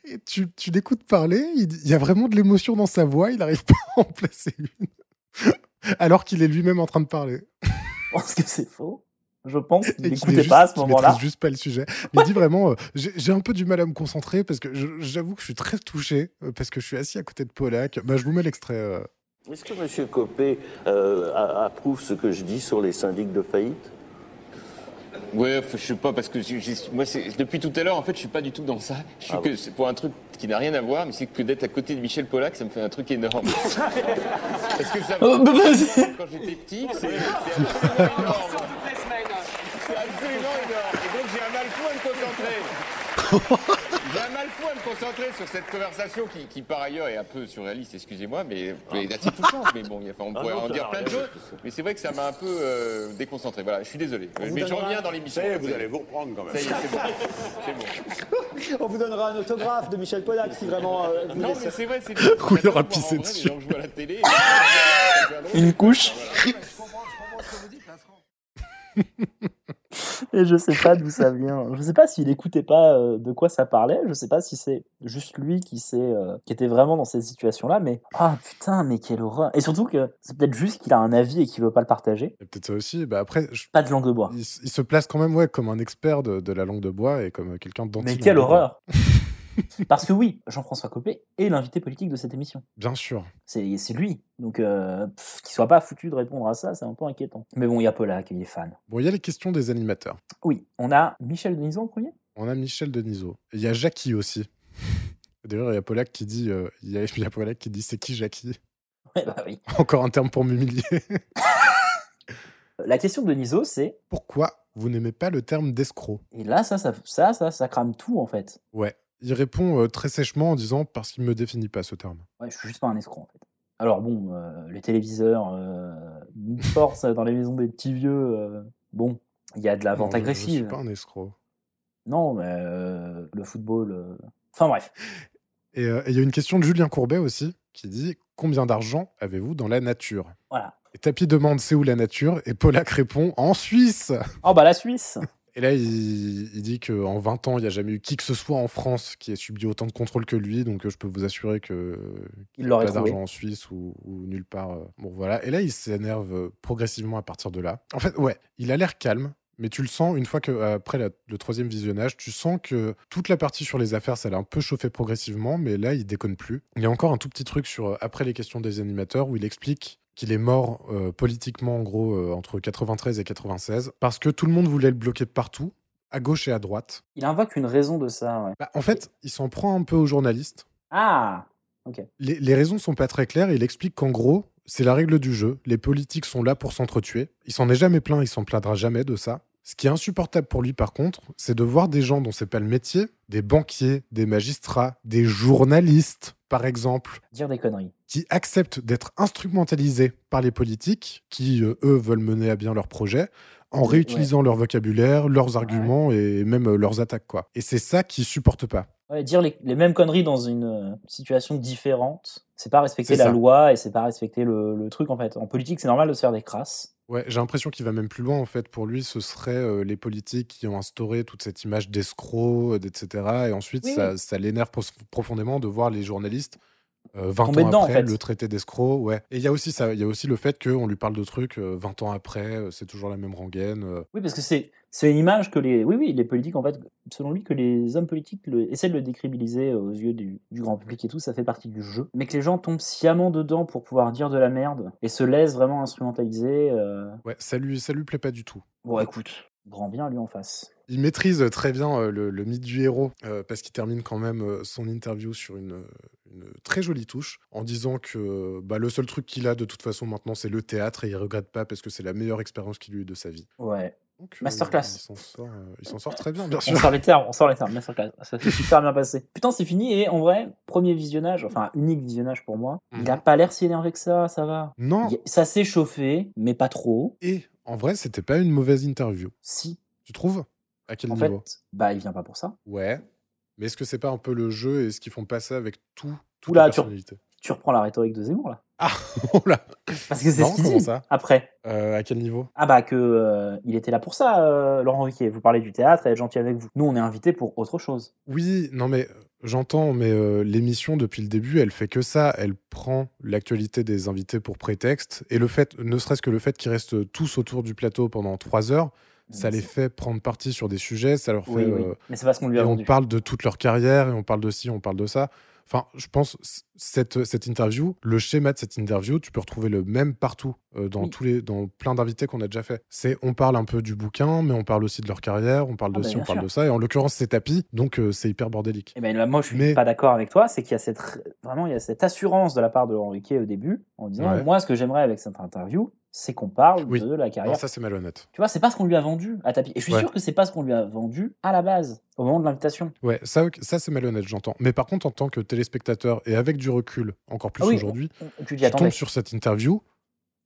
A: Et tu, tu l'écoutes parler, il il y a vraiment de l'émotion dans sa voix, il n'arrive pas à en placer une. Alors qu'il est lui-même en train de parler.
C: Je pense que c'est faux. Je pense qu'il
A: Et qu'il est
C: n'écoutait
A: juste-
C: pas à ce
A: qu'il
C: moment-là.
A: maîtrise juste pas le sujet. Il dit vraiment, euh, j'ai j'ai un peu du mal à me concentrer parce que je- j'avoue que je suis très touché euh, parce que je suis assis à côté de Polak. Bah, je vous mets l'extrait. euh.
K: Est-ce que Monsieur Copé euh, a- approuve ce que je dis sur les syndics de faillite
L: Ouais, faut- je sais pas, parce que j'ai- j'ai- moi, c'est- depuis tout à l'heure, en fait, je suis pas du tout dans ça. Je suis
K: Ah
L: que
K: bon
L: c'est pour un truc qui n'a rien à voir, mais c'est que d'être à côté de Michel Pollack, ça me fait un truc énorme. parce que ça.
F: Oh, bah, vas-y.
L: Quand j'étais petit, c'est c'est absolument énorme. C'est absolument énorme. Et donc, j'ai un mal fou à me concentrer. J'ai un mal fou à me concentrer sur cette conversation qui, qui, par ailleurs, est un peu surréaliste, excusez-moi, mais, mais assez touchante. Mais bon, il y a- enfin, on
K: Ah
L: pourrait
K: non,
L: en
K: ça
L: dire
K: n'a
L: plein de
K: rien
L: choses,
K: à voir.
L: mais c'est vrai que ça m'a un peu euh, déconcentré. Voilà, je suis désolé.
K: On vous
L: Mais je
K: donnera-
L: reviens dans l'émission.
K: Ça y est, vous
L: Ça y est.
K: allez vous reprendre quand même.
L: Ça y est, c'est bon. C'est bon.
D: On vous donnera un autographe de Michel Pollack si vraiment euh, vous
L: Non,
D: laissez-
L: mais c'est vrai, c'est
A: Où il aura
L: J'adore voir en
A: pissé
L: vrai
A: dessus.
L: Les gens que je vois à la télé.
C: Une couche. Et je sais pas d'où ça vient. Je sais pas s'il écoutait pas euh, de quoi ça parlait. Je sais pas si c'est juste lui qui s'est, euh, qui était vraiment dans cette situation-là. Mais ah putain, mais quelle horreur Et surtout que c'est peut-être juste qu'il a un avis et qu'il veut pas le partager.
A: Il y a Peut-être ça aussi. Bah, après, je-
C: Pas de langue de bois.
A: il, s- il se place quand même ouais, comme un expert de, de la langue de bois et comme euh, quelqu'un de
C: Mais
A: dentiste.
C: quelle horreur Parce que oui, Jean-François Copé est l'invité politique de cette émission.
A: Bien sûr.
C: C'est c'est lui. Donc euh, pff, qu'il soit pas foutu de répondre à ça, c'est un peu inquiétant. Mais bon, il y a Polak, il est fan.
A: Bon, il y a les questions des animateurs.
C: Oui, on a Michel Denisot en premier
A: On a Michel Denisot. Et Il y a Jackie aussi. D'ailleurs, il y a Polak qui dit, euh, il y a, il y a Pollack qui dit, c'est qui Jackie
C: Ouais, bah oui.
A: Encore un terme pour m'humilier.
C: La question de Denisot, c'est
A: Pourquoi vous n'aimez pas le terme d'escroc
C: et là ça ça ça ça, ça crame tout en fait.
A: Ouais. Il répond euh, très sèchement en disant parce qu'il me définit pas ce terme.
C: Ouais, je suis juste pas un escroc en fait. Alors bon, euh, les téléviseurs, euh, une force dans les maisons des petits vieux, euh, bon, il y a de la
A: Non,
C: vente
A: je- Je,
C: agressive.
A: suis pas un escroc.
C: Non, mais euh, le football. euh, Enfin bref.
A: Et euh, et il y a une question de Julien Courbet aussi qui dit Combien d'argent avez-vous dans la nature
C: Voilà.
A: Et Tapi demande C'est où la nature Et Polak répond En Suisse
C: Oh, bah la Suisse
A: Et là, il, il dit qu'en 20 ans, il n'y a jamais eu qui que ce soit en France qui ait subi autant de contrôle que lui. Donc, euh, je peux vous assurer que
C: Il
A: n'y a
C: l'aurait
A: pas
C: trouvé.
A: d'argent en Suisse ou, ou nulle part. euh. Bon, voilà. Et là, il s'énerve euh, progressivement à partir de là. En fait, ouais, il a l'air calme. Mais tu le sens, une fois que, euh, après la- le troisième visionnage, tu sens que toute la partie sur les affaires, ça l'a un peu chauffé progressivement, mais là, il déconne plus. Il y a encore un tout petit truc sur, euh, après les questions des animateurs, où il explique qu'il est mort euh, politiquement, en gros, euh, entre 93 et 96, parce que tout le monde voulait le bloquer partout, à gauche et à droite.
C: Il invoque une raison de ça, ouais.
A: Bah, en fait, il s'en prend un peu aux journalistes.
C: Ah Ok.
A: Les, les raisons sont pas très claires. Il explique qu'en gros, c'est la règle du jeu. Les politiques sont là pour s'entretuer. Il s'en est jamais plaint, il s'en plaindra jamais de ça. Ce qui est insupportable pour lui, par contre, c'est de voir des gens dont c'est pas le métier, des banquiers, des magistrats, des journalistes, par exemple,
C: Dire des conneries.
A: qui acceptent d'être instrumentalisés par les politiques, qui, euh, eux, veulent mener à bien leur projet, en
C: Ouais.
A: réutilisant leur vocabulaire, leurs arguments et même euh, leurs attaques, quoi. Et c'est ça qu'ils supportent pas.
C: Ouais, dire les, les mêmes conneries dans une euh, situation différente, c'est pas respecter
A: C'est
C: la
A: ça.
C: loi et c'est pas respecter le, le truc en fait. En politique, c'est normal de se faire des crasses.
A: Ouais, j'ai l'impression qu'il va même plus loin en fait. Pour lui, ce serait euh, les politiques qui ont instauré toute cette image d'escrocs, euh, etc. Et ensuite,
C: Oui,
A: ça,
C: oui.
A: ça l'énerve pros- profondément de voir les journalistes euh, 20
C: Tomber
A: ans
C: dedans, en
A: après
C: fait.
A: le traiter d'escroc. Ouais. Et il y a aussi ça, il y a aussi le fait qu'on lui parle de trucs euh, 20 ans après, euh, c'est toujours la même rengaine. euh.
C: Oui, parce que c'est c'est une image que les oui oui les politiques en fait, selon lui, que les hommes politiques le- essaient de le décribiliser aux yeux du, du grand public et tout, ça fait partie du jeu. Mais que les gens tombent sciemment dedans pour pouvoir dire de la merde et se laissent vraiment instrumentaliser. euh,
A: Ouais, ça lui, ça lui plaît pas du tout.
C: Bon, écoute, grand bien lui en face.
A: Il maîtrise très bien euh, le, le mythe du héros euh, parce qu'il termine quand même euh, son interview sur une, une très jolie touche en disant que euh, bah, le seul truc qu'il a de toute façon maintenant c'est le théâtre et il regrette pas parce que c'est la meilleure expérience qu'il a eue de sa vie.
C: Ouais.
A: Donc, euh, il
C: Masterclass.
A: s'en sort, euh, il s'en sort très bien, bien
C: On sort
A: sûr.
C: les termes, on sort les termes, masterclass. Ça s'est super bien passé. Putain, c'est fini. Et en vrai, premier visionnage, enfin unique visionnage pour moi, il a pas l'air si énervé que ça, ça va.
A: Non.
C: Il- Ça s'est chauffé, mais pas trop.
A: Et en vrai, c'était pas une mauvaise interview.
C: Si.
A: Tu trouves À quel
C: En
A: niveau
C: fait, bah, il vient pas pour ça.
A: Ouais. Mais est-ce que c'est pas un peu le jeu et est-ce qu'ils font pas ça avec tout, toute
C: Oula,
A: la
C: tu-
A: personnalité
C: Tu reprends la rhétorique de Zemmour, là.
A: Oula.
C: Parce que c'est
A: Non,
C: ce qu'il
A: comment
C: dit
A: ça
C: après.
A: Euh, À quel niveau
C: Ah bah que euh, il était là pour ça, euh, Laurent Ruquier. Vous parlez du théâtre et être gentil avec vous. Nous, on est invités pour autre chose.
A: Oui, non mais euh, j'entends, mais euh, l'émission depuis le début, elle fait que ça. Elle prend l'actualité des invités pour prétexte et le fait, ne serait-ce que le fait qu'ils restent tous autour du plateau pendant trois heures, ça les fait prendre parti sur des sujets, ça leur fait.
C: Oui, oui.
A: euh,
C: Mais c'est parce qu'on lui a
A: et on
C: vendu.
A: parle de toute leur carrière et on parle de ci, on parle de ça. Enfin, je pense c- cette cette interview, le schéma de cette interview, tu peux retrouver le même partout euh, dans
C: Oui.
A: tous les dans plein d'invités qu'on a déjà fait. C'est on parle un peu du bouquin, mais on parle aussi de leur carrière, on parle
C: Ah
A: de
C: bah,
A: ci,
C: bien
A: on parle
C: sûr.
A: de ça. Et en l'occurrence, c'est tapis, donc euh, c'est hyper bordélique.
C: Eh ben là, moi, je suis
A: Mais-
C: pas d'accord avec toi. C'est qu'il y a cette vraiment, il y a cette assurance de la part de Laurent Ruquier au début, en disant
A: Ouais.
C: moi, ce que j'aimerais avec cette interview, c'est qu'on parle
A: Oui.
C: de la carrière.
A: Non, ça c'est malhonnête.
C: Tu vois, c'est pas ce qu'on lui a vendu à tapis. Et je suis
A: Ouais.
C: sûr que c'est pas ce qu'on lui a vendu à la base, au moment de l'invitation.
A: Ouais, ça, ok, ça c'est malhonnête, j'entends. Mais par contre, en tant que téléspectateur et avec du recul, encore plus
C: Ah oui,
A: aujourd'hui,
C: on- on- tu dis,
A: tu
C: attendez.
A: tombes sur cette interview.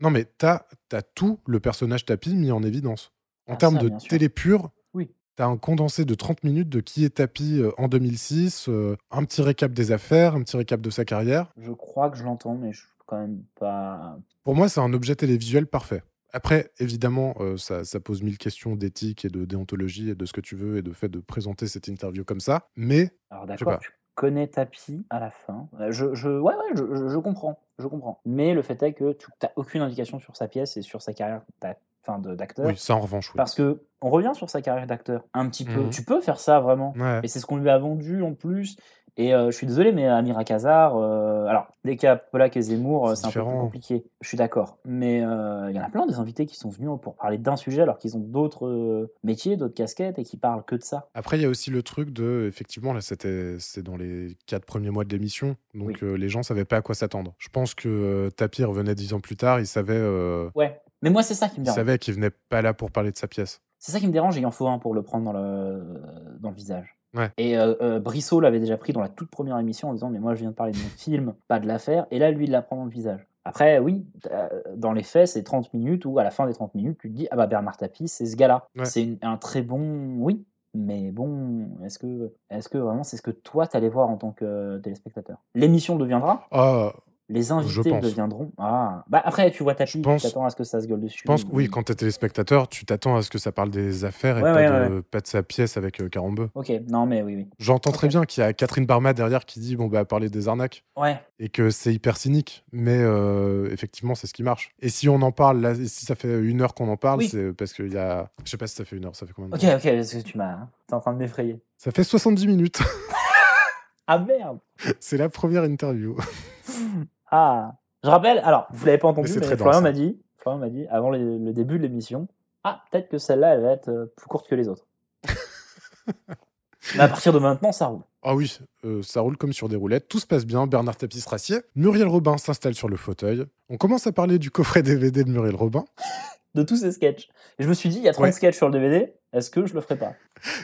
A: Non, mais t'as as tout le personnage tapis mis en évidence. En
C: Ah,
A: termes
C: ça,
A: de
C: bien sûr.
A: télé pure,
C: Oui.
A: t'as un condensé de 30 minutes de qui est tapis euh, en 2006, euh, un petit récap des affaires, un petit récap de sa carrière.
C: Je crois que je l'entends, mais je suis quand même pas.
A: Pour moi, c'est un objet télévisuel parfait. Après, évidemment, euh, ça, ça pose mille questions d'éthique et de déontologie et de ce que tu veux et de fait de présenter cette interview comme ça. Mais
C: Alors
A: Je sais
C: d'accord,
A: pas.
C: tu connais tapis à la fin. Euh, Je, je, ouais, ouais, je, je- je comprends, je comprends. Mais le fait est que tu n'as aucune indication sur sa pièce et sur sa carrière d'a- enfin, de- d'acteur.
A: oui, ça en revanche, oui.
C: Parce que on revient sur sa carrière d'acteur un petit peu.
A: Mhm.
C: Tu peux faire ça vraiment.
A: Ouais.
C: Et c'est ce qu'on lui a vendu en plus. Et euh, je suis désolé, mais Amira Kazar, euh, alors, dès qu'il y a Polak et Zemmour, euh,
A: C'est
C: c'est un peu plus
A: différent.
C: compliqué. Je suis d'accord. Mais euh, il y en a plein des invités qui sont venus pour parler d'un sujet alors qu'ils ont d'autres euh, métiers, d'autres casquettes et qui parlent que de ça.
A: Après, il y a aussi le truc de, effectivement, là, c'était c'est dans les quatre premiers mois de l'émission, donc euh, les gens savaient pas à quoi s'attendre. Je pense que euh, Tapir venait dix ans plus tard, il savait, euh,
C: Ouais. Mais moi, c'est ça qui
A: il
C: me dérange.
A: savait qu'il venait pas là pour parler de sa pièce.
C: C'est ça qui me dérange, et il en faut un pour le prendre dans le, dans le visage.
A: Ouais.
C: Et euh, euh, Brissot l'avait déjà pris dans la toute première émission en disant Mais moi, je viens de parler de mon film, pas de l'affaire. Et là, lui, il la prend dans le visage. Après, oui, euh, dans les faits, c'est 30 minutes où, à la fin des 30 minutes, tu te dis Ah bah, Bernard Tapie, c'est ce gars-là.
A: Ouais.
C: C'est une- un très bon. Oui, Mais bon, est-ce que, est-ce que vraiment c'est ce que toi t'allais voir en tant que euh, téléspectateur L'émission deviendra
A: Ah,
C: Les invités
A: pense.
C: deviendront Ah, bah après tu vois ta fille,
A: pense-
C: tu t'attends à ce que ça se gueule dessus.
A: Je pense que oui, quand t'es téléspectateur, tu t'attends à ce que ça parle des affaires et
C: Ouais,
A: pas,
C: ouais,
A: de, pas de sa pièce avec euh, Carambeu.
C: Ok, non mais oui, oui.
A: J'entends très bien qu'il y a Catherine Barma derrière qui dit bon bah parler des arnaques
C: Ouais.
A: et que c'est hyper cynique, mais euh, effectivement c'est ce qui marche. Et si on en parle, là, et si ça fait une heure qu'on en parle,
C: Oui.
A: c'est parce qu'il y a, je sais pas si ça fait une heure, ça fait combien de
C: Ok,
A: temps
C: ok, parce que tu m'as, hein. t'es en train de m'effrayer.
A: Ça fait 70 minutes.
C: Ah merde
A: c'est la première interview.
C: Ah, je rappelle, alors, vous l'avez pas entendu,
A: Mais c'est
C: mais,
A: très
C: Florian
A: dense,
C: m'a
A: hein.
C: dit, Florian m'a dit, avant le, le début de l'émission, ah, peut-être que celle-là, elle va être euh, plus courte que les autres. mais à partir de maintenant, ça roule.
A: Ah oui, euh, ça roule comme sur des roulettes, tout se passe bien, Bernard Tapie se rassied, Muriel Robin s'installe sur le fauteuil, on commence à parler du coffret DVD de Muriel Robin.
C: De tous ces sketchs. Et je me suis dit, il y a 30
A: Ouais.
C: sketchs sur le DVD, est-ce que je le ferai pas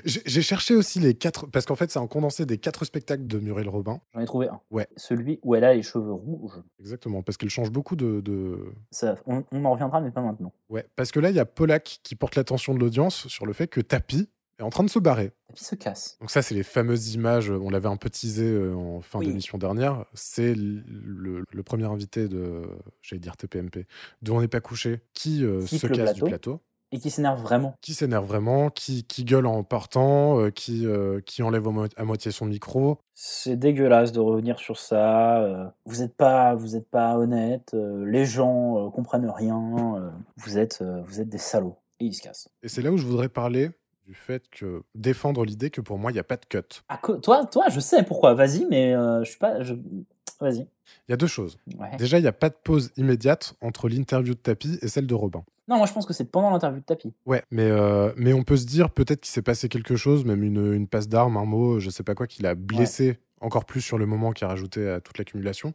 A: J'ai j'ai cherché aussi les quatre, parce qu'en fait c'est un condensé des quatre spectacles de Muriel Robin.
C: J'en ai trouvé un.
A: Ouais.
C: Celui où elle a les cheveux rouges.
A: Exactement, parce qu'elle change beaucoup de... de-
C: Ça, on, on en reviendra, mais pas maintenant.
A: Ouais, parce que là, il y a Pollack qui porte l'attention de l'audience sur le fait que Tapi est en train de se barrer.
C: Tapi se casse.
A: Donc ça, c'est les fameuses images, on l'avait un peu teasé euh, en fin
C: Oui.
A: d'émission dernière, c'est l- le, le premier invité de, j'allais dire TPMP, de On n'est pas couché, qui euh,
C: Quitte
A: se
C: le
A: casse
C: plateau.
A: du plateau.
C: Et qui s'énerve vraiment.
A: Qui s'énerve vraiment, qui, qui gueule en partant, euh, qui, euh, qui enlève au mo- à moitié son micro.
C: C'est dégueulasse de revenir sur ça. euh, vous n'êtes pas, vous êtes pas honnête. euh, les gens euh, comprennent rien. euh, vous êtes, euh, vous êtes des salauds. Et ils se cassent.
A: Et c'est là où je voudrais parler du fait que défendre l'idée que pour moi, il n'y a pas de cut.
C: À co- toi, toi, je sais pourquoi. Vas-y, mais euh, je suis pas. Je... Vas-y.
A: Il y a deux choses.
C: Ouais.
A: Déjà, il n'y a pas de pause immédiate entre l'interview de Tapi et celle de Robin.
C: Non, moi je pense que c'est pendant l'interview de tapis.
A: Ouais, mais, euh, mais on peut se dire peut-être qu'il s'est passé quelque chose, même une, une passe d'armes, un mot, je sais pas quoi, qu'il a blessé encore plus sur le moment qui a rajouté à toute l'accumulation.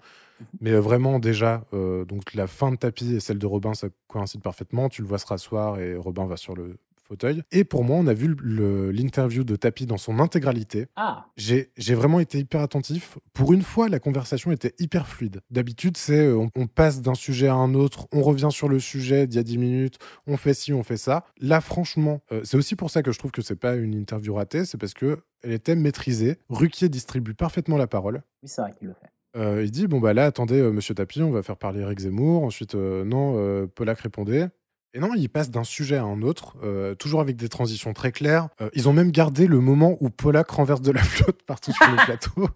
A: Mais euh, vraiment, déjà, euh, donc la fin de tapis et celle de Robin, ça coïncide parfaitement. Tu le vois se rasseoir et Robin va sur le fauteuil. Et pour moi, on a vu le- le- l'interview de tapis dans son intégralité.
C: Ah.
A: J'ai j'ai vraiment été hyper attentif. Pour une fois, la conversation était hyper fluide. D'habitude, c'est euh, on, on passe d'un sujet à un autre, on revient sur le sujet d'il y a 10 minutes, on fait ci, on fait ça. Là, franchement, euh, c'est aussi pour ça que je trouve que c'est pas une interview ratée, c'est parce que elle était maîtrisée. Ruquier distribue parfaitement la parole.
C: Oui, c'est vrai qu'il le fait.
A: Euh, il dit bon bah là attendez euh, Monsieur Tapi, on va faire parler Eric Zemmour. Ensuite euh, non, euh, Pollack répondait. Et non, il passe d'un sujet à un autre, euh, toujours avec des transitions très claires. Euh, ils ont même gardé le moment où Pollack renverse de la flotte partout sur le plateau.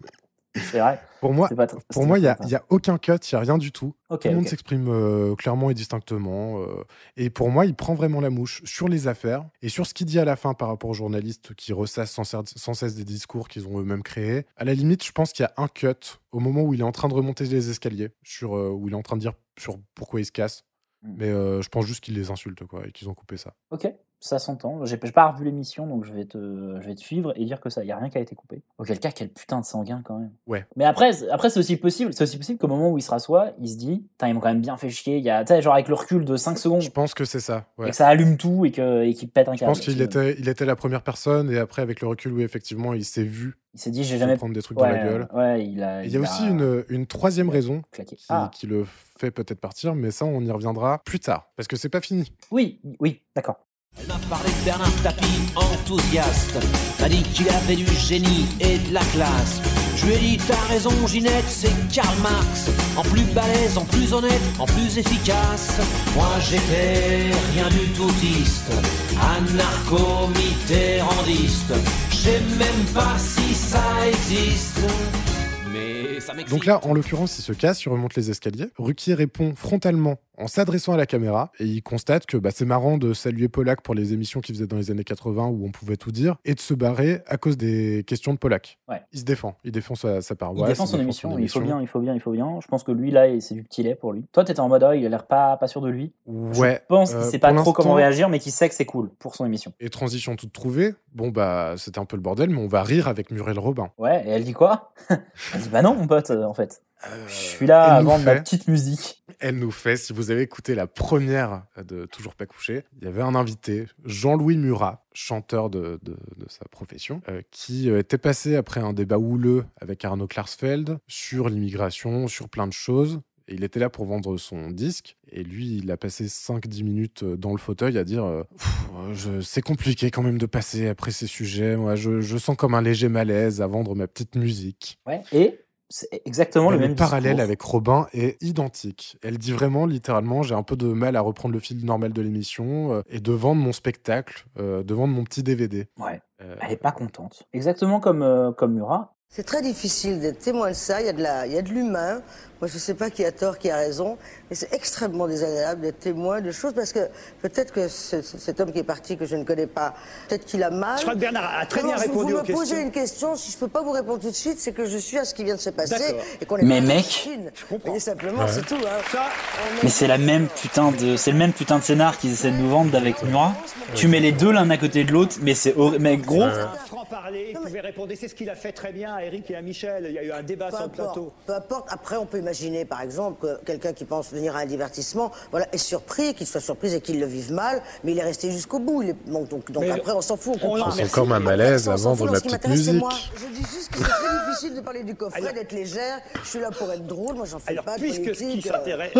C: C'est vrai.
A: Pour moi,
C: C'est pas tr-
A: pour
C: c'est
A: moi, il n'y a,
C: pas
A: il y a aucun cut, il n'y a rien du tout.
C: Ok,
A: tout le monde
C: ok.
A: s'exprime euh, clairement et distinctement. euh, et pour moi, il prend vraiment la mouche sur les affaires et sur ce qu'il dit à la fin par rapport aux journalistes qui ressassent sans, cer- sans cesse des discours qu'ils ont eux-mêmes créés. À la limite, je pense qu'il y a un cut au moment où il est en train de remonter les escaliers, sur, euh, où il est en train de dire sur pourquoi il se casse.
C: Mm.
A: Mais euh, je pense juste qu'il les insulte quoi, et qu'ils ont coupé ça.
C: Ok, ça s'entend. J'ai j'ai pas revu l'émission, donc je vais, te, je vais te suivre et dire que ça, y a rien qui a été coupé. Auquel cas, quel putain de sanguin quand même.
A: Ouais.
C: Mais après, c'est- après c'est aussi possible, c'est aussi possible qu'au moment où il se rassoit, il se dit, putain, ils m'ont quand même bien fait chier. Il y a, tu sais, genre avec le recul de 5 secondes,
A: Je pense que c'est ça. ouais.
C: et que ça allume tout et que- et qu'il pète un
A: Je
C: câble.
A: pense qu'il était, il était la première personne, et après, avec le recul, oui, effectivement, il s'est vu.
C: Il s'est dit,
A: se
C: j'ai jamais
A: prendre des trucs
C: ouais,
A: dans la gueule.
C: Ouais, il a.
A: Et Il y a aussi une, une troisième raison
C: claqué.
A: qui,
C: Ah.
A: qui le fait peut-être partir, mais ça, on y reviendra plus tard, parce que c'est pas fini.
C: Oui, oui, d'accord.
M: Elle m'a parlé de Bernard Tapie, enthousiaste. M'a dit qu'il avait du génie et de la classe. Je lui ai dit T'as raison, Ginette, c'est Karl Marx. En plus balèze, en plus honnête, en plus efficace. Moi j'étais rien du toutiste, anarcho-mitterrandiste. Je sais même pas si ça existe. Mais ça m'excite.
A: Donc là, en l'occurrence, il se casse, il remonte les escaliers. Ruquier répond frontalement en s'adressant à la caméra et il constate que bah, c'est marrant de saluer Pollack pour les émissions qu'il faisait dans les années 80 où on pouvait tout dire et de se barrer à cause des questions de Pollack.
C: Ouais.
A: Il se défend, il défend sa, sa
C: Il
A: paroisse.
C: défend son émission, il faut bien, il faut bien, il faut bien. Je pense que lui, là, c'est du petit lait pour lui. Toi, t'étais en mode, ah, il a l'air pas, pas sûr de lui.
A: Ouais,
C: Je pense qu'il
A: euh,
C: sait pas
A: pour
C: trop comment
A: l'instant-
C: réagir, mais qu'il sait que c'est cool pour son émission.
A: Et transition toute trouvée, bon bah c'était un peu le bordel, mais on va rire avec Muriel Robin.
C: Ouais, et elle dit quoi Elle dit bah non, mon pote, euh, en fait. Je suis là
A: elle nous
C: avant ma
A: fait-
C: petite musique.
A: Elle nous fait, si vous avez écouté la première de Toujours pas couché, il y avait un invité, Jean-Louis Murat, chanteur de, de- de sa profession, euh, qui euh, était passé après un débat houleux avec Arnaud Klarsfeld sur l'immigration, sur plein de choses. Et il était là pour vendre son disque. Et lui, il a passé 5-10 minutes euh, dans le fauteuil à dire euh, Pff, euh, je- C'est compliqué quand même de passer après ces sujets. Moi, je, je sens comme un léger malaise à vendre ma petite musique.
C: Ouais. Et c'est exactement le
A: Mais
C: même
A: parallèle
C: discours.
A: avec Robin est identique. Elle dit vraiment, littéralement, j'ai un peu de mal à reprendre le fil normal de l'émission euh, et de vendre mon spectacle, euh, de vendre mon petit DVD.
C: Ouais.
A: Euh,
N: Bah,
C: Elle est pas contente. Exactement comme, euh, comme Murat.
N: C'est très difficile d'être témoin de ça, il y a de la- il y a de l'humain. Moi, je ne sais pas qui a tort, qui a raison, mais c'est extrêmement désagréable d'être témoin de choses parce que peut-être que ce- ce- cet homme qui est parti, que je ne connais pas, peut-être qu'il a mal.
D: Je crois que Bernard a très bien
N: Alors, je-
D: répondu
N: Ah vous
D: aux
N: me posez
D: questions.
N: une question, si je ne peux pas vous répondre tout de suite, c'est que je suis à ce qui vient de se passer
C: D'accord.
N: et qu'on est
C: Mais
N: pas en
C: mec,
N: Chine. Et simplement,
C: Ouais.
N: c'est tout. hein. On est-
C: Mais c'est la même putain de, c'est le même putain de scénar qu'ils essaient de nous vendre avec Murat. Tu mets les deux l'un à côté de l'autre, mais c'est horrible. Mais gros,
D: Franc-parler, il pouvait répondre. et C'est ce qu'il a fait très bien à Eric et à Michel. Il y a eu un débat
N: Peu
D: sur le
N: importe,
D: plateau.
N: Peu importe. Après, on peut imaginer, par exemple, que quelqu'un qui pense venir à un divertissement, voilà, est surpris, qu'il soit surpris et qu'il le vive mal, mais il est resté jusqu'au bout. Il est- Donc, donc, donc
A: Mais
N: après, on s'en fout. On, comprend.
A: Je sens comme un malaise à vendre ma
N: Ce qui
A: petite
N: m'intéresse, c'est
A: musique.
N: moi. Je dis juste que c'est très difficile de parler du coffret, d'être légère. Je suis là pour être drôle. Moi, j'en fais
D: Alors,
N: pas de
D: puisque ce qui
N: politique, euh,
D: s'intéresse.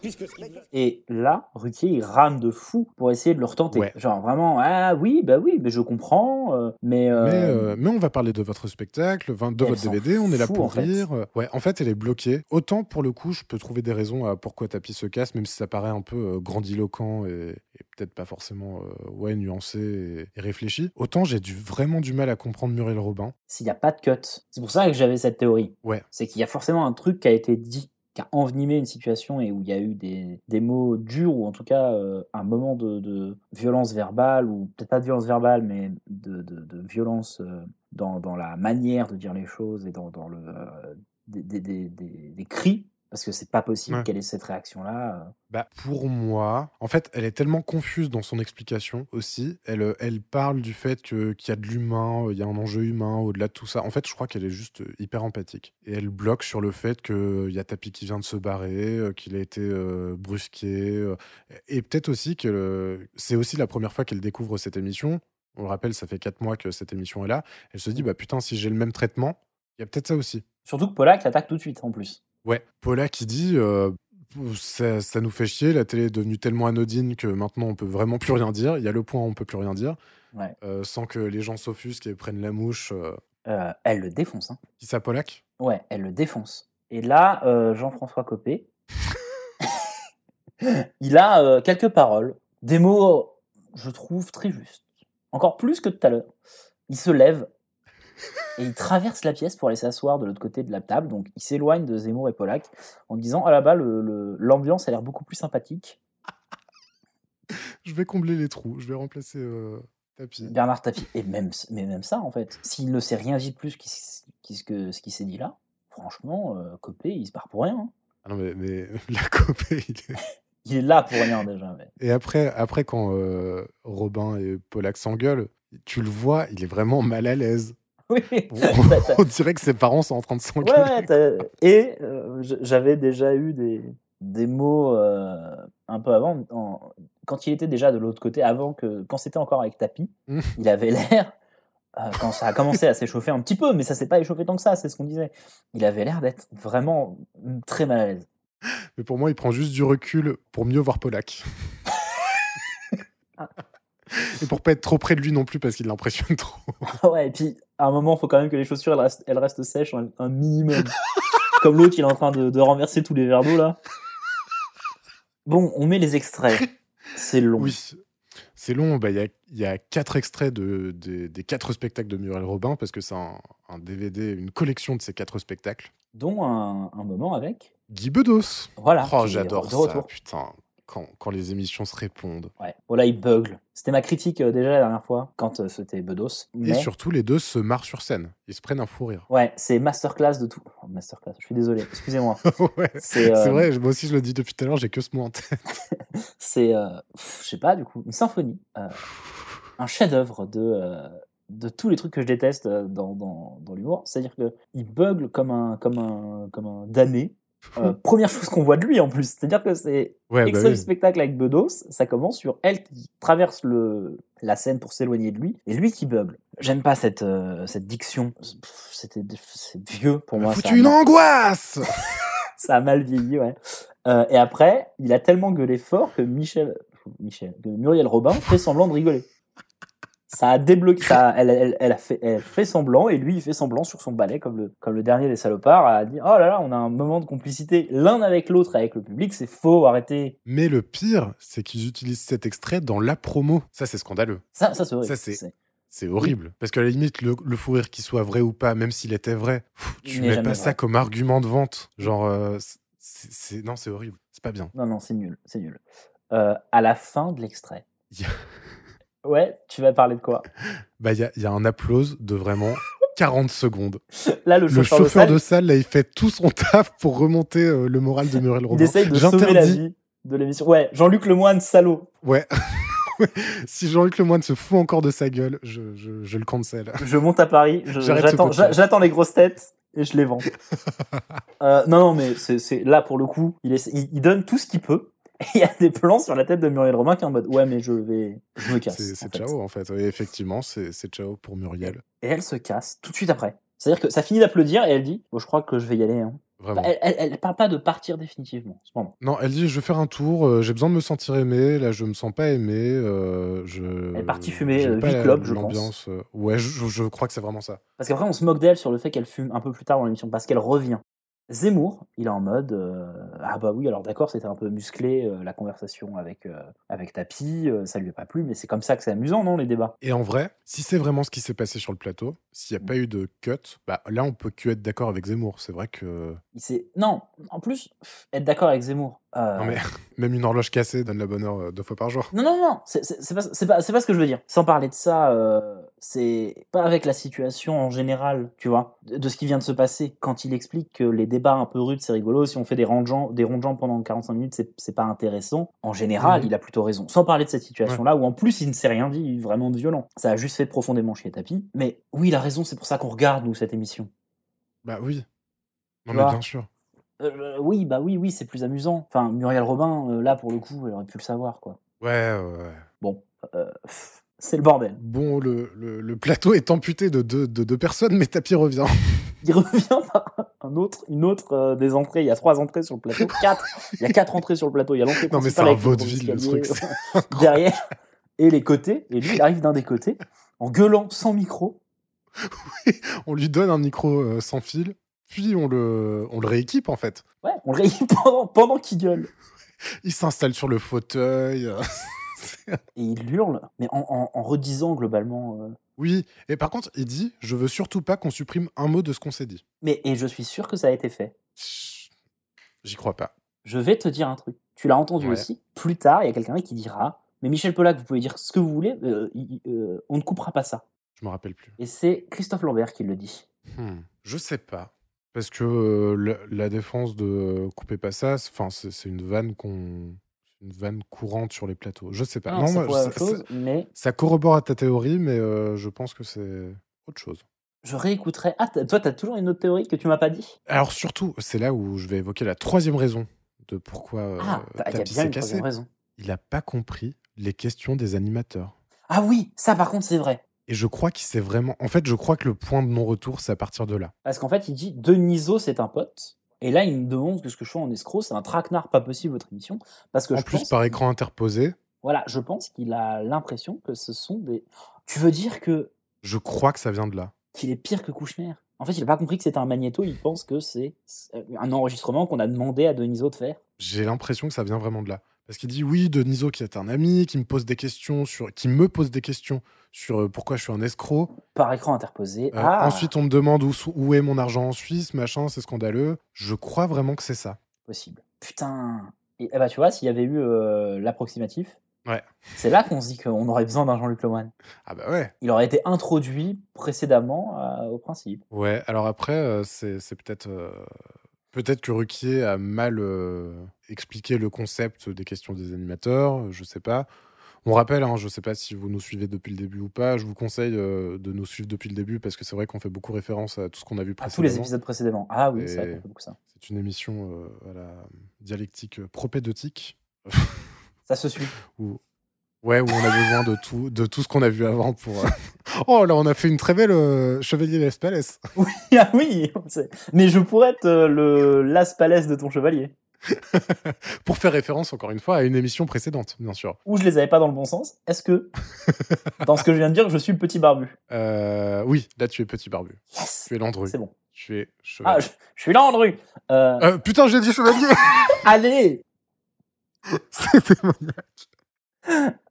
D: puisque ce qui-
C: Et là, Ruquier, il rame de fou pour essayer de le retenter. Genre vraiment, ah oui, bah oui, mais je comprends, euh, mais, euh,
A: Mais, euh, mais on va parler de votre spectacle, enfin, de
C: Elle
A: votre
C: s'en
A: DVD, on est là
C: fout,
A: pour
C: en fait.
A: rire. Ouais, en fait, elle est bloquée. Autant pour le coup, je peux trouver des raisons à pourquoi Tapi se casse, même si ça paraît un peu euh, grandiloquent et, et peut-être pas forcément euh, ouais, nuancé et, et réfléchi. Autant j'ai du, vraiment du mal à comprendre Muriel Robin.
C: s'il n'y a pas de cut. C'est pour ça que j'avais cette théorie.
A: Ouais.
C: C'est qu'il y a forcément un truc qui a été dit, qui a envenimé une situation et où il y a eu des, des mots durs ou en tout cas euh, un moment de, de violence verbale ou peut-être pas de violence verbale mais de, de- de violence euh, dans, dans la manière de dire les choses et dans, dans le, euh, des, des- des- des- des cris parce que c'est pas possible
A: Ouais.
C: quelle est cette réaction là.
A: Bah, pour moi, en fait, elle est tellement confuse dans son explication aussi. Elle, euh, elle parle du fait que- qu'il y a de l'humain, euh, il y a un enjeu humain au-delà de tout ça. En fait, je crois qu'elle est juste euh, hyper empathique. Et elle bloque sur le fait qu'il y a Tapi qui vient de se barrer, euh, qu'il a été euh, brusqué. euh. et peut-être aussi que le- c'est aussi la première fois qu'elle découvre cette émission. On le rappelle, ça fait quatre mois que cette émission est là. Elle se dit, bah putain, si j'ai le même traitement, il y a peut-être ça aussi.
C: Surtout que Polak l'attaque tout de suite en plus.
A: Ouais, Paula qui dit euh, ça, ça nous fait chier, la télé est devenue tellement anodine que maintenant on peut vraiment plus rien dire. Il y a le point où on peut plus rien dire.
C: Ouais.
A: Euh, sans que les gens s'offusquent et prennent la mouche. euh,
C: Euh, elle le défonce. Hein.
A: Qui ça, Polak
C: Ouais, elle le défonce. Et là, euh, Jean-François Copé, il a euh, quelques paroles, des mots, je trouve, très justes. Encore plus que tout à l'heure. Il se lève et il traverse la pièce pour aller s'asseoir de l'autre côté de la table. Donc, il s'éloigne de Zemmour et Pollack en disant Ah là-bas, le- le- l'ambiance a l'air beaucoup plus sympathique.
A: Je vais combler les trous, je vais remplacer euh, Tapi.
C: Bernard Tapie. Et même, mais même ça, en fait, s'il ne sait rien vivre plus qu'il s- qu'il- que ce qui s'est dit là, franchement, euh, Copé, il se part pour rien. hein.
A: Ah non, mais, mais la copée, il est.
C: Il est là pour rien déjà. mais-
A: Et après, après quand euh, Robin et Polak s'engueulent, tu le vois, il est vraiment mal à l'aise.
C: Oui. T'as- Bah, t'as-
A: On dirait que ses parents sont en train de s'engueuler.
C: Ouais, ouais, t'as- et euh, j- j'avais déjà eu des, des mots euh, un peu avant, en- quand il était déjà de l'autre côté, avant que, quand c'était encore avec Tapi,
A: Mm.
C: il avait l'air, euh, quand ça a commencé à s'échauffer un petit peu, mais ça s'est pas échauffé tant que ça, c'est ce qu'on disait, il avait l'air d'être vraiment très mal à l'aise.
A: Mais pour moi, il prend juste du recul pour mieux voir Polak.
C: Ah.
A: Et pour pas être trop près de lui non plus parce qu'il l'impressionne trop.
C: ouais, et puis à un moment, il faut quand même que les chaussures elles restent, elles restent sèches un, un minimum. Comme l'autre, il est en train de, de renverser tous les verres d'eau là. Bon, on met les extraits. C'est long.
A: Oui. C'est long, Bah, il y, a, il y a quatre extraits de, des- des quatre spectacles de Muriel Robin parce que c'est un, un DVD, une collection de ces quatre spectacles.
C: Dont un, un moment avec.
A: Guy Bedos.
C: Voilà.
A: Oh,
C: Ah, qui est
A: j'adore
C: de
A: ça.
C: retour.
A: Putain, quand, quand les émissions se répondent.
C: Ouais. Voilà, il bugle. C'était ma critique euh, déjà la dernière fois, quand euh, c'était Bedos.
A: Et
C: mais-
A: surtout, les deux se marrent sur scène. Ils se prennent un fou rire.
C: Ouais, c'est masterclass de tout. Oh, masterclass, je suis désolé, excusez-moi.
A: Ouais.
C: C'est,
A: C'est
C: euh,
A: vrai, moi aussi je le dis depuis tout à l'heure, j'ai que ce mot en tête.
C: c'est, euh, pff, je sais pas, du coup, une symphonie, euh, un chef-d'œuvre de, euh, de tous les trucs que je déteste euh, dans, dans, dans l'humour. C'est-à-dire qu'il bugle comme un, comme un, comme un damné. Euh, première chose qu'on voit de lui en plus, c'est-à-dire que c'est
A: Ouais, bah
C: extrait
A: oui.
C: du spectacle avec Bedos, ça commence sur elle qui traverse le, la scène pour s'éloigner de lui et lui qui bugle. J'aime pas cette, euh, cette diction, Pff, c'était c'est vieux pour moi. ça.
A: Foutu une angoisse
C: Ça a mal vieilli, ouais. Euh, et après, il a tellement gueulé fort que Michel, Michel, que Muriel Robin fait semblant de rigoler. Ça a débloqué. Ça, a- elle, elle, elle a fait, elle fait semblant et lui, il fait semblant sur son balai, comme le, comme le dernier des salopards, à dire Oh là là, on a un moment de complicité l'un avec l'autre, avec le public, c'est faux, arrêtez.
A: Mais le pire, c'est qu'ils utilisent cet extrait dans la promo. Ça, c'est scandaleux.
C: Ça, ça, c'est
A: Ça,
C: horrible.
A: c'est. C'est horrible. Parce qu'à la limite, le, le fou rire, qu'il soit vrai ou pas, même s'il était vrai, pff,
C: Il
A: tu mets
C: n'est
A: pas
C: jamais
A: ça
C: vrai.
A: comme argument de vente. Genre, euh, c'est- c'est. Non, c'est horrible. C'est pas bien.
C: Non, non, c'est nul, c'est nul. Euh, à la fin de l'extrait. Ouais, tu vas parler de quoi
A: Bah, il y a, il y a un applause de vraiment 40 secondes.
C: Là, le chauffeur de salle-
A: de salle, là, il fait tout son taf pour remonter euh, le moral de Muriel
C: Il
A: Robin.
C: essaye de sauver la
A: J'interdis-
C: vie de l'émission. Ouais, Jean-Luc Lemoine, salaud.
A: Ouais. si Jean-Luc Lemoine se fout encore de sa gueule, je, je- je le cancel.
C: Je monte à Paris, je-
A: J'arrête ce
C: j'attends j'a-
A: podcast.
C: j'attends les grosses têtes et je les vends. Euh, non, non, mais c'est c'est- là pour le coup, il, essa- il, il donne tout ce qu'il peut. Et il y a des plans sur la tête de Muriel Romain qui est en mode Ouais, mais je vais. Je me casse.
A: C'est c'est ciao, en fait. Et effectivement, c'est c'est ciao pour Muriel.
C: Et elle se casse tout de suite après. C'est-à-dire que ça finit d'applaudir et elle dit Bon, je crois que je vais y aller. hein.
A: Vraiment.
C: Bah, elle, elle, elle parle pas de partir définitivement. c'est pas bon.
A: Non, elle dit, je vais faire un tour, euh, j'ai besoin de me sentir aimé, là je me sens pas aimé, euh, je...
C: Elle est partie fumer,
A: j'ai
C: euh,
A: pas
C: huit clopes, je
A: l'ambiance, euh, ouais, je, je- je crois que c'est vraiment ça.
C: Parce qu'après, on se moque d'elle sur le fait qu'elle fume un peu plus tard dans l'émission, parce qu'elle revient. Zemmour, il est en mode euh, Ah bah oui, alors d'accord, c'était un peu musclé euh, la conversation avec, euh, avec Tapi, euh, ça lui a pas plu, mais c'est comme ça que c'est amusant, non, les débats
A: Et en vrai, si c'est vraiment ce qui s'est passé sur le plateau, s'il
C: Mm.
A: n'y a pas eu de cut, bah là on peut que être d'accord avec Zemmour, c'est vrai que...
C: Il s'est- Non, en plus, pff, être d'accord avec Zemmour. euh,
A: Non mais, même une horloge cassée donne la bonne heure euh, deux fois par jour.
C: Non, non, non, c'est c'est- c'est pas, c'est pas, c'est pas ce que je veux dire. Sans parler de ça, euh, c'est pas avec la situation en général, tu vois, de, de ce qui vient de se passer. Quand il explique que les débats un peu rudes, c'est rigolo, si on fait des ronds des ronds de jambes pendant 45 minutes, c'est- c'est pas intéressant. En général,
A: Mhm.
C: il a plutôt raison. Sans parler de cette situation-là, où en plus, il ne s'est rien dit vraiment de violent. Ça a juste fait profondément chier Tapi. Mais oui, il a raison, c'est pour ça qu'on regarde, nous, cette émission.
A: Bah oui. Non
C: Tu
A: mais
C: vois.
A: bien sûr.
C: Euh, euh, oui, bah oui, oui, c'est plus amusant. Enfin, Muriel Robin, euh, là, pour le coup, elle aurait pu le savoir, quoi.
A: Ouais, ouais, ouais.
C: Bon, euh, pff, c'est le bordel.
A: Bon, le, le- le plateau est amputé de deux de, deux personnes, mais Tapi revient.
C: il revient par un autre, une autre euh, des entrées. Il y a trois entrées sur le plateau, quatre. Il y a quatre entrées sur le plateau. Il y a l'entrée
A: Non, mais c'est
C: principale
A: un
C: avec le
A: vaudeville,
C: gros
A: le
C: escalier,
A: truc. c'est-
C: derrière et les côtés. Et lui, il arrive d'un des côtés en gueulant sans micro.
A: On lui donne un micro euh, sans fil, puis on le, on le rééquipe en fait.
C: Ouais, on le réunit pendant, pendant qu'il gueule.
A: Il s'installe sur le fauteuil. euh,
C: Et il hurle, mais en, en- en redisant globalement. euh,
A: Oui, et par contre, il dit Je veux surtout pas qu'on supprime un mot de ce qu'on s'est dit.
C: mais et je suis sûr que ça a été fait.
A: J'y crois pas.
C: Je vais te dire un truc. Tu l'as entendu
A: Ouais.
C: aussi. Plus tard, il y a quelqu'un qui dira. Mais Michel Polac, vous pouvez dire ce que vous voulez. euh, il- il- euh, on ne coupera pas ça.
A: Je me rappelle plus.
C: Et c'est Christophe Lambert qui le dit.
A: Hmm, Je sais pas. Parce que euh, la, la défense de euh, coupez pas ça, c'est 'fin, c'est c'est une vanne qu'on. Une vanne courante sur les plateaux. Je sais pas.
C: Non, c'est
A: Bah, moi,
C: pour la
A: ça-
C: même chose,
A: ça-
C: mais-
A: ça corrobore à ta théorie, mais euh, je pense que c'est autre chose.
C: Je réécouterai. Ah, t'as- toi, t'as toujours une autre théorie que tu m'as pas dit
A: Alors surtout, c'est là où je vais évoquer la troisième raison de pourquoi euh,
C: Ah, bah, il y a
A: Tapi
C: bien
A: s'est
C: une
A: cassé.
C: troisième raison.
A: Il n'a pas compris les questions des animateurs.
C: Ah oui, ça par contre, c'est vrai.
A: Et je crois qu'il s'est vraiment... En fait, je crois que le point de non-retour, c'est à partir de là.
C: Parce qu'en fait, il dit Deniso, c'est un pote. Et là, il me demande que ce que je fais en escroc, c'est un traquenard pas possible, votre émission. Parce que
A: en
C: je
A: plus,
C: pense.
A: par écran interposé,
C: Voilà, je pense qu'il a l'impression que ce sont des. Tu veux dire que
A: je crois que ça vient de là.
C: qu'il est pire que Kouchner En fait, il a pas compris que c'était un magnéto, il pense que c'est un enregistrement qu'on a demandé à Deniso de faire.
A: J'ai l'impression que ça vient vraiment de là. Parce qu'il dit oui, Deniso qui est un ami, qui me pose des questions sur... qui me pose des questions sur euh, pourquoi je suis un escroc.
C: Par écran interposé.
A: Euh,
C: ah,
A: Ensuite, on me demande où, où est mon argent en Suisse, machin, c'est scandaleux. Je crois vraiment que c'est ça.
C: possible. Putain. Et eh bah, tu vois, s'il y avait eu euh, l'approximatif,
A: Ouais.
C: c'est là qu'on se dit qu'on aurait besoin d'un Jean-Luc Lemoine.
A: Ah bah ouais.
C: Il aurait été introduit précédemment euh, au principe.
A: Ouais, alors après, euh, c'est c'est peut-être. euh, Peut-être que Ruquier a mal euh, expliqué le concept des questions des animateurs, euh, je sais pas. On rappelle, hein, je sais pas si vous nous suivez depuis le début ou pas, je vous conseille euh, de nous suivre depuis le début parce que c'est vrai qu'on fait beaucoup référence à tout ce qu'on a vu
C: À
A: précédemment.
C: tous les épisodes précédemment. Ah oui,
A: Et
C: c'est vrai qu'on fait beaucoup ça.
A: C'est une émission euh, à la dialectique propédeutique.
C: Ça se suit.
A: Où Ouais, où on a besoin de tout, de tout ce qu'on a vu avant pour. euh, Oh là, on a fait une très belle euh, Chevalier Las Palais.
C: Ah oui, on sait. mais je pourrais être euh, le Las Palais de ton chevalier.
A: Pour faire référence, encore une fois, à une émission précédente, bien sûr.
C: Ou je les avais pas dans le bon sens. Est-ce que, dans ce que je viens de dire, je suis le petit barbu
A: Euh, oui, là, tu es petit barbu. tu es Landru.
C: C'est bon.
A: Tu es
C: Ah,
A: chevalier.
C: je, je suis Landru. Euh,
A: Euh, putain, j'ai dit chevalier
C: Allez
A: C'était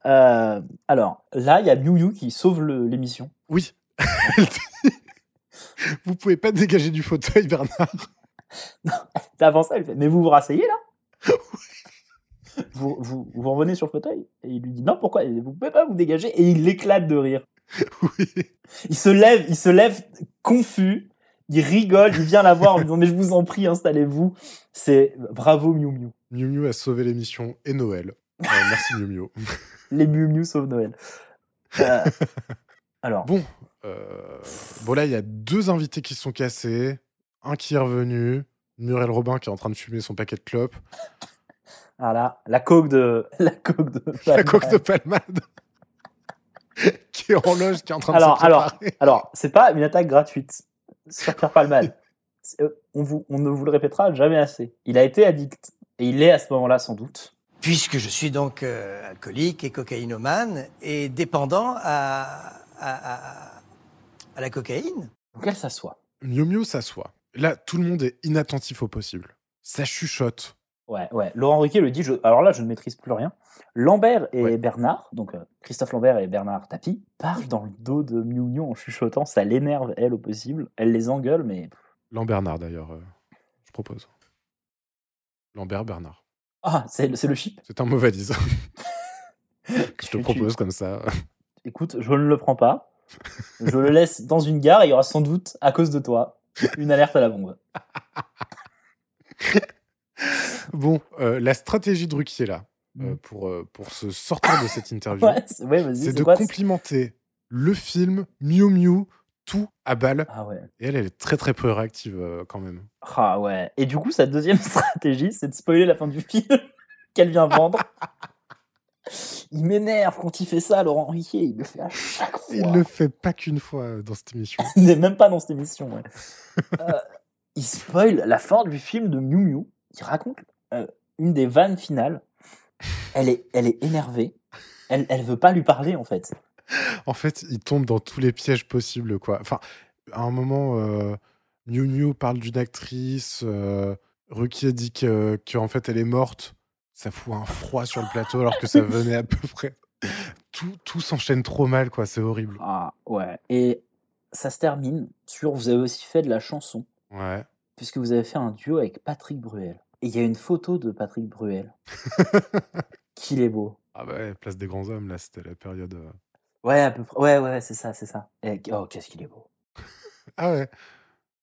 C: Euh, alors, là, il y a Miu Miu qui sauve le- l'émission.
A: Oui. Vous pouvez pas dégager du fauteuil, Bernard.
C: Avant ça, elle fait Mais vous vous rasseyez là vous, vous, vous revenez sur le fauteuil Et il lui dit Non, pourquoi Vous pouvez pas vous dégager Et il éclate de rire. Il se lève, il se lève confus. Il rigole, il vient la voir en lui disant Mais je vous en prie, installez-vous. C'est bravo Miu Miu.
A: Miu Miu a sauvé l'émission et Noël. Euh, merci Miu Miu.
C: Les Miu Miu sauvent Noël. Euh, alors.
A: Bon. euh, bon, là, il y a deux invités qui se sont cassés, un qui est revenu, Muriel Robin qui est en train de fumer son paquet de clopes,
C: Alors là, la coque de. La coque de.
A: la coque de palmade qui est en loge, qui est en train de
C: alors,
A: se préparer.
C: alors, alors, c'est pas une attaque gratuite sur Pierre Palmade. C'est- euh, On, vous, on ne vous le répétera jamais assez. Il a été addict. Et il est à ce moment-là, sans doute.
O: Puisque je suis donc euh, alcoolique et cocaïnomane et dépendant à, à, à- à la cocaïne.
C: Donc elle s'assoit.
A: Miu Miu s'assoit. Là, tout le monde est inattentif au possible. Ça chuchote.
C: Ouais, ouais. Laurent Ruquier le dit. je- alors là, je ne maîtrise plus rien. Lambert et Bernard, donc euh, Christophe Lambert et Bernard Tapie, parlent dans le dos de Miu Miu en chuchotant. Ça l'énerve, elle, au possible. Elle les engueule, mais.
A: Lambernard, d'ailleurs, euh, je propose. Lambert Bernard.
C: Ah, c'est le- c'est le chip.
A: C'est un mot valise. je te propose comme ça.
C: Écoute, je ne le prends pas. Je le laisse dans une gare et il y aura sans doute, à cause de toi, une alerte à la bombe.
A: Bon, euh, la stratégie de Ruquier, là, euh, pour, euh, pour se sortir de cette interview,
C: Ouais, c'est- ouais, vas-y,
A: c'est
C: c'est
A: de
C: quoi, c'est-
A: complimenter le film, Miu Miu, tout à balle. Et elle, elle est très très peu réactive euh, quand même.
C: Ah ouais. Et du coup, sa deuxième stratégie, c'est de spoiler la fin du film qu'elle vient vendre. Il m'énerve quand il fait ça, Laurent Riquet. Il le fait à chaque fois.
A: Il le fait pas qu'une fois euh, dans cette émission.
C: Il n'est même pas dans cette émission. ouais. Euh, il spoil la fin du film de Miu Miu. Il raconte euh, une des vannes finales. Elle est, elle est énervée. Elle, elle veut pas lui parler en fait.
A: En fait, il tombe dans tous les pièges possibles, quoi. Enfin, à un moment, euh, Miu Miu parle d'une actrice, euh, Ruquier dit que, que, en fait elle est morte. Ça fout un froid sur le plateau alors que ça venait à peu près. Tout, tout s'enchaîne trop mal, quoi. C'est horrible.
C: Ah ouais. Et ça se termine sur vous avez aussi fait de la chanson.
A: Ouais.
C: Puisque vous avez fait un duo avec Patrick Bruel. Et il y a une photo de Patrick Bruel. Qu'il est beau.
A: Ah bah ouais, place des grands hommes, là, c'était la période. euh.
C: Ouais, à peu près. Ouais, ouais, ouais, c'est ça, c'est ça. Et- oh, qu'est-ce qu'il est beau.
A: Ah ouais.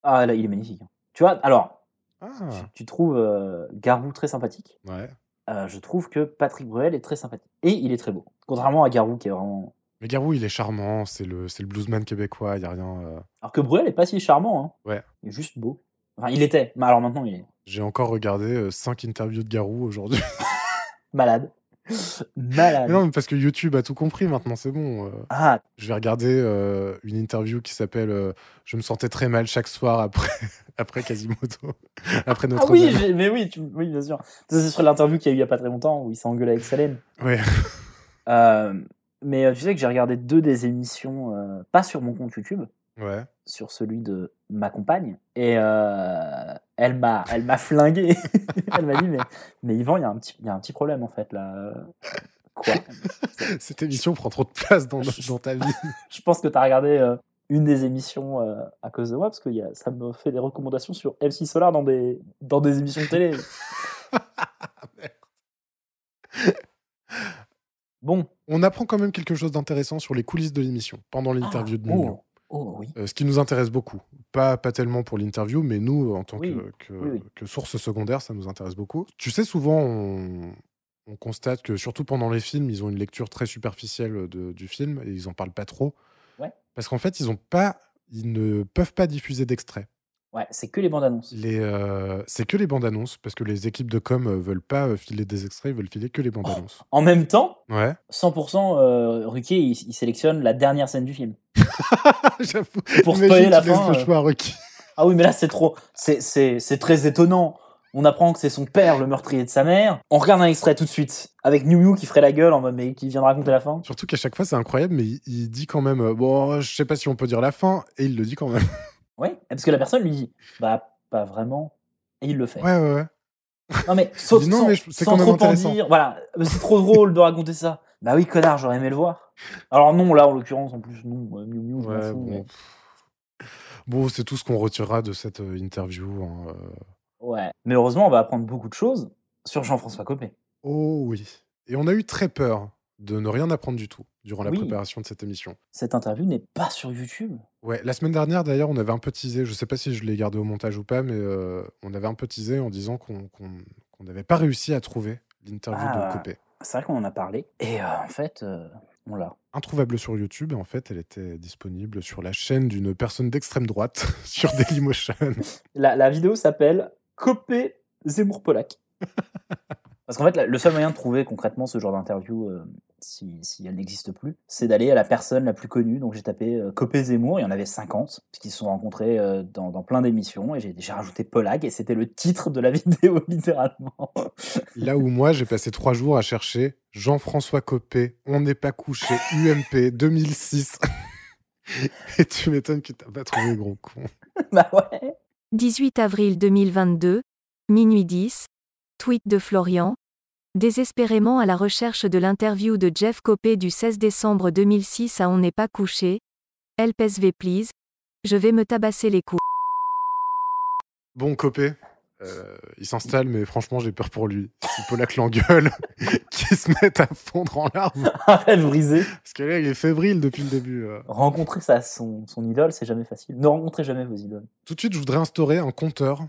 C: Ah là, il est magnifique. hein. Tu vois, alors,
A: Ah.
C: tu, tu trouves euh, Garou très sympathique.
A: Ouais.
C: Euh, je trouve que Patrick Bruel est très sympathique. Et il est très beau. Contrairement à Garou qui est vraiment.
A: Mais Garou, il est charmant, c'est le, c'est le bluesman québécois, il a rien. euh.
C: Alors que Bruel est pas si charmant. hein.
A: Ouais.
C: Il est juste beau. Enfin, il était. Mais alors maintenant, il est
A: J'ai encore regardé 5 interviews de Garou aujourd'hui.
C: malade. malade.
A: Mais non, mais parce que YouTube a tout compris maintenant, c'est bon. euh.
C: Ah.
A: Je vais regarder euh, une interview qui s'appelle euh, Je me sentais très mal chaque soir après, après Quasimodo. après notre.
C: Ah oui, j'ai- mais oui, tu- oui, bien sûr. Ça, c'est sur l'interview qu'il y a eu il y a pas très longtemps où il s'engueule avec Salène.
A: Ouais.
C: Euh, mais euh, tu sais que j'ai regardé deux des émissions, euh, pas sur mon compte YouTube,
A: Ouais.
C: sur celui de ma compagne, et euh, elle m'a, elle m'a flingué. elle m'a dit mais, mais Yvan, il y a un petit, il y a un petit problème en fait là. Quoi
A: Cette émission prend trop de place dans, dans ta vie.
C: Ah, Je pense que t'as regardé euh, une des émissions euh, à cause de moi parce que y a- ça me fait des recommandations sur MC Solar dans des, dans des émissions de télé. Bon.
A: On apprend quand même quelque chose d'intéressant sur les coulisses de l'émission pendant l'interview de
C: oh,
A: Mignon.
C: oh oui.
A: Euh, ce qui nous intéresse beaucoup. Pas, pas tellement pour l'interview, mais nous, en tant
C: Oui,
A: que, que-
C: oui, oui.
A: que source secondaire, ça nous intéresse beaucoup. Tu sais, souvent, on, on constate que, surtout pendant les films, ils ont une lecture très superficielle de- du film et ils en parlent pas trop.
C: Ouais.
A: Parce qu'en fait, ils, ont pas, ils ne peuvent pas diffuser d'extraits.
C: Ouais, c'est que les bandes annonces.
A: Les, euh, c'est que les bandes annonces, parce que les équipes de com euh, veulent pas euh, filer des extraits, ils veulent filer que les bandes annonces.
C: En même temps,
A: Ouais.
C: 100% euh, Ruquier, il, il sélectionne la dernière scène du film.
A: J'avoue.
C: Pour
A: Imagine,
C: spoiler la
A: tu laisses
C: fin.
A: le
C: euh,
A: choix à Rocky.
C: Ah oui, mais là, c'est trop. C'est- C'est c'est très étonnant. On apprend que c'est son père, le meurtrier de sa mère. On regarde un extrait tout de suite, avec New New qui ferait la gueule en mode, mais qui vient de raconter la fin.
A: Surtout qu'à chaque fois, c'est incroyable, mais il, il dit quand même, euh, bon, je sais pas si on peut dire la fin, et il le dit quand même.
C: Ouais, parce que la personne lui dit, bah, pas vraiment. Et il le fait.
A: Ouais, ouais, ouais.
C: Non, mais sauf
A: Il dit, non,
C: sans,
A: mais je- c'est
C: sans
A: quand même
C: trop en
A: intéressant.
C: dire. Voilà, Mais c'est trop drôle de raconter ça. Bah oui, connard, j'aurais aimé le voir. Alors non, là, en l'occurrence, en plus, non, euh, Miu Miu, je m'en
A: Ouais,
C: fous,
A: bon.
C: mais-
A: Bon, c'est tout ce qu'on retirera de cette euh, interview. hein, euh.
C: Ouais. Mais heureusement, on va apprendre beaucoup de choses sur Jean-François Copé.
A: Oh oui. Et on a eu très peur de ne rien apprendre du tout durant la
C: Oui.
A: préparation de cette émission.
C: Cette interview n'est pas sur YouTube.
A: Ouais, la semaine dernière, d'ailleurs, on avait un peu teasé, je sais pas si je l'ai gardé au montage ou pas, mais euh, on avait un peu teasé en disant qu'on qu'on- qu'on n'avait pas réussi à trouver l'interview
C: Ah.
A: de Copé.
C: C'est vrai qu'on en a parlé. Et euh, en fait, euh, on l'a.
A: Introuvable sur YouTube, et en fait, elle était disponible sur la chaîne d'une personne d'extrême droite, sur Dailymotion.
C: La, la vidéo s'appelle Copé Zemmour Polak. Parce qu'en fait, la- le seul moyen de trouver concrètement ce genre d'interview, euh, si, si elle n'existe plus, c'est d'aller à la personne la plus connue. Donc j'ai tapé euh, Copé Zemmour, il y en avait 50, puisqu'ils se sont rencontrés euh, dans, dans plein d'émissions, et j'ai j'ai rajouté Polak, et c'était le titre de la vidéo, littéralement.
A: Là où moi, j'ai passé trois jours à chercher Jean-François Copé, On n'est pas couché, UMP 2006. Et tu m'étonnes que t'as pas trouvé, gros con.
C: Bah
P: 18 avril 2022, minuit 10, tweet de Florian. Désespérément à la recherche de l'interview de Jeff Copé du 16 décembre 2006 à On n'est pas couché. LPSV please. Je vais me tabasser les coups.
A: Bon, Copé, euh, il s'installe, mais franchement, j'ai peur pour lui. Si Polak l'engueule, qu'il se mette à fondre en larmes.
C: Arrête briser.
A: Parce que là, il est fébrile depuis le début. euh.
C: Rencontrer sa, son, son idole, c'est jamais facile. Ne rencontrez jamais vos idoles.
A: Tout de suite, je voudrais instaurer un compteur,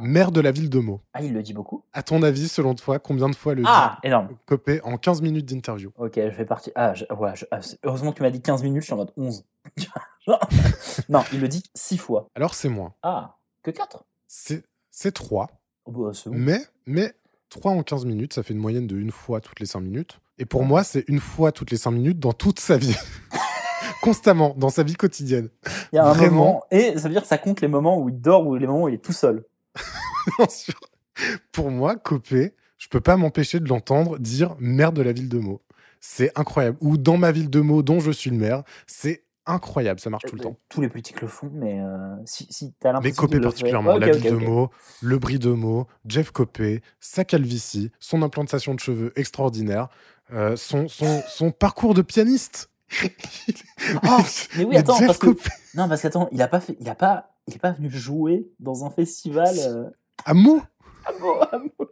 A: maire de la ville de Meaux.
C: Ah, il le dit beaucoup
A: À ton avis, selon toi, combien de fois le
C: Ah, énorme.
A: dit Copé en 15 minutes d'interview
C: Ok, je vais partir. Ah, je- ouais, je- ah, c'est- heureusement que tu m'as dit 15 minutes, je suis en mode 11. Genre- non, il le dit 6 fois.
A: Alors, c'est moins.
C: Ah, que 4
A: C'est c'est 3.
C: c'est bon.
A: Mais, mais 3 en 15 minutes, ça fait une moyenne de une fois toutes les 5 minutes. Et pour moi, c'est une fois toutes les 5 minutes dans toute sa vie. Constamment, dans sa vie quotidienne.
C: Il y a un
A: Vraiment.
C: moment. Et ça veut dire que ça compte les moments où il dort ou les moments où il est tout seul.
A: Pour moi, Copé, je peux pas m'empêcher de l'entendre dire maire de la ville de Meaux. C'est incroyable. Ou dans ma ville de Meaux, dont je suis le maire, c'est incroyable, ça marche tout le temps.
C: Euh, Tous les politiques le font, mais euh, si, si t'as
A: Mais
C: l'impression.
A: Copé
C: qu'il le fait-
A: particulièrement,
C: Ok,
A: la ville
C: ok,
A: de
C: ok.
A: Meaux, le bris de Meaux, Jeff Copé, sa calvitie, son implantation de cheveux extraordinaire, euh, son, son, son parcours de pianiste.
C: Oh, mais oui,
A: Mais
C: attends,
A: Jeff
C: parce que.
A: Copé-
C: Non, parce qu'attends, il a pas fait. Il a pas. Il est pas venu jouer dans un festival. euh,
A: À Meaux,
C: à Meaux, à Meaux.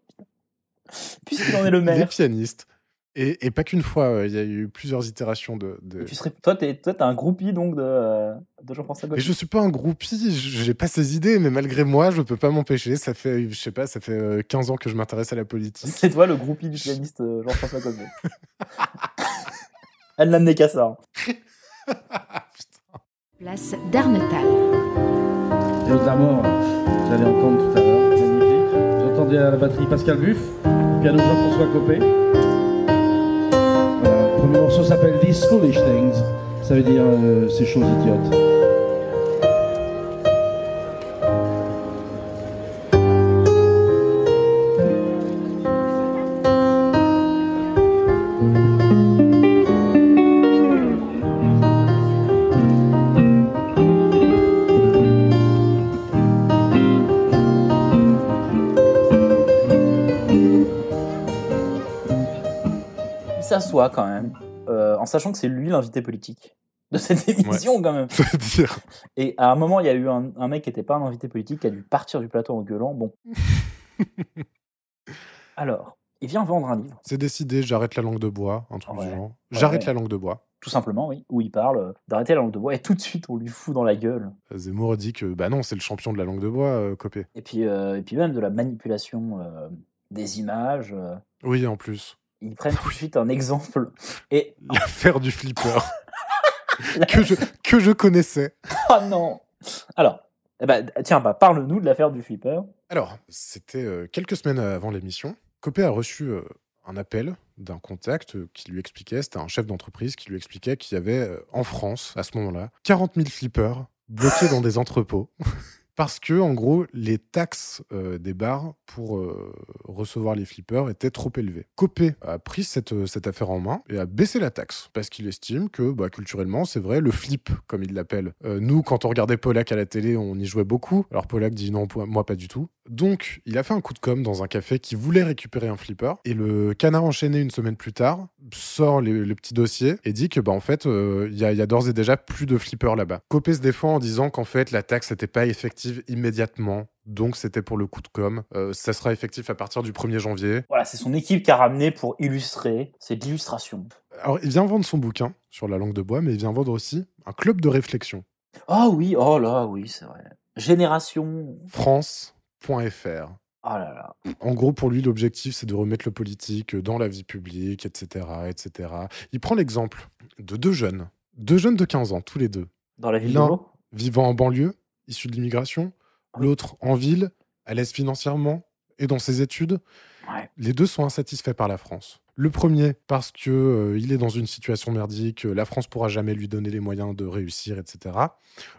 C: Puisqu'il en est le
A: il est
C: maire.
A: pianiste. Et, et pas qu'une fois, euh, il y a eu plusieurs itérations de. de...
C: Tu serais, toi, t'es, toi, t'es un groupie donc de, euh, de Jean-François
A: Mais
C: Gaultier.
A: je suis pas un groupie, je- j'ai pas ces idées, mais malgré moi, je peux pas m'empêcher. Ça fait, je sais pas, ça fait euh, 15 ans que je m'intéresse à la politique.
C: C'est toi le groupie du pianiste euh, Jean-François Cosmo. Elle n'amenait qu'à ça. hein.
Q: Place d'Arnetal.
R: Et d'abord, vous allez entendre tout à l'heure, magnifique. Vous entendez à la batterie Pascal Buff, piano Jean-François Copé. Voilà, le premier morceau s'appelle These Foolish Things, ça veut dire euh, ces choses idiotes.
C: Il s'assoit quand même, euh, en sachant que c'est lui l'invité politique de cette émission quand même.
A: dire.
C: Et à un moment, il y a eu un, un mec qui n'était pas un invité politique qui a dû partir du plateau en gueulant. Bon. Alors, il vient vendre un livre,
A: C'est décidé, j'arrête la langue de bois, un truc
C: Ouais.
A: du genre.
C: Ouais,
A: J'arrête
C: ouais.
A: la langue de bois.
C: tout simplement, oui, où il parle euh, d'arrêter la langue de bois et tout de suite on lui fout dans la gueule.
A: Zemmour dit que, bah non, c'est le champion de la langue de bois, euh, Copé.
C: Et puis, euh, et puis même de la manipulation euh, des images. euh,
A: Oui, en plus.
C: ils prennent tout de suite un exemple. Et
A: L'affaire du flipper. que, je, que je connaissais.
C: Ah non Oh Alors, Eh ben, tiens, bah, parle-nous de l'affaire du flipper.
A: Alors, c'était euh, quelques semaines avant l'émission. Copé a reçu euh, un appel d'un contact euh, qui lui expliquait, c'était un chef d'entreprise qui lui expliquait qu'il y avait euh, en France, à ce moment-là, 40 000 flippers bloqués dans des entrepôts. Parce que, en gros, les taxes euh, des bars pour euh, recevoir les flippers étaient trop élevées. Copé a pris cette, euh, cette affaire en main et a baissé la taxe. Parce qu'il estime que, bah, culturellement, c'est vrai, le flip, comme il l'appelle. Euh, nous, quand on regardait Pollack à la télé, on y jouait beaucoup. Alors Pollack dit non, po- moi pas du tout. Donc, il a fait un coup de com' dans un café qui voulait récupérer un flipper. Et le canard enchaîné, une semaine plus tard, sort les, les petits dossiers et dit que, bah, en fait, euh, il y a, il y a d'ores et déjà plus de flippers là-bas. Copé se défend en disant qu'en fait, la taxe n'était pas effective immédiatement. Donc, c'était pour le coup de com'. Euh, ça sera effectif à partir du 1er janvier.
C: Voilà, c'est son équipe qui a ramené pour illustrer. C'est de l'illustration.
A: Alors, il vient vendre son bouquin sur la langue de bois, mais il vient vendre aussi un club de réflexion.
C: Ah oui, oh là, oui, c'est vrai. Génération.
A: France.fr.
C: Oh là là.
A: En gros, pour lui, l'objectif, c'est de remettre le politique euh, dans la vie publique, etc., etc. Il prend l'exemple de deux jeunes, deux jeunes de 15 ans, tous les deux.
C: Dans la ville de
A: L'un
C: Meaux
A: vivant en banlieue, issu de l'immigration, l'autre en ville, à l'aise financièrement et dans ses études.
C: Ouais.
A: Les deux sont insatisfaits par la France. Le premier, parce que euh, il est dans une situation merdique, euh, la France pourra jamais lui donner les moyens de réussir, etc.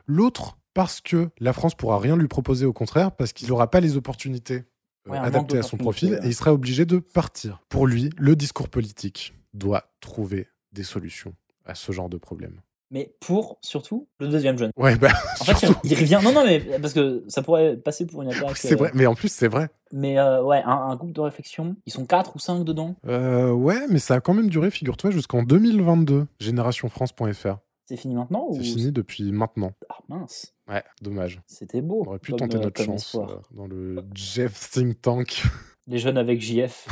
A: L'autre, parce que la France pourra rien lui proposer, au contraire, parce qu'il n'aura pas les opportunités euh,
C: Ouais, un manque
A: adaptées à son
C: d'opportunités,
A: profil
C: là.
A: et il sera obligé de partir. Pour lui, le discours politique doit trouver des solutions à ce genre de problème.
C: Mais pour, surtout, le deuxième jeune.
A: Ouais, bah,
C: En fait,
A: surtout.
C: il revient. Non, non, mais parce que ça pourrait passer pour une attaque.
A: Ah, c'est
C: euh,
A: vrai, mais en plus, c'est vrai.
C: Mais euh, ouais, un, un groupe de réflexion. Ils sont quatre ou cinq dedans.
A: Euh, ouais, mais ça a quand même duré, figure-toi, jusqu'en 2022, générationfrance.fr.
C: C'est fini maintenant ou
A: C'est fini depuis maintenant.
C: Ah mince,
A: Ouais, dommage.
C: c'était beau.
A: On aurait pu
C: comme,
A: tenter
C: euh,
A: notre
C: comme
A: chance
C: espoir.
A: euh, dans le Jeff Think Tank.
C: Les jeunes avec JF.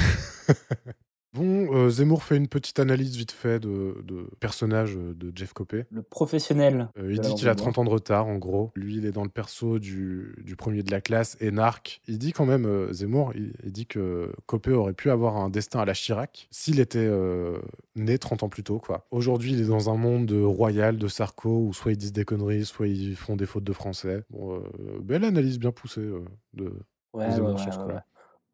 A: Bon, euh, Zemmour fait une petite analyse vite fait de, de personnage euh, de Jeff Copé.
C: Le professionnel.
A: Euh, il
C: de
A: dit
C: la
A: qu'il a
C: langue de bois.
A: 30 ans de retard, en gros. Lui, il est dans le perso du, du premier de la classe, énarque. Il dit quand même, euh, Zemmour, il, il dit que Copé aurait pu avoir un destin à la Chirac s'il était euh, né 30 ans plus tôt, quoi. Aujourd'hui, il est dans un monde euh, royal de Sarko où soit ils disent des conneries, soit ils font des fautes de français. Bon, euh, belle analyse bien poussée euh, de,
C: Ouais,
A: Ils
C: ouais,
A: aiment
C: ouais,
A: leur chance,
C: ouais,
A: quoi.
C: ouais.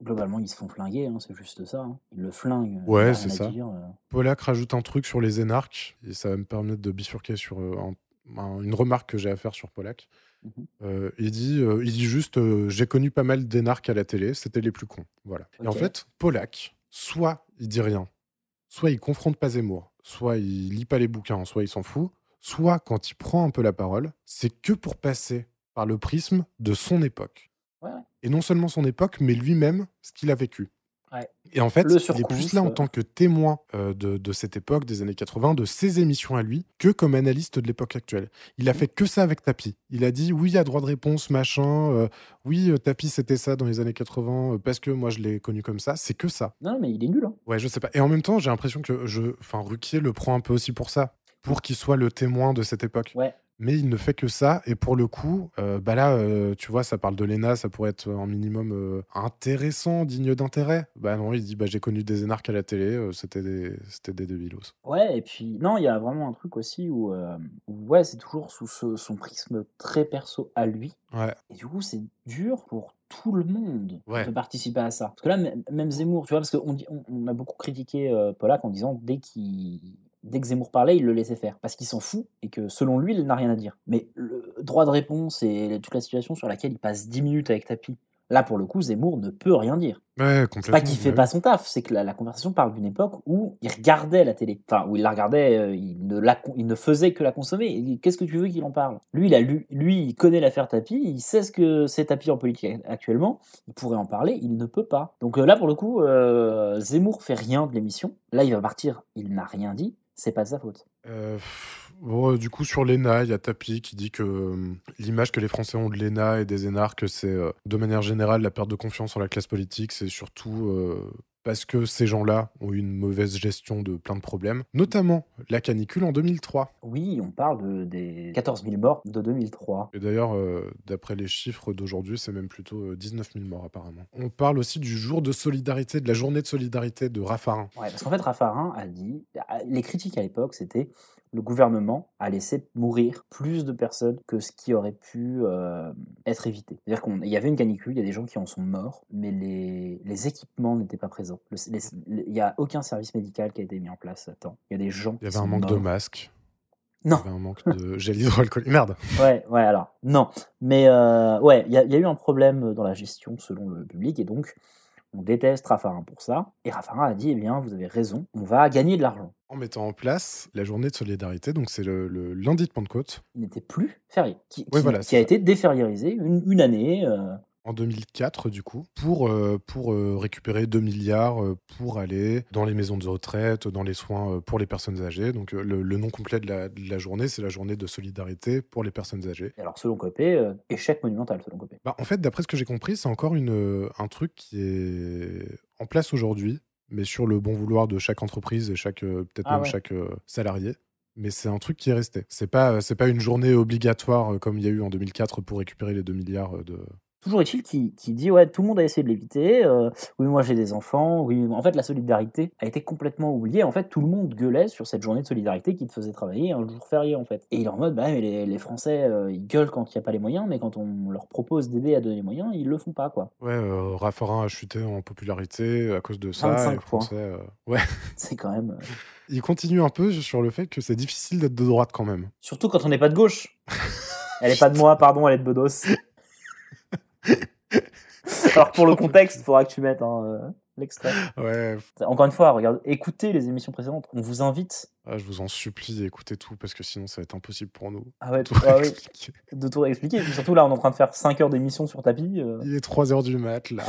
C: Globalement, ils se font flinguer, hein, c'est juste ça. hein. Ils le flinguent.
A: Ouais,
C: y a rien
A: c'est
C: à
A: ça.
C: dire, euh.
A: Pollack rajoute un truc sur les énarques et ça va me permettre de bifurquer sur euh, un- un- une remarque que j'ai à faire sur Pollack.
C: Mhm.
A: Euh, il, dit, euh, il dit juste euh, J'ai connu pas mal d'énarques à la télé, c'était les plus cons. Voilà. Et en
C: Ok.
A: fait, Pollack, soit il dit rien, soit il confronte pas Zemmour, soit il lit pas les bouquins, soit il s'en fout, soit quand il prend un peu la parole, c'est que pour passer par le prisme de son époque.
C: Ouais, ouais.
A: Et non seulement son époque, mais lui-même, ce qu'il a vécu.
C: Ouais.
A: Et en fait,
C: Le
A: il est
C: surcoût,
A: plus là en
C: ça.
A: tant que témoin euh, de, de cette époque, des années 80, de ses émissions à lui, que comme analyste de l'époque actuelle. Il a
C: Mmh.
A: fait que ça avec Tapi. Il a dit oui, il y a droit de réponse, machin. euh, oui, euh, Tapi, c'était ça dans les années 80, euh, parce que moi, je l'ai connu comme ça. C'est que ça.
C: Non, mais il est nul. hein.
A: Ouais, je sais pas. Et en même temps, j'ai l'impression que je, enfin, Ruquier le prend un peu aussi pour ça, pour qu'il soit le témoin de cette époque.
C: Ouais.
A: Mais il ne fait que ça. Et pour le coup, euh, bah là, euh, tu vois, ça parle de l'ENA, ça pourrait être un minimum euh, intéressant, digne d'intérêt. Bah non, il dit, bah j'ai connu des énarques à la télé, euh, c'était des, c'était des débilos.
C: Ouais, et puis, non, il y a vraiment un truc aussi où, euh, où, ouais, c'est toujours sous ce- son prisme très perso à lui.
A: Ouais.
C: Et du coup, c'est dur pour tout le monde
A: Ouais.
C: de participer à ça. Parce que là, m- même Zemmour, tu vois, parce qu'on dit- on, on a beaucoup critiqué euh, Pollack en disant dès qu'il. Dès que Zemmour parlait, il le laissait faire parce qu'il s'en fout et que selon lui, il n'a rien à dire. Mais le droit de réponse et toute la situation sur laquelle il passe 10 minutes avec Tapi, là pour le coup, Zemmour ne peut rien dire.
A: Ouais,
C: C'est
A: complètement. Bah
C: pas qu'il fait pas son taf, c'est que la, la conversation parle d'une époque où il regardait la télé. Enfin, où il la regardait, euh, il ne, la, con- il ne faisait que la consommer. Et Qu'est-ce que tu veux qu'il en parle Lui, il a lu, lui, il connaît l'affaire Tapi, il sait ce que c'est Tapi en politique actuellement. Il pourrait en parler, il ne peut pas. Donc euh, là, pour le coup, euh, Zemmour fait rien de l'émission. Là, il va partir, il n'a rien dit. C'est pas de sa faute.
A: Euh, pff, bon, euh, du coup, sur l'ENA, il y a Tapi qui dit que euh, l'image que les Français ont de l'ENA et des énarques, c'est euh, de manière générale la perte de confiance en la classe politique, c'est surtout euh, parce que ces gens-là ont eu une mauvaise gestion de plein de problèmes, notamment la canicule en 2003.
C: Oui, on parle de- des 14 000 morts de 2003.
A: Et d'ailleurs, euh, d'après les chiffres d'aujourd'hui, c'est même plutôt euh, 19 000 morts apparemment. On parle aussi du jour de solidarité, de la journée de solidarité de Raffarin.
C: ah, Ouais, parce qu'en fait, Raffarin a dit. Les critiques à l'époque, c'était le gouvernement a laissé mourir plus de personnes que ce qui aurait pu euh, être évité. C'est-à-dire qu'il y avait une canicule, il y a des gens qui en sont morts, mais les, les équipements n'étaient pas présents. Le- les- les- Il n'y a aucun service médical qui a été mis en place à temps. Il y a des gens
A: Il y avait
C: qui
A: un
C: sont
A: manque de
C: morts.
A: masques.
C: Non.
A: Il y avait un manque de gel hydroalcoolique. Merde.
C: Ouais, ouais, alors, non. Mais euh, ouais, il y, a- il y a eu un problème dans la gestion selon le public, et donc on déteste Raffarin pour ça. Et Raffarin a dit, eh bien, vous avez raison, on va gagner de l'argent.
A: En mettant en place la journée de solidarité, donc c'est le, le lundi de Pentecôte.
C: Il n'était plus férié, qui,
A: Oui,
C: qui-
A: voilà,
C: qui
A: c'est
C: a
A: ça.
C: été défériérisé une, une année. euh,
A: En 2004, du coup, pour, euh, pour euh, récupérer 2 milliards euh, pour aller dans les maisons de retraite, dans les soins euh, pour les personnes âgées. Donc, euh, le, le nom complet de la, de la journée, c'est la journée de solidarité pour les personnes âgées.
C: alors, selon Copé, euh, échec monumental, selon Copé.
A: Bah, en fait, d'après ce que j'ai compris, c'est encore une, euh, un truc qui est en place aujourd'hui, mais sur le bon vouloir de chaque entreprise et chaque euh, peut-être
C: Ah
A: même
C: ouais.
A: chaque euh, salarié. Mais c'est un truc qui est resté. C'est pas euh, c'est pas une journée obligatoire euh, comme il y a eu en 2004 pour récupérer les 2 milliards euh, de.
C: Toujours est-il qui, qui dit, ouais, tout le monde a essayé de l'éviter. euh, oui, moi j'ai des enfants. Oui, mais en fait, la solidarité a été complètement oubliée. En fait, tout le monde gueulait sur cette journée de solidarité qui te faisait travailler un jour férié, en fait. Et il est en mode, bah, mais les, les Français, euh, ils gueulent quand il n'y a pas les moyens, mais quand on leur propose d'aider à donner les moyens, ils le font pas, quoi.
A: Ouais, euh, Raffarin a chuté en popularité à cause de ça. et
C: 25
A: les
C: points.
A: Français, euh, ouais.
C: C'est quand même. euh,
A: Il continue un peu sur le fait que c'est difficile d'être de droite quand même.
C: Surtout quand on n'est pas de gauche. Elle est pas de moi, pardon, elle est de Bedos. Alors pour le contexte, il faudra que tu mettes hein, euh, l'extrait.
A: Ouais.
C: Encore une fois, regarde, écoutez les émissions précédentes. On vous invite
A: Ah, je vous en supplie, écoutez tout parce que sinon ça va être impossible pour nous.
C: Ah ouais,
A: Tout
C: ah oui,
A: expliquer.
C: de tout réexpliquer. Et puis surtout là, on est en train de faire 5 heures d'émission sur tapis. euh,
A: Il est 3h du mat là.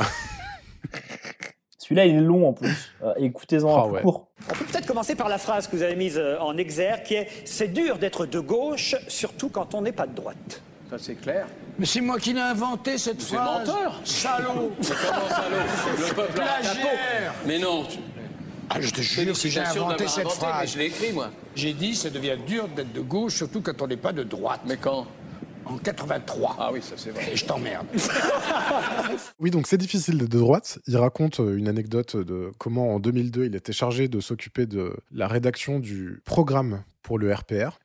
C: Celui-là, il est long en plus. Euh, Écoutez-en un
A: Ah
C: peu
A: ouais.
C: court.
D: On peut peut-être commencer par la phrase que vous avez mise euh, en exergue qui est C'est dur d'être de gauche, surtout quand on n'est pas de droite. Ça, c'est clair.
E: Mais c'est moi qui l'ai inventé cette
D: C'est
E: phrase.
D: menteur.
E: Salaud.
D: Mais comment salaud Le peuple aura ta peau.
E: Plagiaire. Mais non. tu- Ah, je te jure que j'ai
J: Félicitations
E: inventé
J: d'avoir
E: cette
J: inventé, mais
E: phrase.
J: je l'ai écrit, moi.
E: J'ai dit, ça devient dur d'être de gauche, surtout quand on n'est pas de droite. Mais quand En 83. Ah oui, ça c'est vrai. Et je t'emmerde.
A: Oui, donc c'est difficile d'être de droite. Il raconte euh, une anecdote de comment en 2002 il était chargé de s'occuper de la rédaction du programme pour le RPR.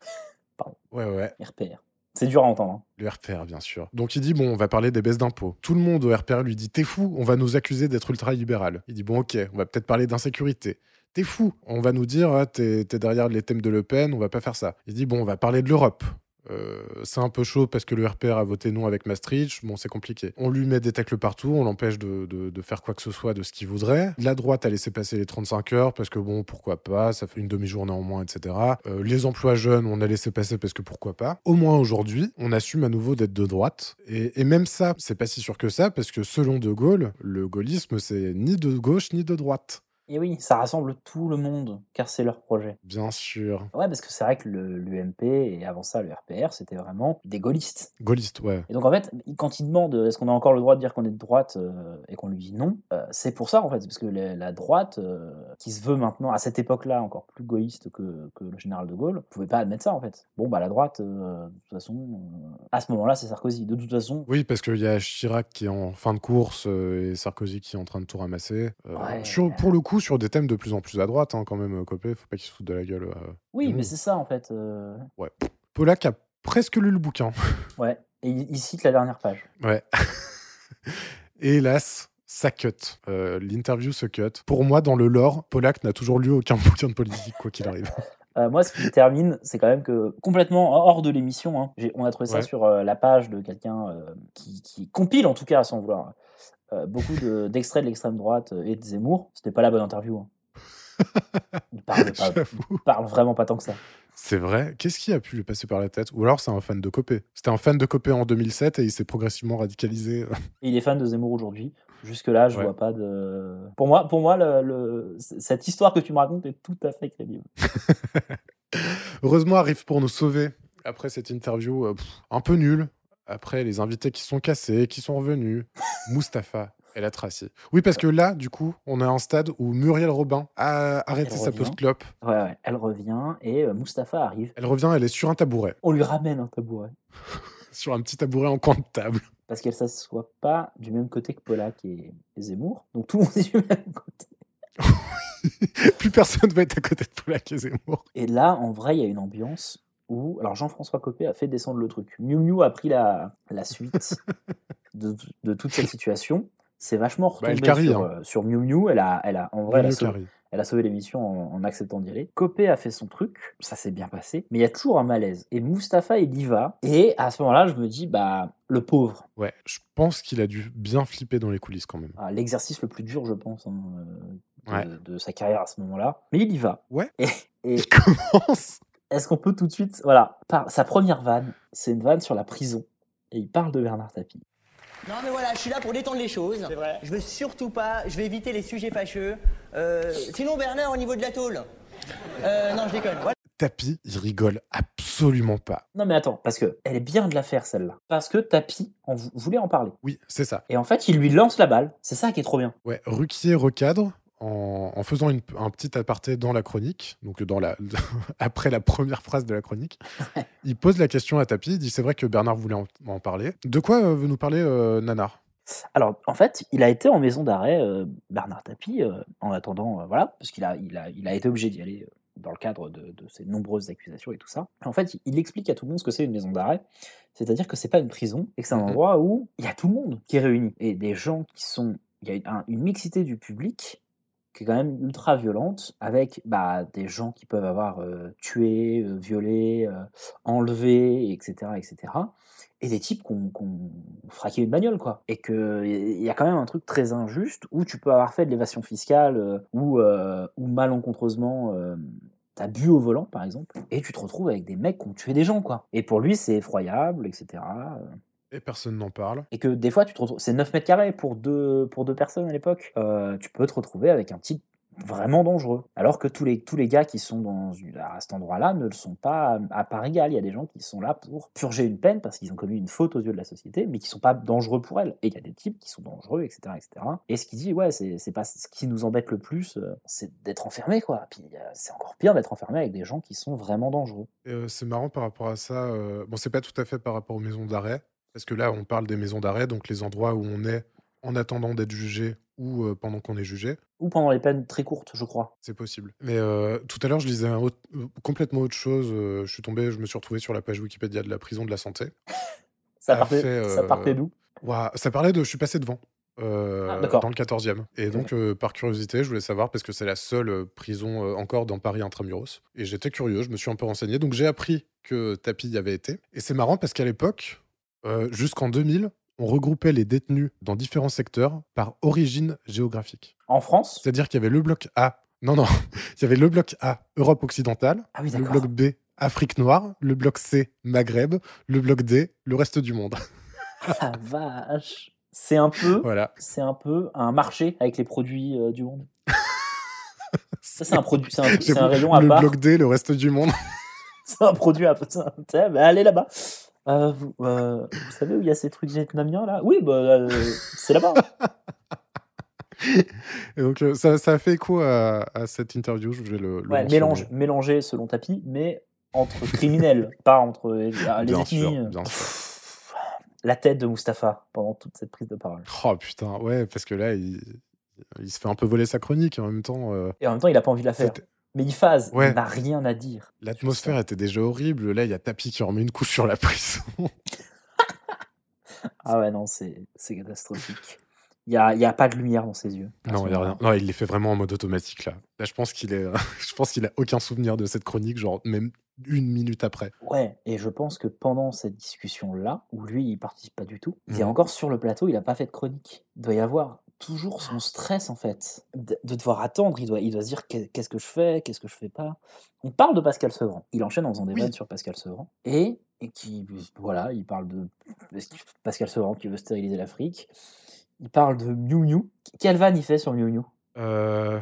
A: Ouais, ouais.
C: RPR. C'est dur à entendre. hein.
A: Le RPR, bien sûr. Donc il dit bon, on va parler des baisses d'impôts. Tout le monde au RPR lui dit t'es fou, on va nous accuser d'être ultra-libéral. Il dit bon, ok, on va peut-être parler d'insécurité. T'es fou, on va nous dire ah, t'es t'es derrière les thèmes de Le Pen, on va pas faire ça. Il dit bon, on va parler de l'Europe. Euh, c'est un peu chaud parce que le RPR a voté non avec Maastricht. Bon, c'est compliqué. On lui met des tacles partout, on l'empêche de, de- de faire quoi que ce soit de ce qu'il voudrait. La droite a laissé passer les 35 heures parce que bon, pourquoi pas, ça fait une demi-journée en moins, etc. Euh, les emplois jeunes, on a laissé passer parce que pourquoi pas. Au moins aujourd'hui, on assume à nouveau d'être de droite. Et, et même ça, c'est pas si sûr que ça parce que selon De Gaulle, le gaullisme, c'est ni de gauche ni de droite.
C: Et oui, ça rassemble tout le monde, car c'est leur projet.
A: Bien sûr.
C: Ouais, parce que c'est vrai que le- l'UMP et avant ça le RPR, c'était vraiment des gaullistes.
A: Gaulliste, ouais.
C: Et donc en fait, il- quand il demande euh, est-ce qu'on a encore le droit de dire qu'on est de droite euh, et qu'on lui dit non, euh, c'est pour ça en fait, parce que la, la droite euh, qui se veut maintenant à cette époque-là encore plus gaulliste que, que le général de Gaulle, pouvait pas admettre ça en fait. Bon bah la droite, euh, de toute façon, euh, à ce moment-là c'est Sarkozy. De toute façon,
A: Oui, parce qu'il y a Chirac qui est en fin de course euh, et Sarkozy qui est en train de tout ramasser. Euh,
C: Ouais.
A: sur- pour le coup, sur des thèmes de plus en plus à droite, hein, quand même, euh, Copé, faut pas qu'il se foute de la gueule. euh,
C: oui,
A: du
C: mais
A: monde.
C: c'est ça en fait. euh,
A: Ouais. Polak a presque lu le bouquin.
C: ouais. Et il, il cite la dernière page.
A: Ouais. Et hélas, ça cut. Euh, L'interview se cut. Pour moi, dans le lore, Polak n'a toujours lu aucun bouquin de politique, quoi qu'il arrive.
C: Euh, moi, ce qui termine, c'est quand même que complètement hors de l'émission, hein, j'ai- on a trouvé ça
A: Ouais.
C: sur euh, la page de quelqu'un euh, qui, qui compile, en tout cas, sans vouloir, euh, beaucoup de- d'extraits de, l'extrême droite euh, et de Zemmour. C'était pas la bonne interview. hein. Il parle, pas- il parle vraiment pas tant que ça.
A: C'est vrai. Qu'est-ce qui a pu lui passer par la tête Ou alors, c'est un fan de Copé. C'était un fan de Copé en 2007 et il s'est progressivement radicalisé. euh,
C: Et il est fan de Zemmour aujourd'hui. Jusque-là, je
A: Ouais.
C: vois pas de. Pour moi, pour moi le- le- c- cette histoire que tu me racontes est tout à fait crédible.
A: Heureusement, arrive pour nous sauver après cette interview euh, pff, un peu nulle. Après, les invités qui sont cassés, qui sont revenus. Mustapha. Elle a tracé. Oui, parce que là, du coup, on a un stade où Muriel Robin a arrêté
C: Elle
A: sa
C: revient.
A: post-clope.
C: Ouais, ouais. Elle revient et euh, Mustapha arrive.
A: Elle revient, elle est sur un tabouret.
C: On lui ramène un tabouret.
A: Sur un petit tabouret en coin de table.
C: parce qu'elle s'assoit pas du même côté que Polak et, et Zemmour. Donc tout le monde est du même côté.
A: Plus personne va être à côté de Poulac et Zemmour.
C: Et là, en vrai, il y a une ambiance où. Alors, Jean-François Copé a fait descendre le truc. Miu Miu a pris la, la suite de, de toute cette situation. C'est vachement
A: Bah,
C: retombé
A: elle carie,
C: sur,
A: hein.
C: euh, sur Miu Miu. Elle a, elle a, en
A: Miu
C: vrai, elle a,
A: Miu
C: sauvé,
A: carie.
C: elle a sauvé l'émission en, en acceptant d'y aller. Copé a fait son truc. Ça s'est bien passé. Mais il y a toujours un malaise. Et Mustapha, il y va. Et à ce moment-là, je me dis, bah, le pauvre.
A: Ouais, je pense qu'il a dû bien flipper dans les coulisses quand même.
C: Ah, L'exercice le plus dur, je pense, hein, euh, de,
A: Ouais.
C: de sa carrière à ce moment-là. Mais il y va.
A: Ouais.
C: Et, Il commence. Est-ce qu'on peut tout de suite. Voilà. Par, sa première vanne, c'est une vanne sur la prison. Et il parle de Bernard Tapie.
S: Non mais voilà, je suis là pour détendre les choses. C'est vrai. Je veux surtout pas, je vais éviter les sujets fâcheux. Euh, sinon Bernard au niveau de la tôle. Euh, non, je déconne. Voilà.
A: Tapi, il rigole absolument pas.
C: Non, mais attends, parce que elle est bien de la faire, celle-là. Parce que Tapie en vou- voulait en parler.
A: Oui, c'est ça.
C: Et en fait, il lui lance la balle. C'est ça qui est trop bien.
A: Ouais, Ruquier recadre en, en faisant une- un petit aparté dans la chronique, donc dans la, après la première phrase de la chronique. il pose la question à Tapi, il dit c'est vrai que Bernard voulait en, en parler. De quoi euh, veut nous parler euh, Nanar
C: Alors, en fait, il a été en maison d'arrêt, euh, Bernard Tapie, euh, en attendant, euh, voilà, parce qu'il a, il a, il a été obligé d'y aller euh, dans le cadre de, de ses nombreuses accusations et tout ça. En fait, il- il explique à tout le monde ce que c'est une maison d'arrêt, c'est-à-dire que c'est pas une prison et que c'est un endroit où il y a tout le monde qui est réuni et des gens qui sont, il y a une, un- une mixité du public qui est quand même ultra violente, avec bah, des gens qui peuvent avoir euh, tué, euh, violé, euh, enlevé, etc., etc. Et des types qui ont, qui ont fraqué une bagnole, quoi. Et qu'il y a quand même un truc très injuste où tu peux avoir fait de l'évasion fiscale euh, ou, euh, ou malencontreusement... euh, T'as bu au volant, par exemple, et tu te retrouves avec des mecs qui ont tué des gens, quoi. Et pour lui, c'est effroyable, etc. euh.
A: Et personne n'en parle.
C: Et que des fois, tu te retrouves. C'est 9 mètres carrés pour deux, pour deux personnes à l'époque. Euh, tu peux te retrouver avec un type vraiment dangereux. Alors que tous les, tous les gars qui sont dans, à cet endroit-là ne le sont pas euh, à, à part égale. Il y a des gens qui sont là pour purger une peine parce qu'ils ont commis une faute aux yeux de la société, mais qui sont pas dangereux pour elle. Et il y a des types qui sont dangereux, etc. etc. Et ce qu'il dit, ouais, c'est c'est pas ce qui nous embête le plus, euh, c'est d'être enfermé, quoi. Puis euh, c'est encore pire d'être enfermé avec des gens qui sont vraiment dangereux.
A: Euh, c'est marrant par rapport à ça. euh, Bon, c'est pas tout à fait par rapport aux maisons d'arrêt, parce que là, on parle des maisons d'arrêt, donc les endroits où on est en attendant d'être jugé ou euh, pendant qu'on est jugé.
C: Ou pendant les peines très courtes, je crois.
A: C'est possible. Mais euh, tout à l'heure, je lisais un autre- euh, complètement autre chose. euh, je suis tombé, je me suis retrouvé sur la page Wikipédia de la prison de la santé.
C: Ça
A: A euh,
C: partait- ça partait d'où
A: Ouah, Ça parlait de Je suis passé devant. euh,
C: Ah, d'accord.
A: dans le 14e. Et donc, euh, par curiosité, je voulais savoir, parce que c'est la seule euh, prison euh, encore dans Paris intramuros. Et j'étais curieux, je me suis un peu renseigné. Donc, j'ai appris que Tapi y avait été. Et c'est marrant parce qu'à l'époque, euh, jusqu'en 2000, on regroupait les détenus dans différents secteurs par origine géographique.
C: En France
A: C'est-à-dire qu'il y avait le bloc A. Non, non. Il y avait le bloc A, Europe occidentale. le
C: Ah d'accord.
A: bloc B, Afrique noire. Le bloc C, Maghreb. Le bloc D, le reste du monde.
C: La vache C'est un peu,
A: voilà.
C: c'est un peu un marché avec les produits euh, du monde. Ça c'est un produit, c'est un, c'est un
A: J'avoue,
C: rayon à
A: Le
C: part.
A: bloc D, le reste du monde.
C: C'est un produit à part. c'est un- t'es là, bah, allez là-bas. Euh, vous, euh, vous savez où il y a ces trucs vietnamiens là Oui, bah, euh, c'est là-bas.
A: Et donc, euh, ça, ça a fait écho à, à cette interview. Je vais le, le
C: Ouais,
A: mentionner.
C: mélange, mélangé selon tapis, mais entre criminels, pas entre euh, les
A: Bien
C: ethnies.
A: sûr,
C: euh,
A: bien sûr.
C: La tête de Mustapha pendant toute cette prise de parole.
A: Oh putain, ouais, parce que là, il, il se fait un peu voler sa chronique. Et en même temps, euh,
C: Et en même temps, il a pas envie de la faire.
A: C'était-
C: Mais il phase,
A: Ouais.
C: il n'a rien à dire.
A: l'atmosphère était déjà horrible. Là, il y a Tapi qui remet une couche sur la prison.
C: Ah ouais, non, c'est c'est catastrophique. Il n'y a, il y a pas de lumière dans ses yeux. à ce
A: Non, il y a
C: moment-là.
A: rien. Non, il les fait vraiment en mode automatique là. Là, je pense qu'il est, je pense qu'il a aucun souvenir de cette chronique, genre même une minute après.
C: Ouais, et je pense que pendant cette discussion-là, où lui, il participe pas du tout, il est
A: Mhm.
C: encore sur le plateau, il n'a pas fait de chronique. Il doit y avoir toujours son stress, en fait, de, de devoir attendre. Il doit, il doit se dire qu'est- qu'est-ce que je fais, qu'est-ce que je fais pas. On parle de Pascal Sevran. Il enchaîne en faisant des vannes sur Pascal Sevran. Et, et qui, voilà, il parle de Pascal Sevran qui veut stériliser l'Afrique. Il parle de Miu Miu. Quelle vanne il fait sur Miu Miu
A: Euh,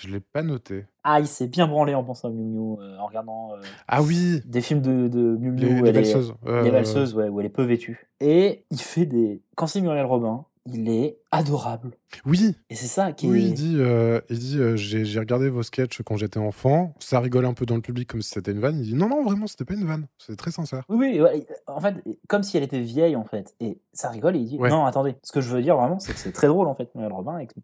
A: je l'ai pas noté.
C: Ah, il s'est bien branlé en pensant à Miu Miu, euh, en regardant euh,
A: Ah oui.
C: des films de, de Miu Miu
A: Les-
C: où
A: les
C: elle est-
A: valseuses, euh,
C: les valseuses, ouais, où elle est peu vêtue. Et il fait des. Quand c'est Muriel Robin, il est adorable.
A: Oui.
C: Et c'est ça qui
A: Oui,
C: est.
A: il dit, euh, il dit euh, j'ai j'ai regardé vos sketchs quand j'étais enfant. Ça rigolait un peu dans le public comme si c'était une vanne. Il dit non, non, vraiment, c'était pas une vanne. C'était très sincère.
C: Oui, oui, ouais, en fait, comme si elle était vieille, en fait. Et ça rigole et il dit
A: Ouais.
C: Non, attendez, ce que je veux dire vraiment, c'est que c'est très drôle, en fait, Muriel Robin. et que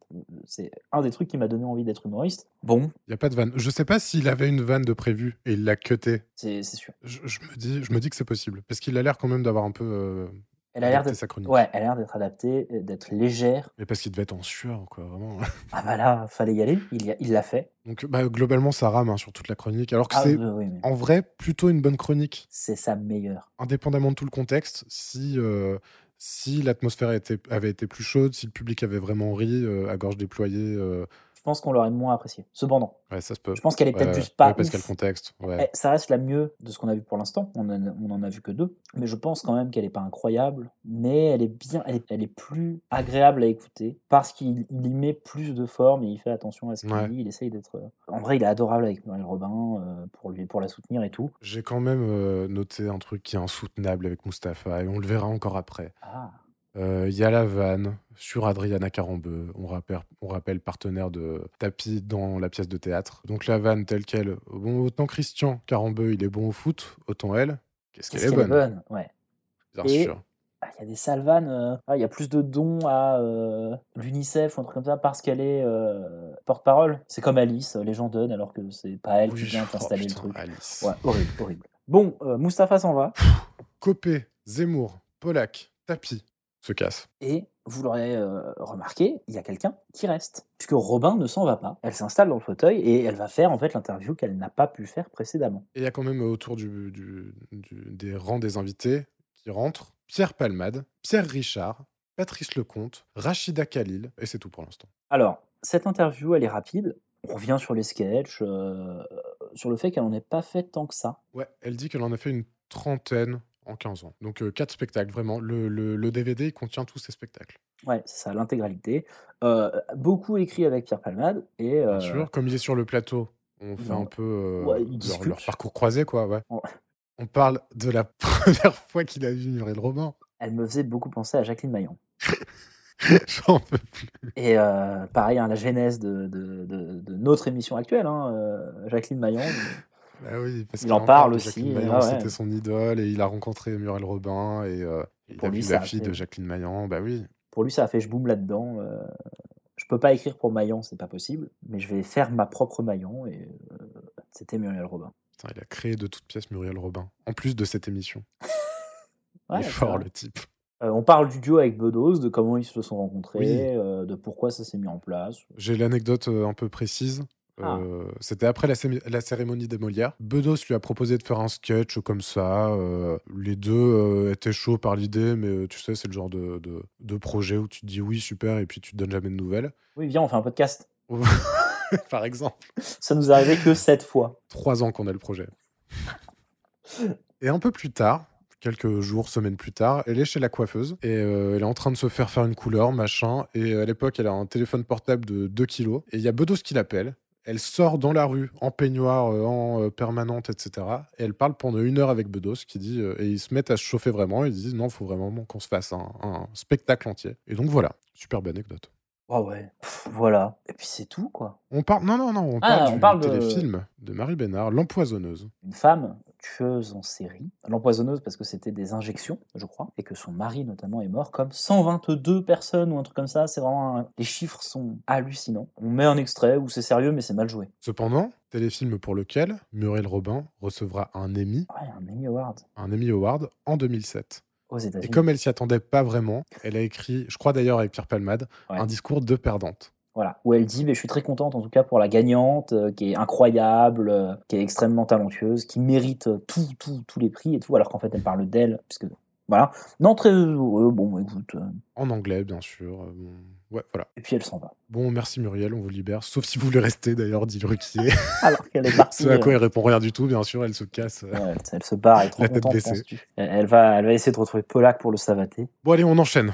C: C'est un des trucs qui m'a donné envie d'être humoriste. Bon.
A: Il n'y a pas de vanne. Je sais pas s'il avait une vanne de prévu et il l'a cutée.
C: C'est c'est sûr.
A: Je, je me dis, je me dis que c'est possible. Parce qu'il a l'air quand même d'avoir un peu. euh,
C: Elle a l'air
A: adapté
C: d'être
A: sa chronique.
C: ouais, elle a l'air d'être adaptée, euh, d'être légère.
A: Mais parce qu'il devait être en sueur, quoi, vraiment.
C: Ah bah là, fallait y aller, il y a- il l'a fait.
A: Donc, bah, globalement, ça rame hein, sur toute la chronique. Alors que
C: Ah,
A: c'est,
C: oui, oui, mais-
A: en vrai, plutôt une bonne chronique.
C: C'est sa meilleure.
A: Indépendamment de tout le contexte, si, euh, si l'atmosphère a été- avait été plus chaude, si le public avait vraiment ri euh, à gorge déployée. euh,
C: Je pense qu'on l'aurait moins appréciée. Cependant,
A: ouais, ça se peut.
C: Je pense qu'elle est peut-être
A: Ouais,
C: juste pas
A: ouais, parce
C: ouf.
A: qu'il y a le contexte. Ouais.
C: eh, ça reste la mieux de ce qu'on a vu pour l'instant. On, en a- on en a vu que deux. Mais je pense quand même qu'elle n'est pas incroyable. Mais elle est bien, elle est, elle est plus agréable à écouter parce qu'il il y met plus de forme et il fait attention à ce qu'il
A: Ouais.
C: dit. Il essaye d'être. euh, En vrai, il est adorable avec Muriel Robin euh, pour, lui, pour la soutenir et tout.
A: J'ai quand même euh, noté un truc qui est insoutenable avec Mustapha et on le verra encore après.
C: Ah.
A: Euh, Il y a la vanne sur Adriana Carambeu, on rappelle, on rappelle partenaire de Tapi dans la pièce de théâtre. Donc la vanne telle qu'elle, bon, autant Christian Carambeu il est bon au foot, autant elle, qu'est-ce qu'elle est, bonne.
C: ouais.
A: Bien
C: Et-
A: sûr.
C: Ah, Il y a des salvanes, euh, ah, il y a plus de dons à euh, l'UNICEF ou un truc comme ça parce qu'elle est euh, porte-parole. C'est comme Alice, euh, les gens donnent alors que c'est pas elle qui vient
A: oh,
C: t'installer le truc. Ouais, horrible, horrible. Bon, euh, Mustapha s'en va.
A: Copé, Zemmour, Polak, Tapi se casse.
C: Et vous l'aurez euh, remarqué, il y a quelqu'un qui reste. Puisque Robin ne s'en va pas. Elle s'installe dans le fauteuil et elle va faire en fait l'interview qu'elle n'a pas pu faire précédemment.
A: Et il y a quand même euh, autour du, du- du- des rangs des invités qui rentrent Pierre Palmade, Pierre Richard, Patrice Lecomte, Rachida Khalil, et c'est tout pour l'instant.
C: Alors, cette interview, elle est rapide. On revient sur les sketchs, euh, sur le fait qu'elle n'en ait pas fait tant que ça.
A: Ouais, elle dit qu'elle en a fait une trentaine en 15 ans. Donc euh, quatre spectacles, vraiment. Le, le- le DVD il contient tous ces spectacles.
C: Ouais, c'est ça, l'intégralité. Euh, beaucoup écrit avec Pierre Palmade. Et,
A: Bien
C: euh,
A: sûr, comme il est sur le plateau, on fait
C: non.
A: un peu euh,
C: Ouais, ils
A: leur,
C: discutent.
A: leur parcours croisé, quoi. Ouais. On parle de la première fois qu'il a vu Muriel Robin.
C: Elle me faisait beaucoup penser à Jacqueline Maillan.
A: J'en peux plus.
C: Et euh, pareil, hein, la genèse de, de- de- de notre émission actuelle, hein, euh, Jacqueline Maillan.
A: Bah oui, parce
C: il
A: qu'il
C: en
A: parle
C: parle
A: de
C: aussi.
A: Jacqueline
C: euh,
A: Maillan,
C: ah ouais.
A: c'était son idole, et il a rencontré Muriel Robin, et euh, il
C: pour
A: a
C: lui,
A: vu
C: ça
A: la
C: a
A: fille
C: fait-
A: de Jacqueline Maillan. Bah oui.
C: Pour lui, ça a fait je boum là-dedans. euh, je peux pas écrire pour Maillan, c'est pas possible, mais je vais faire ma propre Maillan. Et euh, c'était Muriel Robin.
A: Putain, il a créé de toutes pièces Muriel Robin, en plus de cette émission.
C: Ouais,
A: il est
C: c'est
A: fort,
C: vrai.
A: le type.
C: Euh, on parle du duo avec Bedos, de comment ils se sont rencontrés,
A: Oui.
C: euh, de pourquoi ça s'est mis en place.
A: J'ai l'anecdote euh, un peu précise.
C: Ah.
A: Euh, C'était après la, cémi- la cérémonie des Molières. Bedos lui a proposé de faire un sketch comme ça. euh, les deux euh, étaient chauds par l'idée, mais euh, tu sais, c'est le genre de, de- de projet où tu te dis oui, super, et puis tu te donnes jamais de nouvelles.
C: Oui, viens, on fait un podcast.
A: par exemple.
C: Ça nous est arrivé que sept fois.
A: Trois ans qu'on a le projet. Et un peu plus tard, quelques jours, semaines plus tard, elle est chez la coiffeuse et euh, elle est en train de se faire faire une couleur, machin. Et euh, à l'époque, elle a un téléphone portable de 2 kilos. Et il y a Bedos qui l'appelle. Elle sort dans la rue, en peignoir, euh, en euh, permanente, etc. Et elle parle pendant une heure avec Bedos, qui dit. euh, et ils se mettent à se chauffer vraiment. Ils disent non, faut vraiment qu'on se fasse un, un spectacle entier. Et donc voilà, super bonne anecdote.
C: Ah ouais, Pff, voilà. Et puis c'est tout, quoi.
A: On parle. Non, non, non, on
C: Ah,
A: parle
C: on
A: du
C: parle de-
A: téléfilm de Marie Bénard, L'empoisonneuse.
C: Une femme tueuse en série, l'empoisonneuse parce que c'était des injections, je crois, et que son mari notamment est mort comme 122 personnes ou un truc comme ça. C'est vraiment. un- Les chiffres sont hallucinants. On met un extrait où c'est sérieux, mais c'est mal joué.
A: Cependant, téléfilm pour lequel Muriel Robin recevra un Emmy,
C: Ouais, un Emmy Award
A: un Emmy Award en 2007.
C: aux États-Unis.
A: Et comme elle s'y attendait pas vraiment, elle a écrit, je crois d'ailleurs avec Pierre Palmade,
C: Ouais.
A: un discours de perdante.
C: Voilà, où elle dit mais Je suis très contente en tout cas pour la gagnante, euh, qui est incroyable, euh, qui est extrêmement talentueuse, qui mérite euh, tout, tout, tous les prix et tout, alors qu'en fait elle parle d'elle, puisque voilà. Non, très heureux, bon, écoute. euh,
A: En anglais, bien sûr. euh, bon, Ouais, voilà.
C: Et puis elle s'en va.
A: Bon, merci Muriel, on vous libère. Sauf si vous voulez rester d'ailleurs, dit le ruquier.
C: Alors qu'elle est partie.
A: Ce à quoi
C: euh,
A: elle répond rien du tout, bien sûr, elle se casse. euh,
C: ouais, elle, elle se barre, elle est trop
A: La tête
C: contente,
A: baissée.
C: penses-tu elle, elle va, elle va essayer de retrouver Polak pour le savater.
A: Bon, allez, on enchaîne.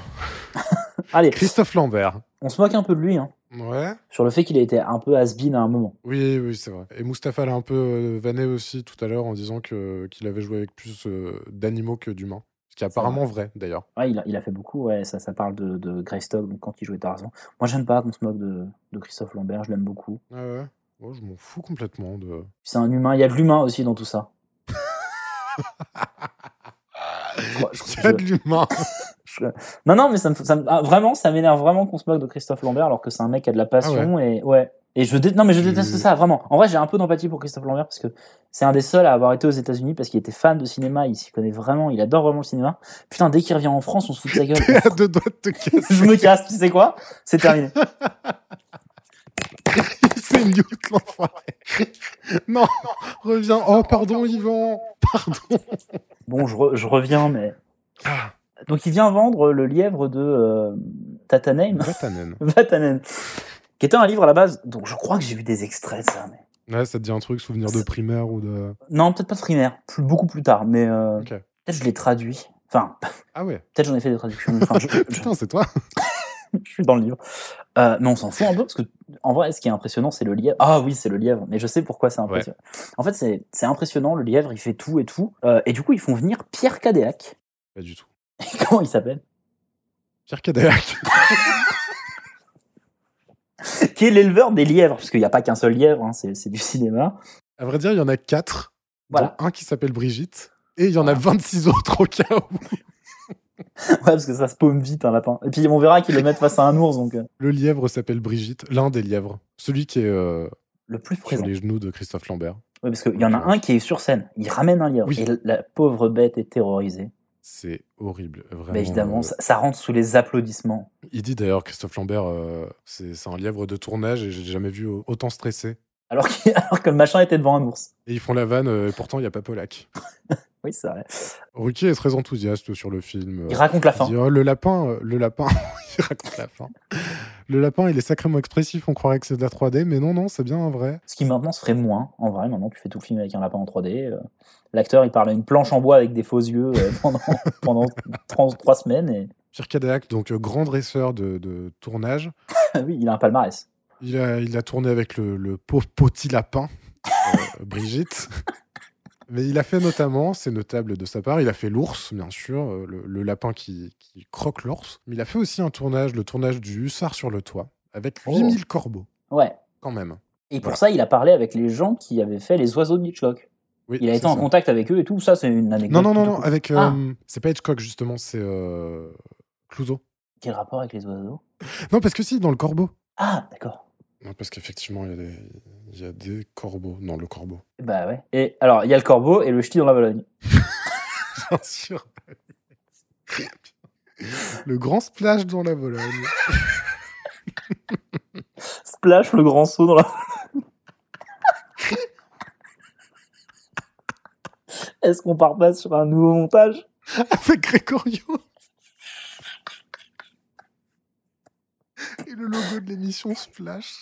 C: Allez,
A: Christophe Lambert.
C: on se moque un peu de lui, hein,
A: Ouais.
C: sur le fait qu'il a été un peu has-been à un moment.
A: Oui, oui, c'est vrai. Et Mustapha l'a un peu euh, vanné aussi tout à l'heure en disant que qu'il avait joué avec plus euh, d'animaux que d'humains. Ce qui est apparemment vrai, d'ailleurs.
C: Ouais, il a, il a fait beaucoup, ouais, ça, ça parle de, de Greystock, donc quand il jouait Tarzan. Moi, j'aime pas qu'on se moque de, de Christophe Lambert, je l'aime beaucoup.
A: Ouais, ouais. Oh, je m'en fous complètement de.
C: C'est un humain, il y a de l'humain aussi dans tout ça. Je crois- je-
A: Il y a de
C: je-
A: l'humain.
C: je- Non, non, mais ça me, ça me- ah, vraiment, ça m'énerve vraiment qu'on se moque de Christophe Lambert alors que c'est un mec qui a de la passion et Ah ouais. Et je dé- non, mais je déteste ça vraiment. En vrai, j'ai un peu d'empathie pour Christophe Lambert parce que c'est un des seuls à avoir été aux États-Unis parce qu'il était fan de cinéma, il s'y connaît vraiment, il adore vraiment le cinéma. Putain, dès qu'il revient en France, on se fout de sa gueule. je me casse, tu sais quoi C'est terminé.
A: C'est une youth, l'enfoiré. Non, reviens. Oh, pardon, Yvan. Pardon.
C: Bon, je, re- je reviens, mais. Ah. Donc, il vient vendre le lièvre de euh, Tatanen.
A: Vatanen.
C: Vatanen. Qui était un livre à la base. Donc, je crois que j'ai vu des extraits de ça. mais-
A: Ouais, ça te dit un truc, souvenir de primaire ou de.
C: Non, peut-être pas primaire. Plus, beaucoup plus tard. Mais euh, peut-être je l'ai traduit. Enfin,
A: Ah ouais.
C: peut-être j'en ai fait des traductions. Enfin, je-
A: Putain, c'est toi.
C: je suis dans le livre. Euh, mais on s'en fout un peu parce que, en vrai, ce qui est impressionnant, c'est le lièvre. Ah oui, c'est le lièvre, mais je sais pourquoi c'est impressionnant. En fait, c'est c'est impressionnant, le lièvre, il fait tout et tout. Euh, et du coup, ils font venir Pierre Cadéac.
A: Pas du tout.
C: Comment il s'appelle
A: Pierre Cadéac.
C: qui est l'éleveur des lièvres, parce qu'il n'y a pas qu'un seul lièvre, hein, c'est c'est du cinéma.
A: À vrai dire, il y en a quatre.
C: Voilà.
A: dont un qui s'appelle Brigitte. Et il y en a 26 autres au cas où.
C: Ouais, parce que ça se paume vite un lapin. Et puis on verra qu'ils le mettent face à un ours, donc. euh,
A: Le lièvre s'appelle Brigitte, l'un des lièvres. Celui qui est. euh,
C: le plus
A: Sur les genoux de Christophe Lambert.
C: Ouais, parce qu'il y en a un qui est sur scène, il ramène un lièvre, et la pauvre bête est terrorisée.
A: C'est horrible, vraiment.
C: Mais Bah, évidemment,
A: euh,
C: ça, ça rentre sous les applaudissements.
A: Il dit d'ailleurs, Christophe Lambert, euh, c'est c'est un lièvre de tournage et j'ai jamais vu au- autant stressé.
C: Alors, qu'il- alors que le machin était devant un ours.
A: Et ils font la vanne, euh, et pourtant il n'y a pas Polak.
C: oui, c'est vrai.
A: Ruquier est très enthousiaste sur le film. euh,
C: Il raconte la fin.
A: dit, Oh, le lapin, euh, le lapin. il raconte la fin. Le lapin, il est sacrément expressif, on croirait que c'est de la 3D, mais non, non, c'est bien un vrai.
C: Ce qui maintenant se ferait moins, en vrai. Maintenant, tu fais tout le film avec un lapin en 3D. euh, L'acteur, il parle à une planche en bois avec des faux yeux euh, pendant, pendant 30 trois semaines. Et...
A: Pierre Cadac, donc euh, grand dresseur de, de tournage.
C: oui, il a un palmarès.
A: Il a, il a tourné avec le, le pauvre petit lapin, euh, Brigitte. Mais il a fait notamment, c'est notable de sa part, il a fait l'ours, bien sûr, euh, le, le lapin qui, qui croque l'ours. Mais il a fait aussi un tournage, le tournage du Hussard sur le toit, avec
C: Oh.
A: 8000 corbeaux,
C: Ouais.
A: quand même.
C: Et pour
A: Voilà.
C: ça, il a parlé avec les gens qui avaient fait les oiseaux de Hitchcock. il a été
A: c'est
C: en
A: ça.
C: contact avec eux et tout. Ça, c'est une
A: Non,
C: anecdote.
A: non, non,
C: plutôt
A: non,
C: cool.
A: avec. euh,
C: Ah,
A: C'est pas Hitchcock, justement, c'est euh, Clouseau.
C: quel rapport avec les oiseaux
A: Non, parce que si, dans le corbeau.
C: Ah, d'accord.
A: Non, parce qu'effectivement, il y a des- il y a des corbeaux dans le corbeau.
C: Bah ouais. Et alors, il y a le corbeau et le ch'ti dans la Valogne.
A: Bien sûr. Le grand splash dans la Vologne.
C: Splash, le grand saut dans la. Est-ce qu'on part pas sur un nouveau montage
A: Avec Grégorio Et le logo de l'émission Splash.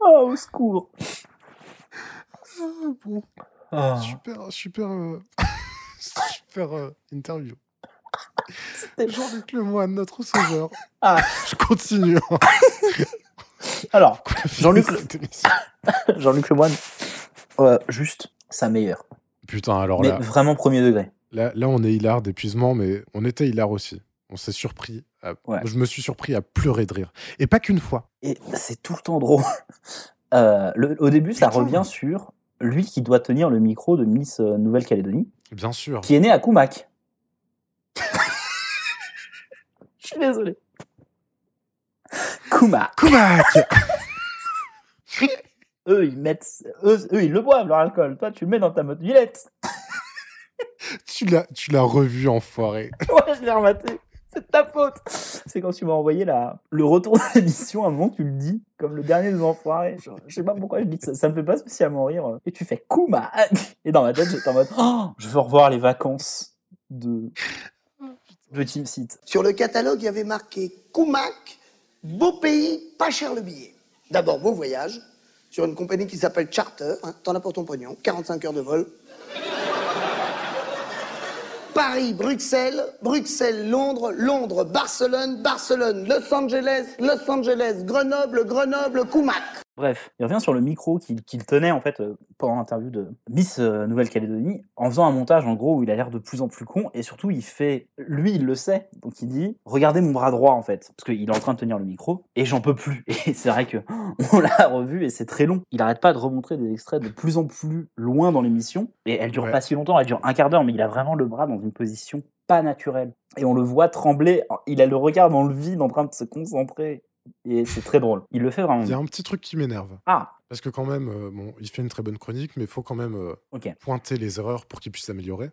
C: Oh, au secours
A: Ah, bon.
C: Ah.
A: Super, super, euh, super euh, interview. Jean-Luc Lemoine, notre sauveur. Je continue. hein.
C: Alors, Jean-Luc
A: Cette
C: Jean-Luc Lemoine, euh, juste sa meilleure.
A: Putain, alors
C: Mais
A: là.
C: vraiment premier degré.
A: Là, là, on est hilar d'épuisement, mais on était hilar aussi. On s'est surpris. à- Je me suis surpris à pleurer de rire. Et pas qu'une fois.
C: Et c'est tout le temps drôle. Euh, le- au début, ça revient sur lui qui doit tenir le micro de Miss euh, Nouvelle-Calédonie,
A: Bien sûr.
C: qui est né à Koumak. Je suis désolé. Koumak.
A: Koumak
C: Eux, ils mettent. Eux, eux, ils le boivent, leur alcool. Toi, tu le mets dans ta motulette.
A: Tu l'as, tu l'as revu, enfoiré.
C: Ouais, je l'ai rematé. C'est de ta faute. C'est quand tu m'as envoyé la... le retour de l'émission, à un moment, tu le dis, comme le dernier des enfoirés. Je, je sais pas pourquoi je dis ça. Ça me fait pas spécialement rire. Et tu fais Kouma. Et dans ma tête, j'étais en mode Oh, je veux revoir les vacances de. de Team Seat.
T: Sur le catalogue, il y avait marqué Koumak, beau pays, pas cher le billet. D'abord, beau voyage, sur une compagnie qui s'appelle Charter, hein, t'en as pour ton pognon, 45 heures de vol. Paris, Bruxelles, Bruxelles, Londres, Londres, Barcelone, Barcelone, Los Angeles, Los Angeles, Grenoble, Grenoble, Koumak.
C: Bref, il revient sur le micro qu'il qu'il tenait en fait euh, pendant l'interview de Miss euh, Nouvelle-Calédonie en faisant un montage en gros où il a l'air de plus en plus con et surtout il fait, lui il le sait, donc il dit regardez mon bras droit en fait parce qu'il est en train de tenir le micro et j'en peux plus et c'est vrai que on l'a revu et c'est très long. Il arrête pas de remontrer des extraits de plus en plus loin dans l'émission et elle dure
J: Ouais.
C: pas si longtemps, elle dure un quart d'heure mais il a vraiment le bras dans une position pas naturelle et on le voit trembler, il a le regard dans le vide en train de se concentrer et c'est très drôle. Il le fait vraiment.
A: Il y a un petit truc qui m'énerve.
C: Ah.
A: Parce que quand même, euh, bon, il fait une très bonne chronique, mais il faut quand même euh, pointer les erreurs pour qu'il puisse s'améliorer.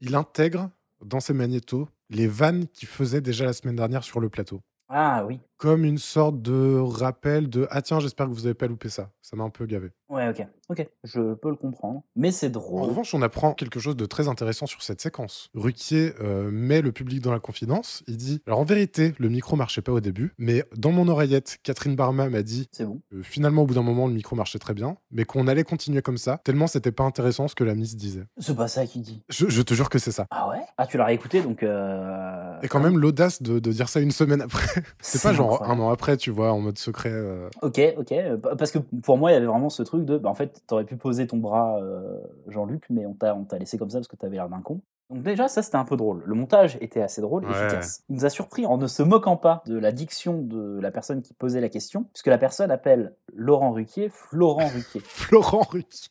A: Il intègre dans ses magnétos les vannes qu'il faisait déjà la semaine dernière sur le plateau.
C: Ah oui.
A: Comme une sorte de rappel de Ah tiens, j'espère que vous n'avez pas loupé ça. Ça m'a un peu gavé.
C: Ouais, ok. Ok, je peux le comprendre. Mais c'est drôle.
A: En revanche, on apprend quelque chose de très intéressant sur cette séquence. Ruquier euh, met le public dans la confidence. Il dit Alors en vérité, le micro marchait pas au début, mais dans mon oreillette, Catherine Barma m'a dit que finalement, au bout d'un moment, le micro marchait très bien, mais qu'on allait continuer comme ça, tellement c'était pas intéressant ce que la Miss disait.
C: C'est pas ça qu'il dit.
A: Je, je te jure que c'est ça.
C: Ah ouais Ah, tu l'as réécouté, donc. euh,
A: Et quand même, l'audace de, de dire ça une semaine après. c'est
C: C'est
A: pas genre
C: incroyable.
A: un an après, tu vois, en mode secret. euh,
C: hein. Ok, ok. euh, pa- Parce que pour moi, il y avait vraiment ce truc de. Bah, en fait, t'aurais pu poser ton bras, euh, Jean-Luc, mais on t'a on t'a laissé comme ça parce que t'avais l'air d'un con. Donc, déjà, ça, c'était un peu drôle. Le montage était assez drôle,
J: Ouais.
C: efficace. Il nous a surpris en ne se moquant pas de la diction de la personne qui posait la question, puisque la personne appelle Laurent Ruquier Florent Ruquier.
A: Florent Ruquier.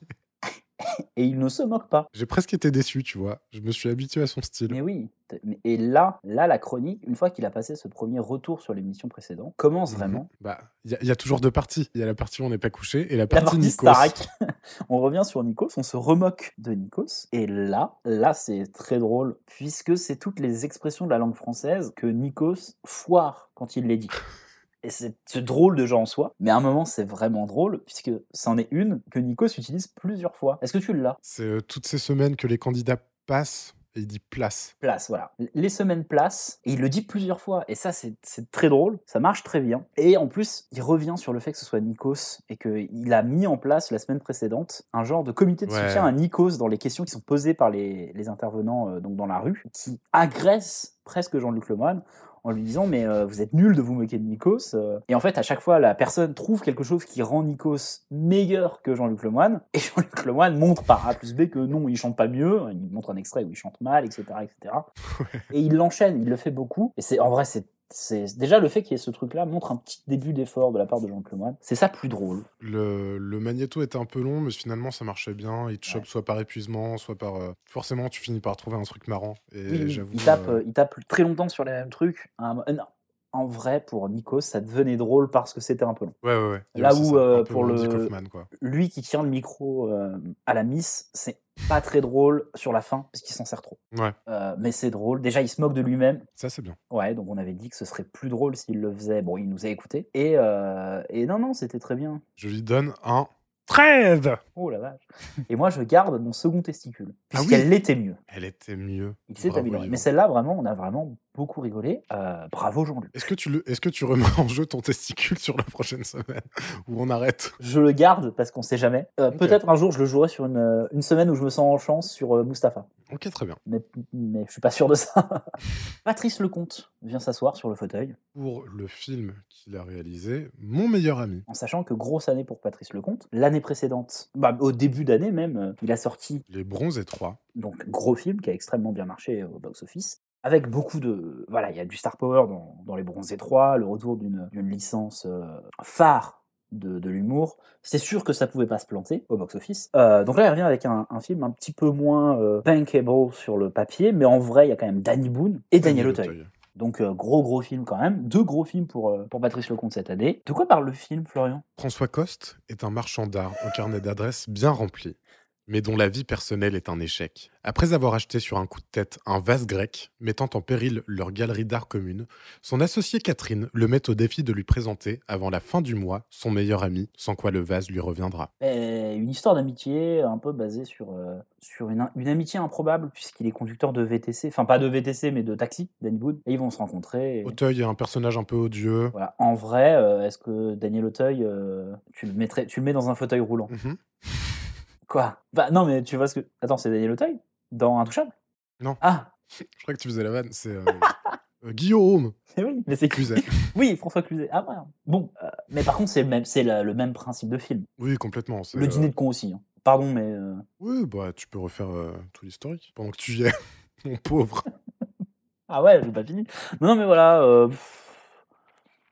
C: Et il ne se moque pas.
A: J'ai presque été déçu, tu vois. Je me suis habitué à son style.
C: Mais oui. T- mais- Et là, là, la chronique, une fois qu'il a passé ce premier retour sur l'émission précédente, commence vraiment.
A: Bah, il y a- il y, a toujours deux parties. Il y a la partie où on n'est pas couché et la
C: La
A: partie,
C: partie
A: Nikos.
C: Starak. on revient sur Nikos, on se remoque de Nikos. Et là, là, c'est très drôle, puisque c'est toutes les expressions de la langue française que Nikos foire quand il les dit. Et c'est c'est drôle de genre en soi, mais à un moment, c'est vraiment drôle, puisque c'en est une que Nikos utilise plusieurs fois. Est-ce que tu l'as
A: C'est euh, toutes ces semaines que les candidats passent et il dit place.
C: place, voilà. Les semaines place, et il le dit plusieurs fois, et ça c'est c'est très drôle, ça marche très bien. Et en plus, il revient sur le fait que ce soit Nikos, et qu'il a mis en place la semaine précédente un genre de comité de
J: Ouais.
C: soutien à Nikos dans les questions qui sont posées par les, les intervenants euh, donc dans la rue, qui agresse presque Jean-Luc Lemoyne en lui disant mais euh, vous êtes nul de vous moquer de Nikos euh. et en fait à chaque fois la personne trouve quelque chose qui rend Nikos meilleur que Jean-Luc Lemoine et Jean-Luc Lemoine montre par A plus B que non il chante pas mieux il montre un extrait où il chante mal etc etc et il l'enchaîne il le fait beaucoup et c'est en vrai c'est c'est déjà le fait qu'il y ait ce truc là montre un petit début d'effort de la part de Jean-Luc Lemoine c'est ça plus drôle
A: Le, le magnéto était un peu long, mais finalement ça marchait bien. Il te chope soit par épuisement, soit par. euh, Forcément, tu finis par trouver un truc marrant. Et
C: Oui, oui,
A: j'avoue.
C: il, tape,
A: euh,
C: euh, il tape très longtemps sur les mêmes trucs. à un mo- euh, non. En vrai, pour Nikos, ça devenait drôle parce que c'était un peu long.
A: Ouais, ouais, ouais. Il y a
C: Là
A: aussi ça,
C: où,
A: un
C: euh,
A: peu
C: pour
A: Andy
C: le.
A: Kaufman, quoi.
C: Lui qui tient le micro euh, à la miss, c'est pas très drôle sur la fin parce qu'il s'en sert trop.
A: Ouais.
C: Euh, mais c'est drôle. Déjà, il se moque de lui-même.
A: Ça, c'est bien.
C: Ouais, donc on avait dit que ce serait plus drôle s'il le faisait. Bon, il nous a écoutés. Et, euh, et non, non, c'était très bien.
A: Je lui donne un 13
C: Oh la vache. et moi, je garde mon second
A: Ah
C: testicule.
A: oui.
C: Puisqu'elle l'était mieux.
A: Elle était mieux.
C: Il s'est
A: Bravo,
C: amélioré.
A: Yvan.
C: Mais celle-là, vraiment, on a vraiment beaucoup rigolé. Euh, bravo, Jean-Luc.
A: Est-ce que, tu le... Est que tu remets en jeu ton testicule sur la prochaine semaine Ou on arrête
C: Je le garde parce qu'on sait jamais. Euh, Peut-être un jour je le jouerai sur une, euh, une semaine où je me sens en chance sur euh, Mustapha.
A: Ok, très bien.
C: Mais, mais je suis pas sûr de ça. Patrice Lecomte vient s'asseoir sur le fauteuil.
A: Pour le film qu'il a réalisé, Mon meilleur ami.
C: En sachant que grosse année pour Patrice Lecomte. L'année précédente, bah, au début d'année même, euh, il a sorti
A: Les Bronzes et Trois.
C: Donc gros film qui a extrêmement bien marché au box-office. Avec beaucoup de. Voilà, il y a du star power dans, dans Les Bronzes et Trois, le retour d'une d'une licence euh, phare de, de l'humour. C'est sûr que ça pouvait pas se planter au box-office. Euh, donc là, il revient avec un, un film un petit peu moins euh, bankable sur le papier, mais en vrai, il y a quand même Danny Boone et Daniel Auteuil. Donc euh, gros gros film quand même. Deux gros films pour, euh, pour Patrice Lecomte cette année. De quoi parle le film, Florian
A: François Coste est un marchand d'art au carnet d'adresses bien rempli, mais dont la vie personnelle est un échec. Après avoir acheté sur un coup de tête un vase grec, mettant en péril leur galerie d'art commune, son associé Catherine le met au défi de lui présenter, avant la fin du mois, son meilleur ami, sans quoi le vase lui reviendra.
C: Euh, une histoire d'amitié un peu basée sur, euh, sur une, une amitié improbable, puisqu'il est conducteur de VTC, enfin pas de VTC, mais de taxi, Danny Boone, et ils vont se rencontrer. et-
A: Auteuil est un personnage un peu odieux.
C: Voilà. En vrai, euh, est-ce que Daniel Auteuil, euh, tu, le mettrais, tu le mets dans un fauteuil
A: Mm.
C: roulant
A: Mhm.
C: Quoi Bah non, mais tu vois ce que. Attends, c'est Daniel Auteuil Dans Intouchable
A: Non.
C: Ah
A: Je crois que tu faisais la vanne. C'est euh, Euh, Guillaume.
C: Eh oui, mais c'est
A: Cluzet.
C: Oui, François Cluzet. Ah ouais. Bon, euh, mais par contre, c'est le même, c'est la- le même principe de film.
A: Oui, complètement. c'est,
C: Le
A: euh,
C: dîner de con aussi. hein. Pardon, mais euh,
A: Oui, bah, tu peux refaire euh, tout l'historique pendant que tu y es, mon pauvre.
C: ah ouais, j'ai pas fini. Non, non, mais voilà. euh, pff,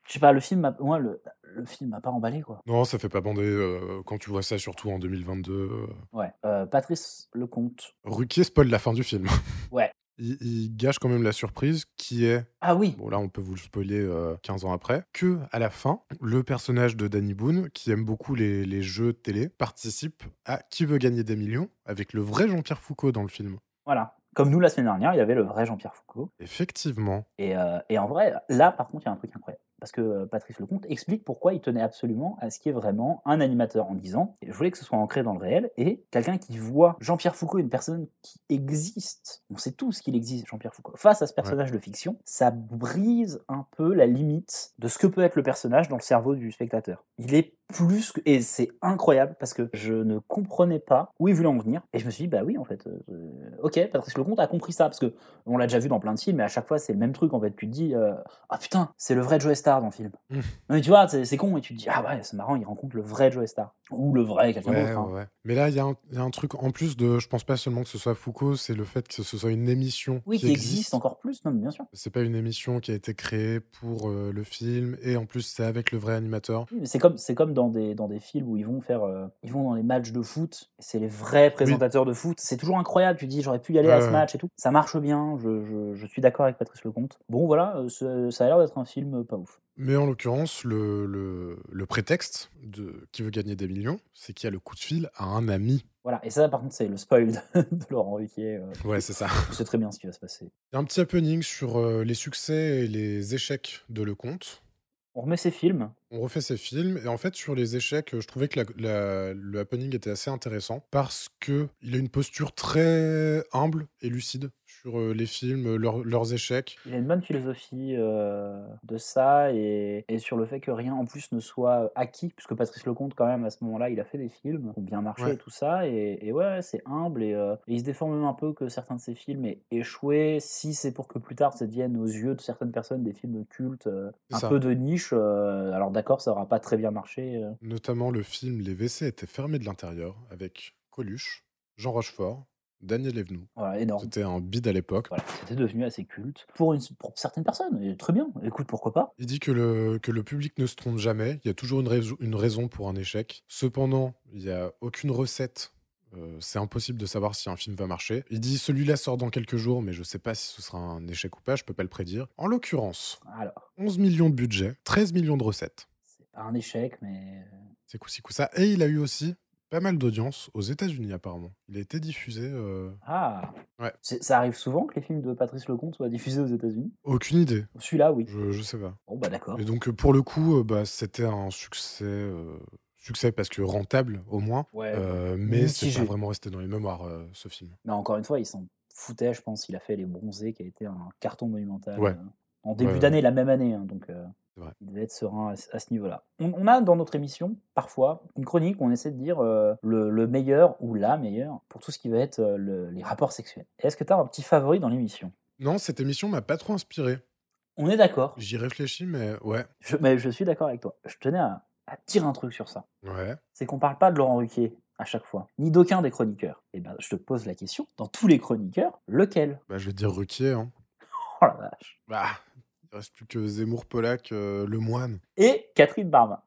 C: Je sais pas, le film, m'a- moi, le, le film m'a pas emballé quoi.
A: Non, ça fait pas bander euh, quand tu vois ça, surtout en 2022. euh,
C: Ouais. Euh, Patrice Lecomte.
A: Ruquier spoil la fin du film.
C: Ouais.
A: Il, il gâche quand même la surprise qui est.
C: Ah oui
A: Bon, là, on peut vous le spoiler euh, 15 ans après. Que, à la fin, le personnage de Danny Boone, qui aime beaucoup les, les jeux de télé, participe à Qui veut gagner des millions avec le vrai Jean-Pierre Foucault dans le film.
C: Voilà. Comme nous la semaine dernière, il y avait le vrai Jean-Pierre Foucault.
A: Effectivement.
C: Et, euh, et en vrai, là, par contre, il y a un truc incroyable. Parce que euh, Patrice Lecomte explique pourquoi il tenait absolument à ce qu'il y ait vraiment un animateur en disant Je voulais que ce soit ancré dans le réel et quelqu'un qui voit Jean-Pierre Foucault, une personne qui existe. On sait tous qu'il existe, Jean-Pierre Foucault. Face à ce personnage de fiction, ça brise un peu la limite de ce que peut être le personnage dans le cerveau du spectateur. Il est plus que. Et c'est incroyable parce que je ne comprenais pas où il voulait en venir. Et je me suis dit Bah oui, en fait. euh, euh, ok, Patrice Lecomte a compris ça. Parce que on l'a déjà vu dans plein de films, mais à chaque fois, c'est le même truc. En fait, tu te dis, euh, ah putain, c'est le vrai Joe Star dans le film.
A: Mm.
C: Non, mais tu vois, c'est c'est con, et tu te dis, ah ouais, c'est marrant, il rencontre le vrai Joe Star. Ou le vrai, quelqu'un
A: Ouais,
C: d'autre. hein.
A: ouais. Mais là, il y, a un- il y a un truc en plus de. Je pense pas seulement que ce soit Foucault, c'est le fait que ce soit une émission
C: Oui, qui existe. encore plus, non, mais bien sûr.
A: C'est pas une émission qui a été créée pour euh, le film, et en plus, c'est avec le vrai animateur.
C: Oui, mais C'est comme, c'est comme dans, des, dans des films où ils vont faire, euh, ils vont dans les matchs de foot, et c'est les vrais présentateurs de foot. C'est toujours incroyable, tu te dis, j'aurais pu y aller
A: Ouais,
C: à ce
A: ouais.
C: match et tout. Ça marche bien, je, je- je suis d'accord avec Patrice Lecomte. Bon, voilà, euh, ce- ça a l'air d'être un film euh, pas ouf.
A: Mais en l'occurrence, le, le- le prétexte de qui veut gagner des millions, c'est qu'il y a le coup de fil à un ami.
C: Voilà, et ça, par contre, c'est le spoil de, de Laurent Ruquier. euh.
A: Ouais, c'est ça.
C: Je sais très bien ce qui va se passer.
A: Il y a un petit happening sur euh, les succès et les échecs de Lecomte.
C: On remet ses films.
A: On refait ses films. Et en fait, sur les échecs, euh, je trouvais que la- la- le happening était assez intéressant parce que il a une posture très humble et lucide sur euh, les films, euh, leurs- leurs échecs.
C: Il a une bonne philosophie euh, de ça et, et sur le fait que rien en plus ne soit acquis, puisque Patrice Lecomte, quand même, à ce moment-là, il a fait des films qui ont bien marché
A: Ouais.
C: et tout ça. Et, et ouais, c'est humble et, euh, et il se défend même un peu que certains de ses films aient échoué, si c'est pour que plus tard ça devienne aux yeux de certaines personnes des films cultes, euh,
A: C'est
C: un
A: ça.
C: peu de niche. euh, alors d'accord, ça aura pas très bien marché. euh.
A: Notamment le film Les WC étaient fermés de l'intérieur avec Coluche, Jean Rochefort, Daniel Evenou.
C: Voilà, énorme.
A: C'était un bide à l'époque.
C: C'était devenu assez culte pour, une, pour certaines personnes. Et très bien, écoute, pourquoi pas
A: Il dit que le, que le public ne se trompe jamais, il y a toujours une, raison- une raison pour un échec. Cependant, il n'y a aucune recette. Euh, c'est impossible de savoir si un film va marcher. Il dit celui-là sort dans quelques jours, mais je ne sais pas si ce sera un échec ou pas, je peux pas le prédire. En l'occurrence,
C: Alors,
A: 11 millions de budget, 13 millions de recettes.
C: un échec, mais
A: C'est coup-ci, coup-ça. Et il a eu aussi pas mal d'audience aux États-Unis, apparemment. Il a été diffusé. euh,
C: Ah
A: Ouais.
C: C'est- Ça arrive souvent que les films de Patrice Lecomte soient diffusés aux États-Unis
A: Aucune idée.
C: Celui-là, oui.
A: Je, je sais pas.
C: Bon, bah d'accord.
A: Et donc, euh, pour le coup, euh, bah, c'était un succès. euh, Succès parce que rentable au moins,
C: Ouais.
A: Euh, mais c'est
C: Mitigé.
A: pas vraiment resté dans les mémoires euh, ce film.
C: Mais encore une fois, il s'en foutait, je pense. Il a fait Les Bronzés, qui a été un carton monumental
A: Ouais.
C: euh, en début
A: Ouais,
C: d'année, la même année. hein, donc, euh,
A: vrai.
C: il devait être serein à, ce- à ce niveau-là. On, on a dans notre émission, parfois, une chronique où on essaie de dire euh, le, le meilleur ou la meilleure pour tout ce qui va être euh, le- les rapports sexuels. Est-ce que tu as un petit favori dans l'émission
A: Non, cette émission m'a pas trop inspiré.
C: On est d'accord.
A: J'y réfléchis, mais ouais.
C: Je, mais je suis d'accord avec toi. Je tenais à, à dire un truc sur ça.
A: Ouais.
C: c'est qu'on parle pas de Laurent Ruquier à chaque fois, ni d'aucun des chroniqueurs. Et ben, je te pose la question, dans tous les chroniqueurs, lequel
A: Bah, je vais dire Ruquier. Hein.
C: Oh la vache
A: Bah, il reste plus que Zemmour, Polak, euh, Le Moine.
C: Et Catherine Barma.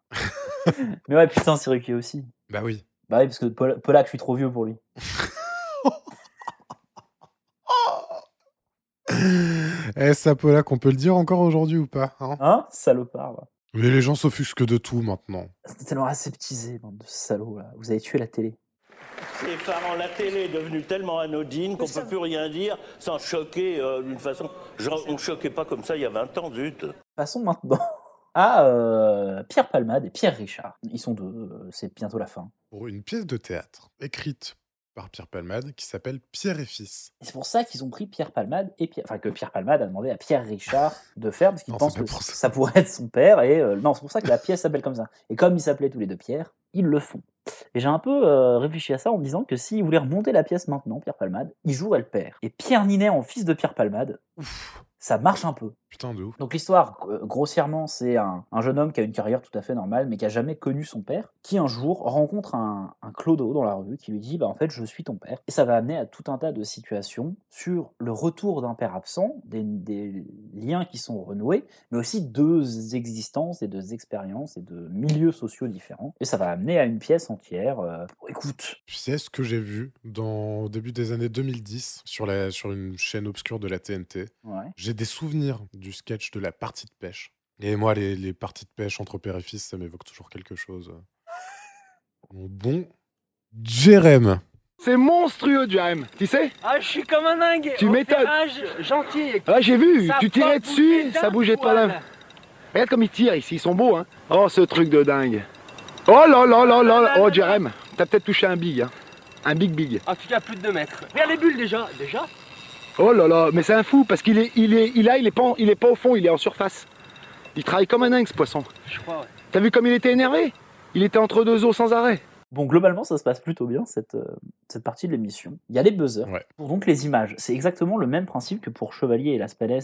C: Mais ouais, putain, c'est Ruquier aussi.
A: Bah oui.
C: Bah oui, parce que Pol- Polak, je suis trop vieux pour lui.
A: Eh, ça, Polak, on peut le dire encore aujourd'hui ou pas hein
C: Hein Salopard, va.
A: Mais les gens s'offusquent de tout maintenant.
C: C'est tellement aseptisé, bande de salauds, là. Vous avez tué la télé.
U: C'est effarant, la télé est devenue tellement anodine qu'on peut plus rien dire sans choquer euh, d'une façon. Genre, on choquait pas comme ça il y a 20 ans, zut.
C: Passons maintenant à euh, Pierre Palmade et Pierre Richard. Ils sont deux, euh, c'est bientôt la fin.
A: Pour une pièce de théâtre écrite par Pierre Palmade qui s'appelle Pierre et Fils.
C: Et C'est pour ça qu'ils ont pris Pierre Palmade et Pierre... Enfin, que Pierre Palmade a demandé à Pierre Richard de faire, parce qu'il
A: Non,
C: pense
A: c'est pas
C: que
A: pour
C: ça. pourrait être son père. Et euh, non, c'est pour ça que la pièce s'appelle comme ça. Et comme ils s'appelaient tous les deux Pierre, ils le font. Et j'ai un peu euh, réfléchi à ça en me disant que s'ils voulaient remonter la pièce maintenant, Pierre Palmade, il jouerait le père. Et Pierre Ninet en fils de Pierre Palmade, ouf, ça marche un peu.
A: Putain, de ouf.
C: Donc l'histoire, euh, grossièrement, c'est un, un jeune homme qui a une carrière tout à fait normale, mais qui a jamais connu son père, qui un jour rencontre un, un clodo dans la rue qui lui dit, bah en fait, je suis ton père. Et ça va amener à tout un tas de situations sur le retour d'un père absent, des, des liens qui sont renoués, mais aussi deux existences et deux expériences et de milieux sociaux différents. Et ça va amener à une pièce entière. euh, écoute,
A: Tu sais ce que j'ai vu dans, au début des années 2010 sur, la, sur une chaîne obscure de la TNT
C: Ouais.
A: J'ai des souvenirs du sketch de la partie de pêche. Et moi, les, les parties de pêche entre père et fils, ça m'évoque toujours quelque chose. Mon bon Jérém.
B: C'est monstrueux, Jam. Tu sais
V: Ah, je suis comme un dingue.
B: Tu
V: On fait
B: m'étonnes.
V: un jeu gentil.
B: Ah, j'ai vu,
V: Ça
B: tu
V: a
B: tirais
V: pas
B: dessus,
V: bougé d'un
B: ça bougeait pas
V: poil.
B: là. Regarde comme ils tirent ici, ils sont beaux, hein. Oh, ce truc de dingue. Oh là là là là là. Oh, Jérém, t'as peut-être touché un big, hein. Un big big.
V: En tout cas, plus de 2 mètres. Regarde les bulles déjà. Déjà
B: Oh là là, mais c'est un fou parce qu'il est, il est, il a, il est pas, en- il est pas au fond, il est en surface. Il travaille comme un dingue, ce poisson.
V: Je crois, ouais.
B: T'as vu comme il était énervé Il était entre deux eaux sans arrêt.
C: Bon, globalement, ça se passe plutôt bien, cette, euh, cette partie de l'émission. Il y a les buzzers, pour donc les images. C'est exactement le même principe que pour Chevalier et Las Palais,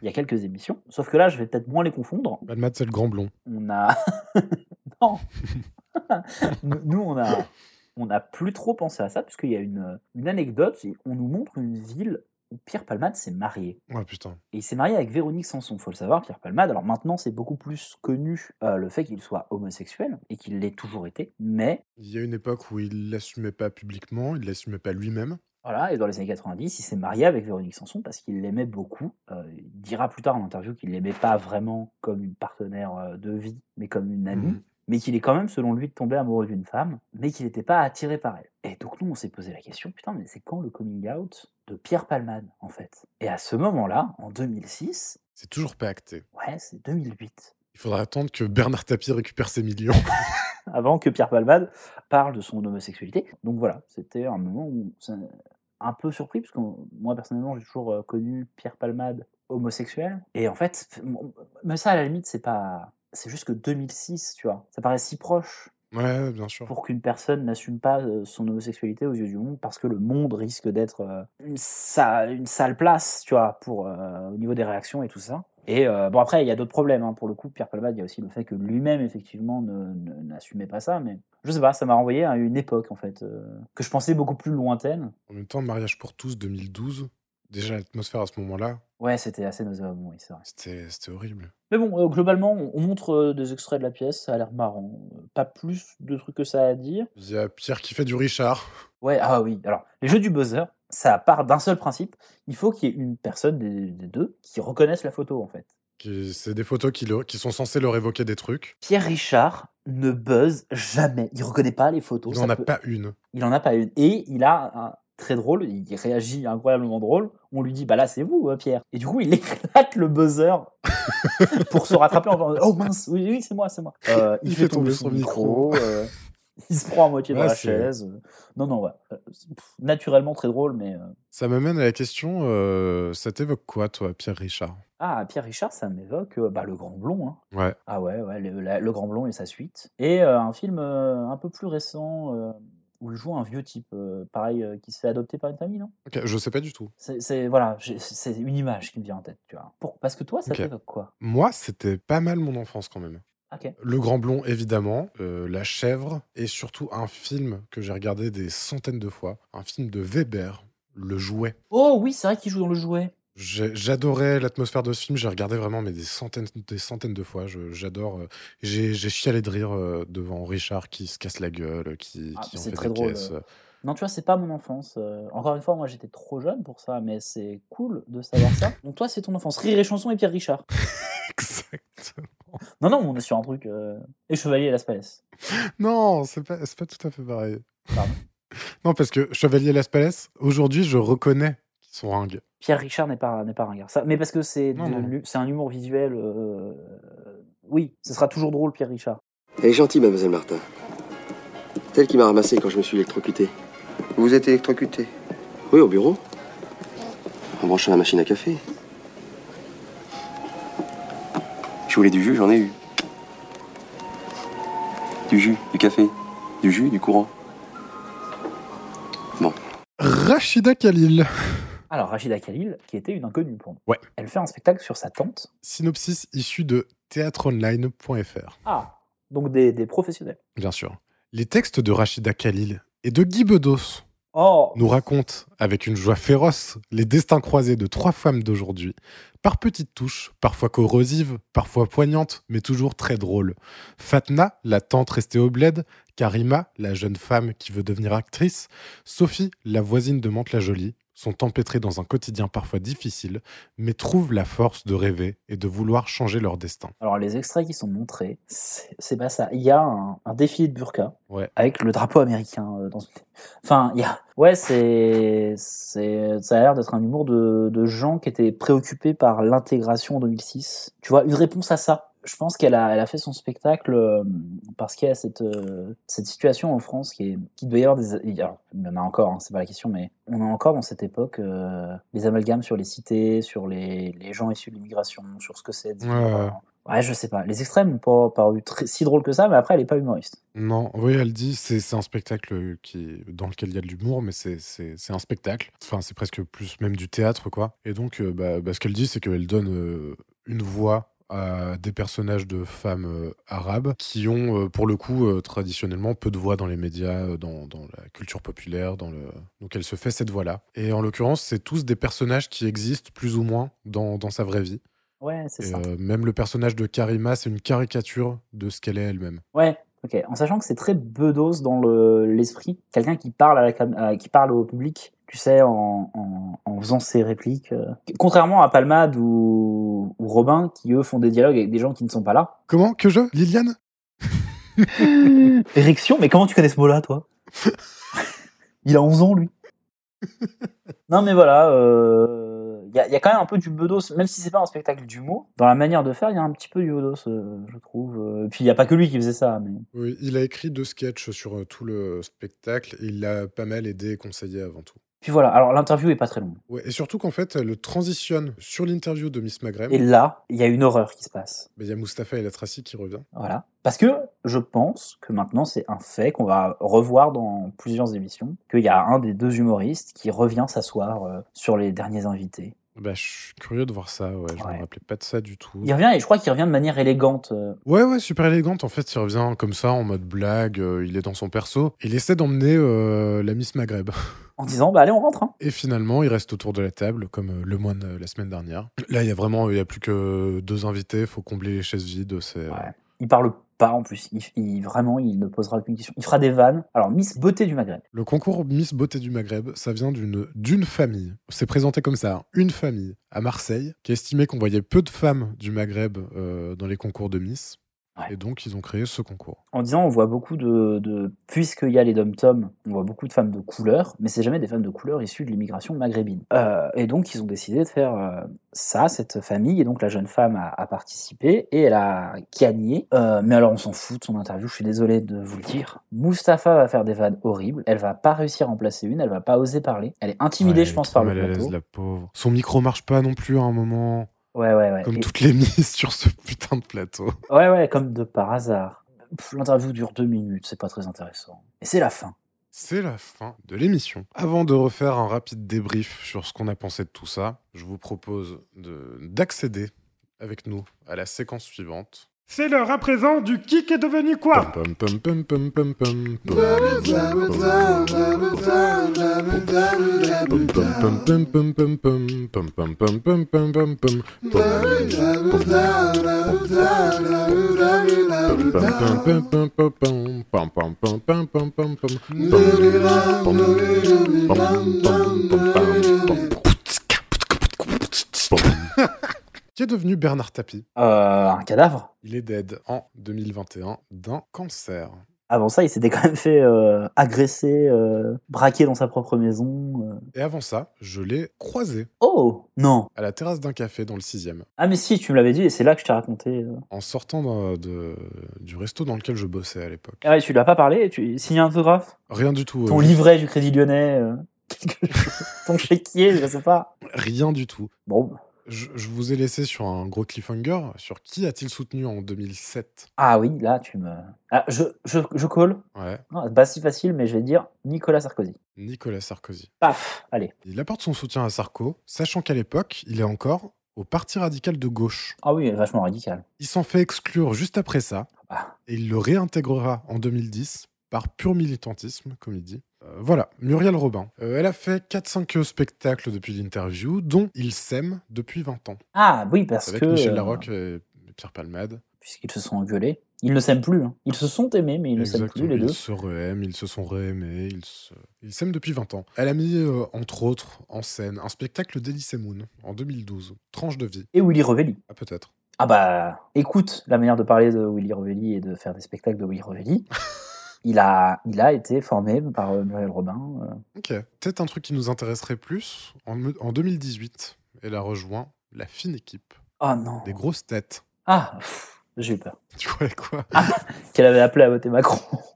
C: il y a quelques émissions. Sauf que là, je vais peut-être moins les confondre.
A: Balmat, c'est le grand blond.
C: On a... non Nous, nous, on a... On n'a plus trop pensé à ça, puisqu'il y a une, une anecdote, et on nous montre une ville où Pierre Palmade s'est marié.
A: Ouais, Ah, putain.
C: Et il s'est marié avec Véronique Sanson, faut le savoir, Pierre Palmade. Alors maintenant, c'est beaucoup plus connu euh, le fait qu'il soit homosexuel, et qu'il l'ait toujours été, mais
A: Il y a une époque où il l'assumait pas publiquement, il l'assumait pas lui-même.
C: Voilà, et dans les années 90, il s'est marié avec Véronique Sanson parce qu'il l'aimait beaucoup. Euh, il dira plus tard en interview qu'il l'aimait pas vraiment comme une partenaire euh, de vie, mais comme une amie. Mais qu'il est quand même, selon lui, tombé amoureux d'une femme, mais qu'il n'était pas attiré par elle. Et donc nous, on s'est posé la question, putain, mais c'est quand le coming out de Pierre Palman, en fait Et à ce moment-là, en 2006...
A: C'est toujours pas acté.
C: Ouais, c'est 2008.
A: Il faudra attendre que Bernard Tapie récupère ses millions.
C: avant que Pierre Palmade parle de son homosexualité. Donc voilà, c'était un moment où ça- un peu surpris, parce que moi personnellement j'ai toujours euh, connu Pierre Palmade homosexuel. Et en fait, m- mais ça à la limite c'est pas, c'est juste que 2006, tu vois, ça paraît si proche
A: Ouais, bien sûr.
C: pour qu'une personne n'assume pas euh, son homosexualité aux yeux du monde, parce que le monde risque d'être euh, une, sa- une sale place, tu vois, pour euh, au niveau des réactions et tout ça. Et euh, bon, après, il y a d'autres problèmes. hein. Pour le coup, Pierre Palmade, il y a aussi le fait que lui-même, effectivement, ne- ne- n'assumait pas ça. Mais je sais pas, ça m'a renvoyé à une époque, en fait, euh, que je pensais beaucoup plus lointaine.
A: En même temps, Mariage pour tous 2012, déjà l'atmosphère à ce moment-là,
C: Ouais, c'était assez nauséabond, oui, c'est vrai.
A: c'était c'était horrible.
C: Mais bon, euh, globalement, on on montre euh, des extraits de la pièce, ça a l'air marrant. Euh, Pas plus de trucs que ça à dire.
A: Il y a Pierre qui fait du Richard.
C: Ouais, ah oui. Alors, les jeux du buzzer, ça part d'un seul principe. Il faut qu'il y ait une personne des, des deux qui reconnaisse la photo, en fait.
A: qui- C'est des photos qui, le- qui sont censées leur évoquer des trucs.
C: Pierre Richard ne buzz jamais. Il reconnaît pas les photos.
A: Il
C: ça
A: n'en a
C: peut-
A: pas une.
C: Il en a pas une. Et il a un très drôle, il réagit incroyablement drôle. On lui dit, bah là, c'est vous, euh, Pierre. Et du coup, il éclate le buzzer pour se rattraper en faisant, oh mince, oui, oui, c'est moi, c'est moi. Euh, il, fait, tomber son micro. euh, il se prend à moitié
A: Ouais,
C: dans la
A: c'est-
C: chaise. euh. Non, non, ouais. Euh, c'est- pff, Naturellement très drôle, mais. euh,
A: Ça m'amène à la question, euh, ça t'évoque quoi, toi, Pierre Richard
C: Ah, Pierre Richard, ça m'évoque euh, bah, le Grand Blond. hein.
A: Ouais.
C: Ah ouais, ouais le, la- Le Grand Blond et sa suite. Et euh, un film euh, un peu plus récent euh, où il joue un vieux type, euh, pareil, euh, qui se fait adopter par une famille, non
A: Ok, je sais pas du tout.
C: C'est- C'est voilà, j'ai- c'est une image qui me vient en tête, tu vois. Pour- parce que toi, ça
A: Ok.
C: t'évoque quoi
A: Moi, c'était pas mal mon enfance quand même.
C: Ok.
A: Le Grand Blond, évidemment, euh, La Chèvre, et surtout un film que j'ai regardé des centaines de fois, un film de Weber, Le Jouet.
C: Oh oui, c'est vrai qu'il joue dans le jouet.
A: J'ai- J'adorais l'atmosphère de ce film, j'ai regardé vraiment mais des centaines, des centaines de fois, je- j'adore. euh, j'ai j'ai chialé de rire euh, devant Richard qui se casse la gueule, euh, qui,
C: Ah,
A: qui en
C: c'est
A: fait
C: très
A: des
C: drôle.
A: caisses.
C: euh. Non, tu vois, c'est pas mon enfance. euh, encore une fois, moi, j'étais trop jeune pour ça, mais c'est cool de savoir ça. Donc toi, c'est ton enfance. Rire et chanson et Pierre Richard.
A: Exactement.
C: Non, non, on est sur un truc. euh, Et Chevalier et Las Palais.
A: Non, c'est pas, c'est pas tout à fait pareil.
C: Pardon.
A: non, parce que Chevalier Las Palais, aujourd'hui, je reconnais qu'ils sont ringues.
C: Pierre Richard n'est pas, n'est pas ringard. Ça, mais parce que c'est
A: Non,
C: de
A: non, non.
C: l'hu- c'est un humour visuel. euh, Oui, ce sera toujours drôle, Pierre Richard.
W: Elle est gentille, mademoiselle Martin. C'est elle qui m'a ramassé quand je me suis électrocuté. Vous vous êtes électrocuté Oui, au bureau. En branchant la machine à café. Je voulais du jus, j'en ai eu. Du jus, du café, du jus, du courant.
A: Rachida Khalil.
C: Alors, Rachida Khalil, qui était une inconnue pour nous.
A: Ouais.
C: Elle fait un spectacle sur sa tante.
A: Synopsis issu de théâtreonline.fr.
C: Ah, donc des, des professionnels.
A: Bien sûr. Les textes de Rachida Khalil et de Guy Bedos
C: Oh,
A: nous raconte avec une joie féroce les destins croisés de trois femmes d'aujourd'hui, par petites touches, parfois corrosives, parfois poignantes, mais toujours très drôles. Fatna, la tante restée au bled, Karima, la jeune femme qui veut devenir actrice, Sophie, la voisine de Mantes-la-Jolie, sont empêtrées dans un quotidien parfois difficile, mais trouvent la force de rêver et de vouloir changer leur destin.
C: Alors, les extraits qui sont montrés, c'est c'est pas ça. Il y a un, un défilé de burqa
A: Ouais.
C: avec le drapeau américain euh, dans une- Enfin, il y a. Ouais, c'est. c'est- Ça a l'air d'être un humour de, de gens qui étaient préoccupés par l'intégration en 2006. Tu vois, une réponse à ça. Je pense qu'elle a, elle a fait son spectacle euh, parce qu'il y a cette, euh, cette situation en France qui est. Qui doit y avoir des. Il y a- il y en a encore, hein, c'est pas la question, mais on est encore dans cette époque, euh, les amalgames sur les cités, sur les, les gens issus de l'immigration, sur ce que c'est. de
A: Ouais, ouais.
C: Ouais, je sais pas. Les extrêmes n'ont pas paru très- si drôle que ça, mais après, elle est pas humoriste.
A: Non, oui, elle dit, c'est c'est un spectacle qui, dans lequel il y a de l'humour, mais c'est- c'est c'est un spectacle. Enfin, c'est presque plus même du théâtre, quoi. Et donc, euh, bah, bah, ce qu'elle dit, c'est qu'elle donne euh, une voix à des personnages de femmes euh, arabes qui ont, euh, pour le coup, euh, traditionnellement, peu de voix dans les médias, euh, dans, dans la culture populaire, dans le... Donc, elle se fait cette voix-là. Et en l'occurrence, c'est tous des personnages qui existent plus ou moins dans, dans sa vraie vie.
C: Ouais, c'est
A: Et,
C: ça.
A: euh, même le personnage de Karima, c'est une caricature de ce qu'elle est elle-même.
C: Ouais, ok. En sachant que c'est très bedos dans le- l'esprit. Quelqu'un qui parle à la cam- euh, qui parle au public, tu sais, en, en- en faisant ses répliques. euh. Contrairement à Palmade ou, ou Robin, qui eux font des dialogues avec des gens qui ne sont pas là.
A: Comment que je Liliane
C: Érection, mais comment tu connais ce mot-là, toi Il a 11 ans, lui. non, mais voilà, euh, il y, a- il y a quand même un peu du bedos, même si c'est pas un spectacle d'humour. Dans la manière de faire, il y a un petit peu du bedos, euh, je trouve. Euh, Puis il y a pas que lui qui faisait ça, mais.
A: Oui, il a écrit deux sketchs sur euh, tout le spectacle et il l'a pas mal aidé et conseillé avant tout.
C: Puis voilà, alors l'interview est pas très longue.
A: Ouais, et surtout qu'en fait, elle transitionne sur l'interview de Miss Maghreb.
C: Et là, il y a une horreur qui se passe.
A: Mais il y a Mustapha El Atrassi qui revient.
C: Voilà. Parce que je pense que maintenant, c'est un fait qu'on va revoir dans plusieurs émissions, qu'il y a un des deux humoristes qui revient s'asseoir euh, sur les derniers invités.
A: Bah, je suis curieux de voir ça, ouais, je me rappelais pas de ça du tout.
C: Il revient et je crois qu'il revient de manière élégante. euh.
A: Ouais, ouais, super élégante. En fait, il revient comme ça, en mode blague, euh, il est dans son perso. Il essaie d'emmener euh, la Miss Maghreb.
C: En disant, bah allez, on rentre. hein.
A: Et finalement, il reste autour de la table, comme euh, le moine euh, la semaine dernière. Là, il y a vraiment, il y a plus que deux invités, faut combler les chaises vides. C'est...
C: Il parle pas en plus. Il, il- vraiment, il ne posera aucune question. Il fera des vannes. Alors, Miss Beauté du Maghreb.
A: Le concours Miss Beauté du Maghreb, ça vient d'une d'une famille. C'est présenté comme ça, hein, une famille à Marseille, qui estimait qu'on voyait peu de femmes du Maghreb euh, dans les concours de Miss. Et donc, ils ont créé ce concours.
C: En disant, on voit beaucoup de. de Puisqu'il y a les dom-toms, on voit beaucoup de femmes de couleur, mais c'est jamais des femmes de couleur issues de l'immigration maghrébine. Euh, et donc, ils ont décidé de faire euh, ça, cette famille. Et donc, la jeune femme a, a participé et elle a gagné. Euh, mais alors, on s'en fout de son interview, je suis désolé de vous le dire. Moustapha va faire des vannes horribles. Elle va pas réussir à en placer une, elle va pas oser parler. Elle est intimidée,
A: Ouais,
C: je
A: elle
C: pense,
A: est
C: par
A: trop
C: le
A: mal à
C: plateau.
A: l'aise, la pauvre. Son micro marche pas non plus à un moment.
C: Ouais, ouais, ouais.
A: Comme
C: Et-
A: toutes les Miss sur ce putain de plateau.
C: Ouais, ouais, comme de par hasard. Pff, L'interview dure deux minutes, c'est pas très intéressant. Et c'est la fin.
A: C'est la fin de l'émission. Avant de refaire un rapide débrief sur ce qu'on a pensé de tout ça, je vous propose de- d'accéder avec nous à la séquence suivante.
G: C'est l'heure à présent du kick est devenu quoi
A: Pum, pum, pum, pum, pum, pum, pum. Pum, pum, pum, pum, pum, pum, pum, pum, pum, pum, pum, pum. Pum, pum, pum, pum, pum, pum, pum, pum, pum, pum, pum, pum. Qui est devenu Bernard Tapie
C: Euh, un cadavre
A: Il est dead en 2021 d'un cancer.
C: Avant ça, il s'était quand même fait euh, agresser, euh, braquer dans sa propre maison. euh.
A: Et avant ça, je l'ai croisé.
C: Oh Non
A: À la terrasse d'un café dans le 6
C: Ah, mais si, tu me l'avais dit et c'est là que je t'ai raconté. euh.
A: En sortant d'un- de- du resto dans lequel je bossais à l'époque.
C: Ah ouais, tu l'as pas parlé Tu signé un autographe
A: Rien du tout.
C: Ton
A: euh,
C: livret du Crédit Lyonnais euh, quelque chose. Ton chéquier, je sais pas.
A: Rien du tout.
C: Bon.
A: Je, je vous ai laissé sur un gros cliffhanger. Sur qui a-t-il soutenu en 2007
C: Ah oui, là, tu me. Ah, je, je, je call.
A: Ouais.
C: Non, c'est pas si facile, mais je vais dire Nicolas Sarkozy.
A: Nicolas Sarkozy.
C: Paf, allez.
A: Il apporte son soutien à Sarko, sachant qu'à l'époque, il est encore au Parti radical de gauche.
C: Ah oui, vachement radical. Ah.
A: Il s'en fait exclure juste après ça, et il le réintégrera en 2010 par pur militantisme, comme il dit. Euh, voilà, Muriel Robin. Euh, elle a fait 4-5 spectacles depuis l'interview, dont Il s'aime depuis 20 ans.
C: Ah oui, parce
A: avec
C: que.
A: Michel
C: euh,
A: Larocque et Pierre Palmade.
C: Puisqu'ils se sont engueulés. Ils ne s'aiment plus. hein. Ils se sont aimés, mais ils ne s'aiment plus,
A: Exactement,
C: les deux.
A: Ils se réaiment, ils se sont réaimés, ils se- ils s'aiment depuis 20 ans. Elle a mis, euh, entre autres, en scène un spectacle d'Elysée Moon en 2012, Tranche de vie.
C: Et Willy Revelli.
A: Ah, peut-être.
C: Ah bah, écoute la manière de parler de Willy Revelli et de faire des spectacles de Willy Revelli. il, a, il a été formé par euh, Muriel Robin. euh.
A: Ok. Peut-être un truc qui nous intéresserait plus. En, me- en 2018, elle a rejoint la fine équipe.
C: Ah non.
A: Des grosses têtes.
C: Ah, pff, j'ai eu peur.
A: Tu croyais quoi
C: Qu'elle avait appelé à voter Macron.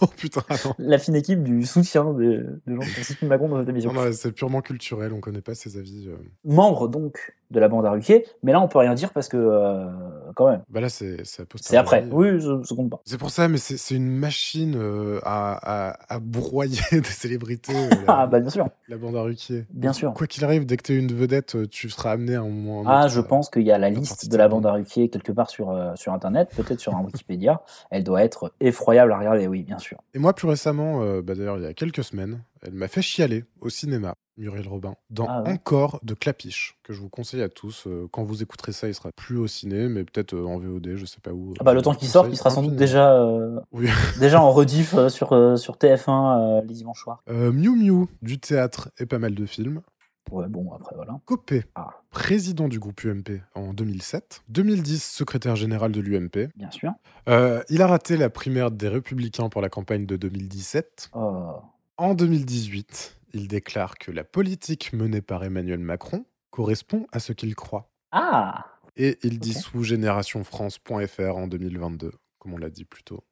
A: Oh putain, non.
C: La fine équipe du soutien des, des gens qui ont soutenu Macron dans cette émission.
A: Non, non, c'est purement culturel, on connaît pas ses avis. euh.
C: Membre donc de la bande à Ruquier, mais là on peut rien dire parce que euh, quand même.
A: Bah là, c'est c'est à
C: C'est
A: posteriori.
C: après. Oui, je, je compte pas.
A: C'est pour ça, mais c'est c'est une machine euh, à, à- à broyer des célébrités. euh, la,
C: Ah bah bien sûr.
A: la bande à Ruquier.
C: Bien sûr.
A: Quoi qu'il arrive, dès que tu es une vedette, euh, tu seras amené à un moment. ou à un
C: Ah,
A: autre,
C: je
A: euh,
C: pense qu'il y a la liste de la bande à Ruquier quelque part sur, euh, sur Internet, peut-être sur un Wikipédia. Elle doit être effroyable à regarder, oui, bien sûr.
A: Et moi, plus récemment, euh, bah, d'ailleurs, il y a quelques semaines, elle m'a fait chialer au cinéma, Muriel Robin, dans
C: Ah ouais.
A: Encore de Clapiche, que je vous conseille à tous. Euh, quand vous écouterez ça, il sera plus au ciné, mais peut-être euh, en VOD, je sais pas où.
C: Ah bah, le temps qu'il sorte, il sera sans doute déjà, euh, déjà en rediff euh, sur, euh, sur TF1 euh, les dimanches soirs.
A: Euh, Miu Miu, du théâtre et pas mal de films.
C: Ouais, bon, après, voilà.
A: Copé,
C: Ah.
A: président du groupe UMP en 2007. 2010, secrétaire général de l'UMP.
C: Bien sûr.
A: Euh, il a raté la primaire des Républicains pour la campagne de 2017.
C: Oh.
A: En 2018, il déclare que la politique menée par Emmanuel Macron correspond à ce qu'il croit.
C: Ah
A: Et il dissout générationfrance.fr en 2022, comme on l'a dit plus tôt.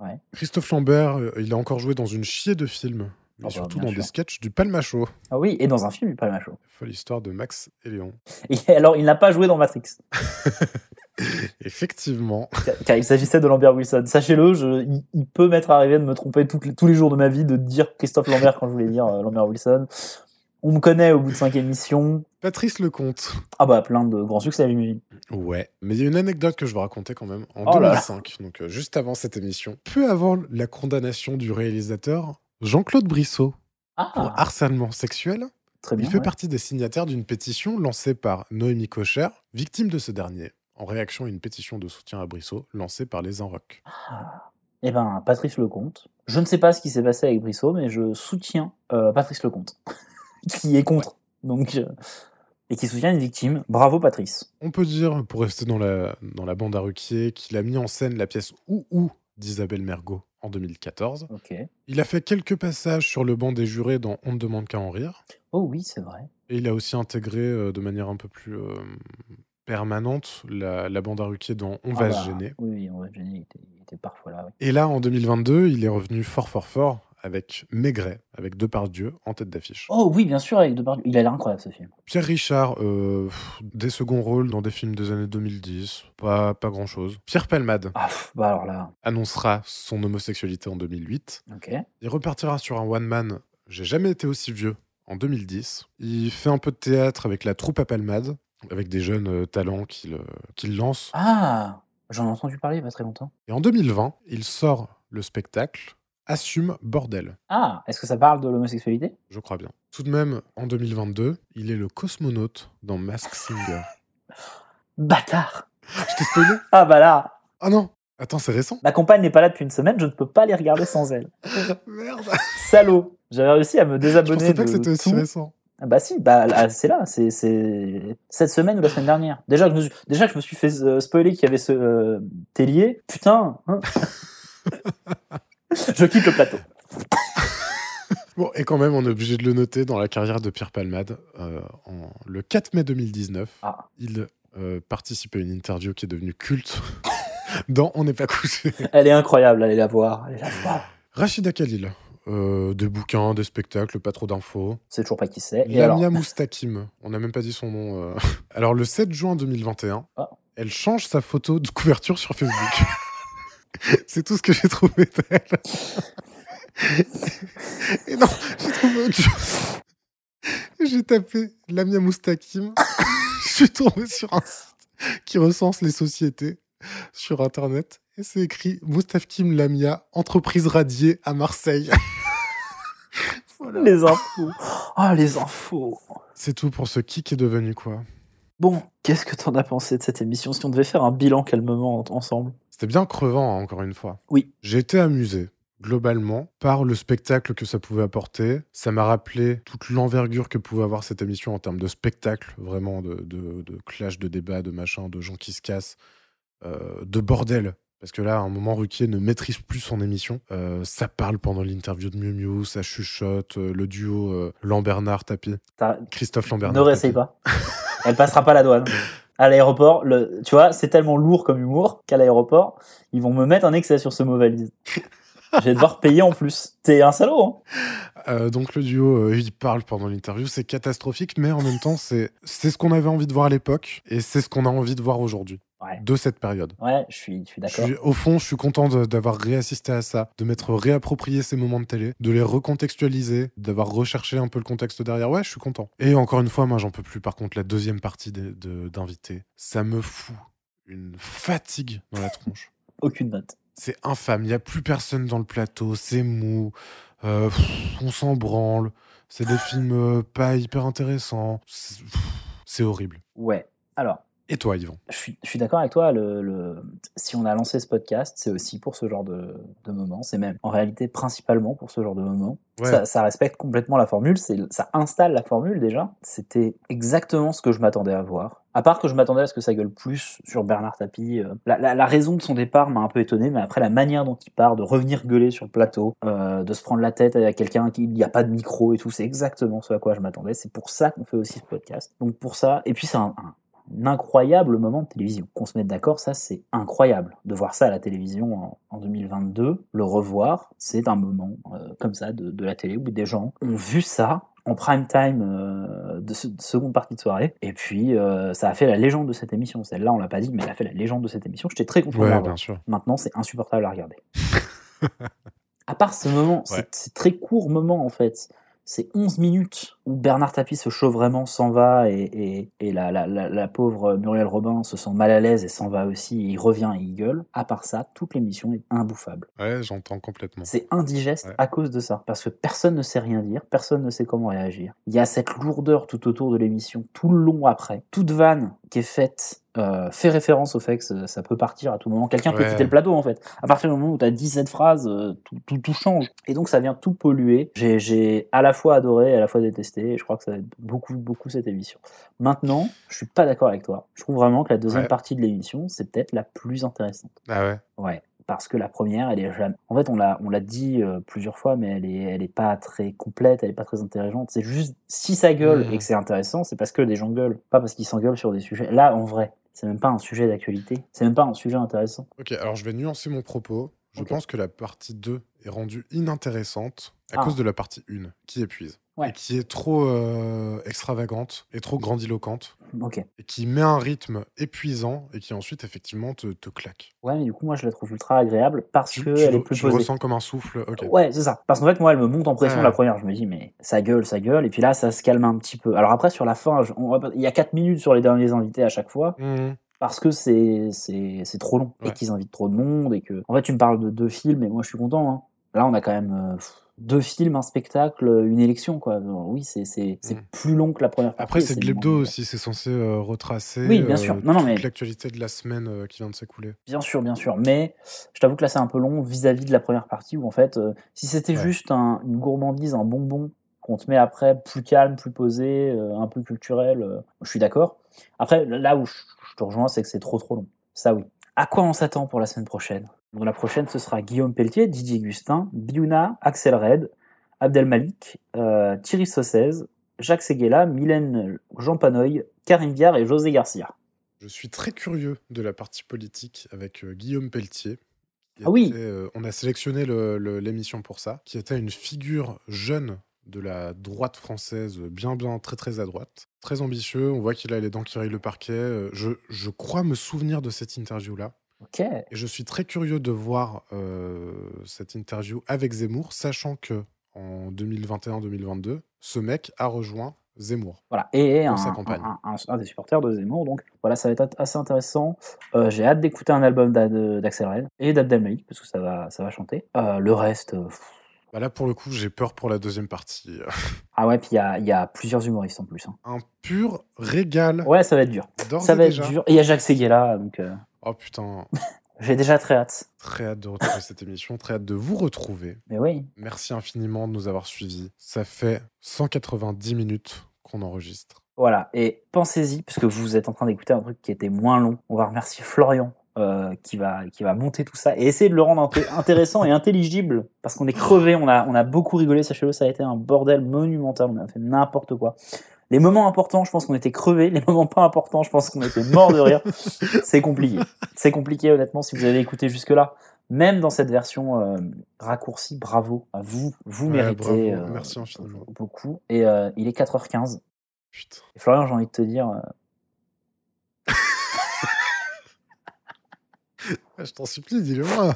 C: Ouais.
A: Christophe Lambert, euh, il a encore joué dans une chier de films, mais
C: bah,
A: surtout
C: bien
A: dans
C: sûr.
A: des sketchs du Palmacho.
C: Ah oui, et dans un film du Palmacho.
A: Folle histoire de Max et Léon.
C: Et alors, il n'a pas joué dans Matrix,
A: Effectivement.
C: car il s'agissait de Lambert Wilson. Sachez-le, je- il, il peut m'être arrivé de me tromper toutes les- tous les jours de ma vie, de dire Christophe Lambert quand je voulais dire euh, Lambert Wilson. On me connaît au bout de cinq émissions.
A: Patrice Lecomte.
C: Ah bah, plein de grands succès, j'imagine.
A: Ouais. Mais il y a une anecdote que je vais raconter quand même. En
C: Oh là là.
A: 2005, donc euh, juste avant cette émission, peu avant la condamnation du réalisateur Jean-Claude Brissot
C: Ah.
A: pour harcèlement sexuel,
C: Très bien,
A: il fait
C: ouais.
A: partie des signataires d'une pétition lancée par Noémie Cocher, victime de ce dernier, en réaction à une pétition de soutien à Brissot lancée par les Enrocs.
C: Eh ben, Patrice Lecomte. Je ne sais pas ce qui s'est passé avec Brissot, mais je soutiens euh, Patrice Lecomte, qui est contre, donc, euh, et qui soutient une victime. Bravo, Patrice.
A: On peut dire, pour rester dans la, dans la bande à Ruquier, qu'il a mis en scène la pièce Ou Ou d'Isabelle Mergot en 2014. Il a fait quelques passages sur le banc des jurés dans On ne demande qu'à en rire.
C: Oh oui, c'est vrai.
A: Et il a aussi intégré euh, de manière un peu plus euh, permanente la, la bande à Ruquier dans On
C: Ah
A: va
C: bah,
A: se gêner.
C: Oui, oui, on va se gêner, il était, il était parfois là. oui.
A: Et là, en 2022, il est revenu fort, fort, fort avec Maigret, avec Depardieu en tête d'affiche.
C: Oh oui, bien sûr, avec Depardieu. Il a l'air incroyable, ce film.
A: Pierre Richard, euh, pff, des seconds rôles dans des films des années 2010, pas, pas grand chose. Pierre Palmade
C: Bah alors là,
A: annoncera son homosexualité en 2008.
C: ok.
A: Il repartira sur un one-man J'ai jamais été aussi vieux en 2010. Il fait un peu de théâtre avec la troupe à Palmade, avec des jeunes euh, talents qu'il euh, qu'il lance.
C: Ah, j'en ai entendu parler il y a pas très longtemps.
A: Et en 2020, il sort le spectacle Assume Bordel,
C: Ah, est-ce que ça parle de l'homosexualité
A: je crois bien. Tout de même, en 2022, il est le cosmonaute dans Mask Singer.
C: Bâtard
A: Je t'ai spoilé
C: Ah bah là
A: Ah non Attends, c'est récent
C: Ma compagne n'est pas là depuis une semaine, je ne peux pas les regarder sans elle.
A: Merde
C: Salaud J'avais réussi à me
A: Je
C: désabonner
A: pensais pas
C: de
A: que c'était aussi
C: tout.
A: récent.
C: Ah bah si, bah là, c'est là, c'est c'est cette semaine ou la semaine dernière. Déjà que je me suis, déjà que je me suis fait euh, spoiler qu'il y avait ce euh, Tellier. Putain. hein. je quitte le plateau.
A: Bon, et quand même, on est obligé de le noter dans la carrière de Pierre Palmade. euh, en- le 4 mai 2019,
C: Ah.
A: il euh, participe à une interview qui est devenue culte dans On n'est pas couché.
C: Elle est incroyable, allez la voir, allez la voir.
A: Rachida Khalil, euh, des bouquins, des spectacles, pas trop d'infos.
C: C'est toujours pas qui c'est. Et
A: Lamia
C: alors
A: Moustakim, on n'a même pas dit son nom. euh. Alors, le 7 juin 2021,
C: Ah.
A: elle change sa photo de couverture sur Facebook. C'est tout ce que j'ai trouvé d'elle. Et non, j'ai trouvé autre chose. J'ai tapé Lamia Moustakim. Je suis tombé sur un site qui recense les sociétés sur Internet. Et c'est écrit Moustakim Lamia, entreprise radiée à Marseille.
C: Les infos. Ah, les infos.
A: C'est tout pour ce qui est devenu quoi.
C: Bon, qu'est-ce que t'en as pensé de cette émission Si on devait faire un bilan calmement en- ensemble.
A: C'était bien crevant, hein, encore une fois.
C: Oui.
A: J'ai été amusé, globalement, par le spectacle que ça pouvait apporter. Ça m'a rappelé toute l'envergure que pouvait avoir cette émission en termes de spectacle, vraiment, de, de, de clash, de débat, de machin, de gens qui se cassent, euh, de bordel. Parce que là, à un moment, Ruquier ne maîtrise plus son émission. Euh, ça parle pendant l'interview de Miu Miu, ça chuchote, euh, le duo euh, Lambernard-Tapie.
C: T'as-
A: Christophe
C: Ne
A: Lambernard.
C: réessaye pas. Elle passera pas la douane. À l'aéroport, le, tu vois, c'est tellement lourd comme humour qu'à l'aéroport, ils vont me mettre un excès sur ce mot valise. Je vais devoir payer en plus. T'es un salaud, hein
A: Euh, donc le duo, euh, il parle pendant l'interview, c'est catastrophique, mais en même temps, c'est c'est ce qu'on avait envie de voir à l'époque et c'est ce qu'on a envie de voir aujourd'hui
C: Ouais.
A: de cette période.
C: Ouais, je suis, je
A: Je
C: suis d'accord.
A: suis- au fond, je suis content de- d'avoir réassisté à ça, de m'être réapproprié ces moments de télé, de les recontextualiser, d'avoir recherché un peu le contexte derrière. Ouais, je suis content. Et encore une fois, moi, j'en peux plus. Par contre, la deuxième partie des- de- d'invités, ça me fout une fatigue dans la tronche.
C: Aucune note.
A: C'est infâme, il n'y a plus personne dans le plateau, c'est mou, euh, pff, on s'en branle, c'est des films euh, pas hyper intéressants, c'est pff, c'est horrible.
C: Ouais. Alors,
A: Et toi, Yvan
C: je suis, je suis d'accord avec toi. Le, le- si on a lancé ce podcast, c'est aussi pour ce genre de, de moment. C'est même, en réalité, principalement pour ce genre de moment.
F: Ouais.
C: Ça, ça respecte complètement la formule. c'est- Ça installe la formule déjà. C'était exactement ce que je m'attendais à voir. À part que je m'attendais à ce que ça gueule plus sur Bernard Tapie. euh, La, la- la raison de son départ m'a un peu étonné, mais après la manière dont il part, de revenir gueuler sur le plateau, euh, de se prendre la tête avec quelqu'un qui n'y a pas de micro et tout, c'est exactement ce à quoi je m'attendais. C'est pour ça qu'on fait aussi ce podcast. Donc pour ça, et puis c'est un- un, un incroyable moment de télévision. Qu'on se mette d'accord, ça c'est incroyable. De voir ça à la télévision en, en 2022, le revoir, c'est un moment euh, comme ça de, de la télé où des gens ont vu ça en prime time euh, de, ce- de seconde partie de soirée. Et puis euh, ça a fait la légende de cette émission. Celle-là, on l'a pas dit, mais elle a fait la légende de cette émission. J'étais très content. de
A: Ouais, ben, bien
C: la revoir.
A: sûr.
C: Maintenant, c'est insupportable à regarder. À part ce moment, c'est c'est très court moment en fait. C'est 11 minutes où Bernard Tapie se chauffe vraiment, s'en va, et, et- et la, la- la- la pauvre Muriel Robin se sent mal à l'aise et s'en va aussi, et il revient et il gueule. À part ça, toute l'émission est imbouffable.
A: Ouais, j'entends complètement.
C: C'est indigeste
A: Ouais.
C: à cause de ça, parce que personne ne sait rien dire, personne ne sait comment réagir. Il y a cette lourdeur tout autour de l'émission, tout le long après. Toute vanne qui est faite euh, fait référence au fait que ça, ça peut partir à tout moment. Quelqu'un peut
H: Ouais.
C: quitter le plateau en fait. À partir du moment où tu as 17 phrases, euh, tout, tout, tout change. Et donc ça vient tout polluer. J'ai- J'ai à la fois adoré, à la fois détesté, et je crois que ça va être beaucoup, beaucoup cette émission. Maintenant, je suis pas d'accord avec toi. Je trouve vraiment que la deuxième
A: Ouais.
C: partie de l'émission, c'est peut-être la plus intéressante.
A: Ah ouais
C: Ouais, parce que la première, elle est jamais. En fait, on l'a, on l'a dit euh, plusieurs fois, mais elle est, elle est pas très complète, elle est pas très intelligente. C'est juste si ça gueule
A: Mhm.
C: et que c'est intéressant, c'est parce que des gens gueulent, pas parce qu'ils s'engueulent sur des sujets. Là, en vrai, c'est même pas un sujet d'actualité, c'est même pas un sujet intéressant.
A: Ok, alors je vais nuancer mon propos. Je pense que la partie 2 est rendue inintéressante à
C: Ah.
A: cause de la partie 1, qui épuise.
C: Ouais.
A: Et qui est trop euh, extravagante et trop grandiloquente.
C: Ok.
A: Et qui met un rythme épuisant et qui ensuite, effectivement, te, te claque.
C: Ouais, mais du coup, moi, je la trouve ultra agréable parce
A: Tu,
C: que
A: tu
C: elle
A: le-
C: est plus
A: tu le
C: posée.
A: ressens comme un souffle. ok.
C: Ouais, c'est ça. Parce qu'en fait, moi, elle me monte en pression
A: Ouais.
C: la première. Je me dis, mais ça gueule, ça gueule. Et puis là, ça se calme un petit peu. Alors après, sur la fin, je- on va pas- il y a 4 minutes sur les derniers invités à chaque fois.
A: Mmh.
C: Parce que c'est c'est c'est trop long. Et qu'ils invitent trop de monde. Et que. En fait, tu me parles de deux films. Et moi, je suis content. hein. Là, on a quand même euh, pff, deux films, un spectacle, une élection, quoi. Alors, oui, c'est c'est- c'est plus long que la première partie.
A: Mmh. Après,
C: et
A: c'est de
C: moins-
A: l'hebdo aussi, c'est censé euh, retracer
C: Oui, bien
A: euh,
C: sûr. Non, non,
A: toute
C: mais-
A: l'actualité de la semaine euh, qui vient de s'écouler.
C: Bien sûr, bien sûr. Mais je t'avoue que là, c'est un peu long vis-à-vis de la première partie où, en fait, euh, si c'était
A: Ouais.
C: juste un- une gourmandise, un bonbon qu'on te met après, plus calme, plus posé, euh, un peu culturel, euh, je suis d'accord. Après, là où je, je te rejoins, c'est que c'est trop, trop long. Ça, oui. À quoi on s'attend pour la semaine prochaine Donc, La prochaine, ce sera Guillaume Pelletier, Didier Gustin, Biouna, Axel Red, Abdelmalik, euh, Thierry Saussez, Jacques Seguela, Mylène Jean Panoy, Karine Viard et José Garcia.
A: Je suis très curieux de la partie politique avec euh, Guillaume Pelletier, Ah oui. on a sélectionné le- le- l'émission pour ça, qui était une figure jeune de la droite française, euh, bien, bien, très, très à droite. Très ambitieux. On voit qu'il a les dents qui rayent le parquet. Euh, Je, je crois me souvenir de cette interview-là.
C: Ok.
A: Et je suis très curieux de voir euh, cette interview avec Zemmour, sachant que en 2021-2022, ce mec a rejoint Zemmour.
C: Voilà, et
A: dans
C: un,
A: sa campagne.
C: un- un- un des supporters de Zemmour. Donc voilà, ça va être assez intéressant. Euh, J'ai hâte d'écouter un album d'A- de- d'Axel Red et d'Abdelmaïk, parce que ça va, ça va chanter. Euh, le reste. euh, pff.
A: Bah là, pour le coup, j'ai peur pour la deuxième partie.
C: Ah ouais, puis il y a, il y a plusieurs humoristes en plus. hein.
A: Un pur régal.
C: Ouais, ça va être dur.
A: D'ores
C: Oh, Ça
A: et
C: va être
A: déjà.
C: dur. Et il y a Jacques Seguela, donc. euh,
A: Oh putain.
C: J'ai déjà très hâte.
A: Très hâte de retrouver cette émission, très hâte de vous retrouver.
C: Mais oui.
A: Merci infiniment de nous avoir suivis. Ça fait 190 minutes qu'on enregistre.
C: Voilà, et pensez-y, parce que vous êtes en train d'écouter un truc qui était moins long. On va remercier Florian euh, qui, va, qui va monter tout ça et essayer de le rendre inté- intéressant et intelligible, parce qu'on est crevé, on a, on a beaucoup rigolé, sachez-le, ça a été un bordel monumental, on a fait n'importe quoi. Les moments importants, je pense qu'on était crevés. Les moments pas importants, je pense qu'on était mort de rire. C'est compliqué. C'est compliqué, honnêtement, si vous avez écouté jusque-là. Même dans cette version euh, raccourcie, bravo à vous. Vous
A: Ouais,
C: méritez
A: bravo.
C: euh,
A: Merci infiniment.
C: beaucoup. Et euh, il est 4h15. Et Florian, j'ai envie de te dire. euh,
A: Je t'en supplie, dis-le moi.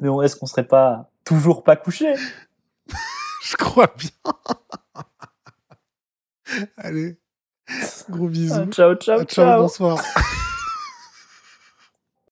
C: Mais on- est-ce qu'on serait pas toujours pas couché
A: Je crois bien. Allez, gros bisous.
C: ciao,
A: ciao.
C: ciao, ciao.
A: Bonsoir.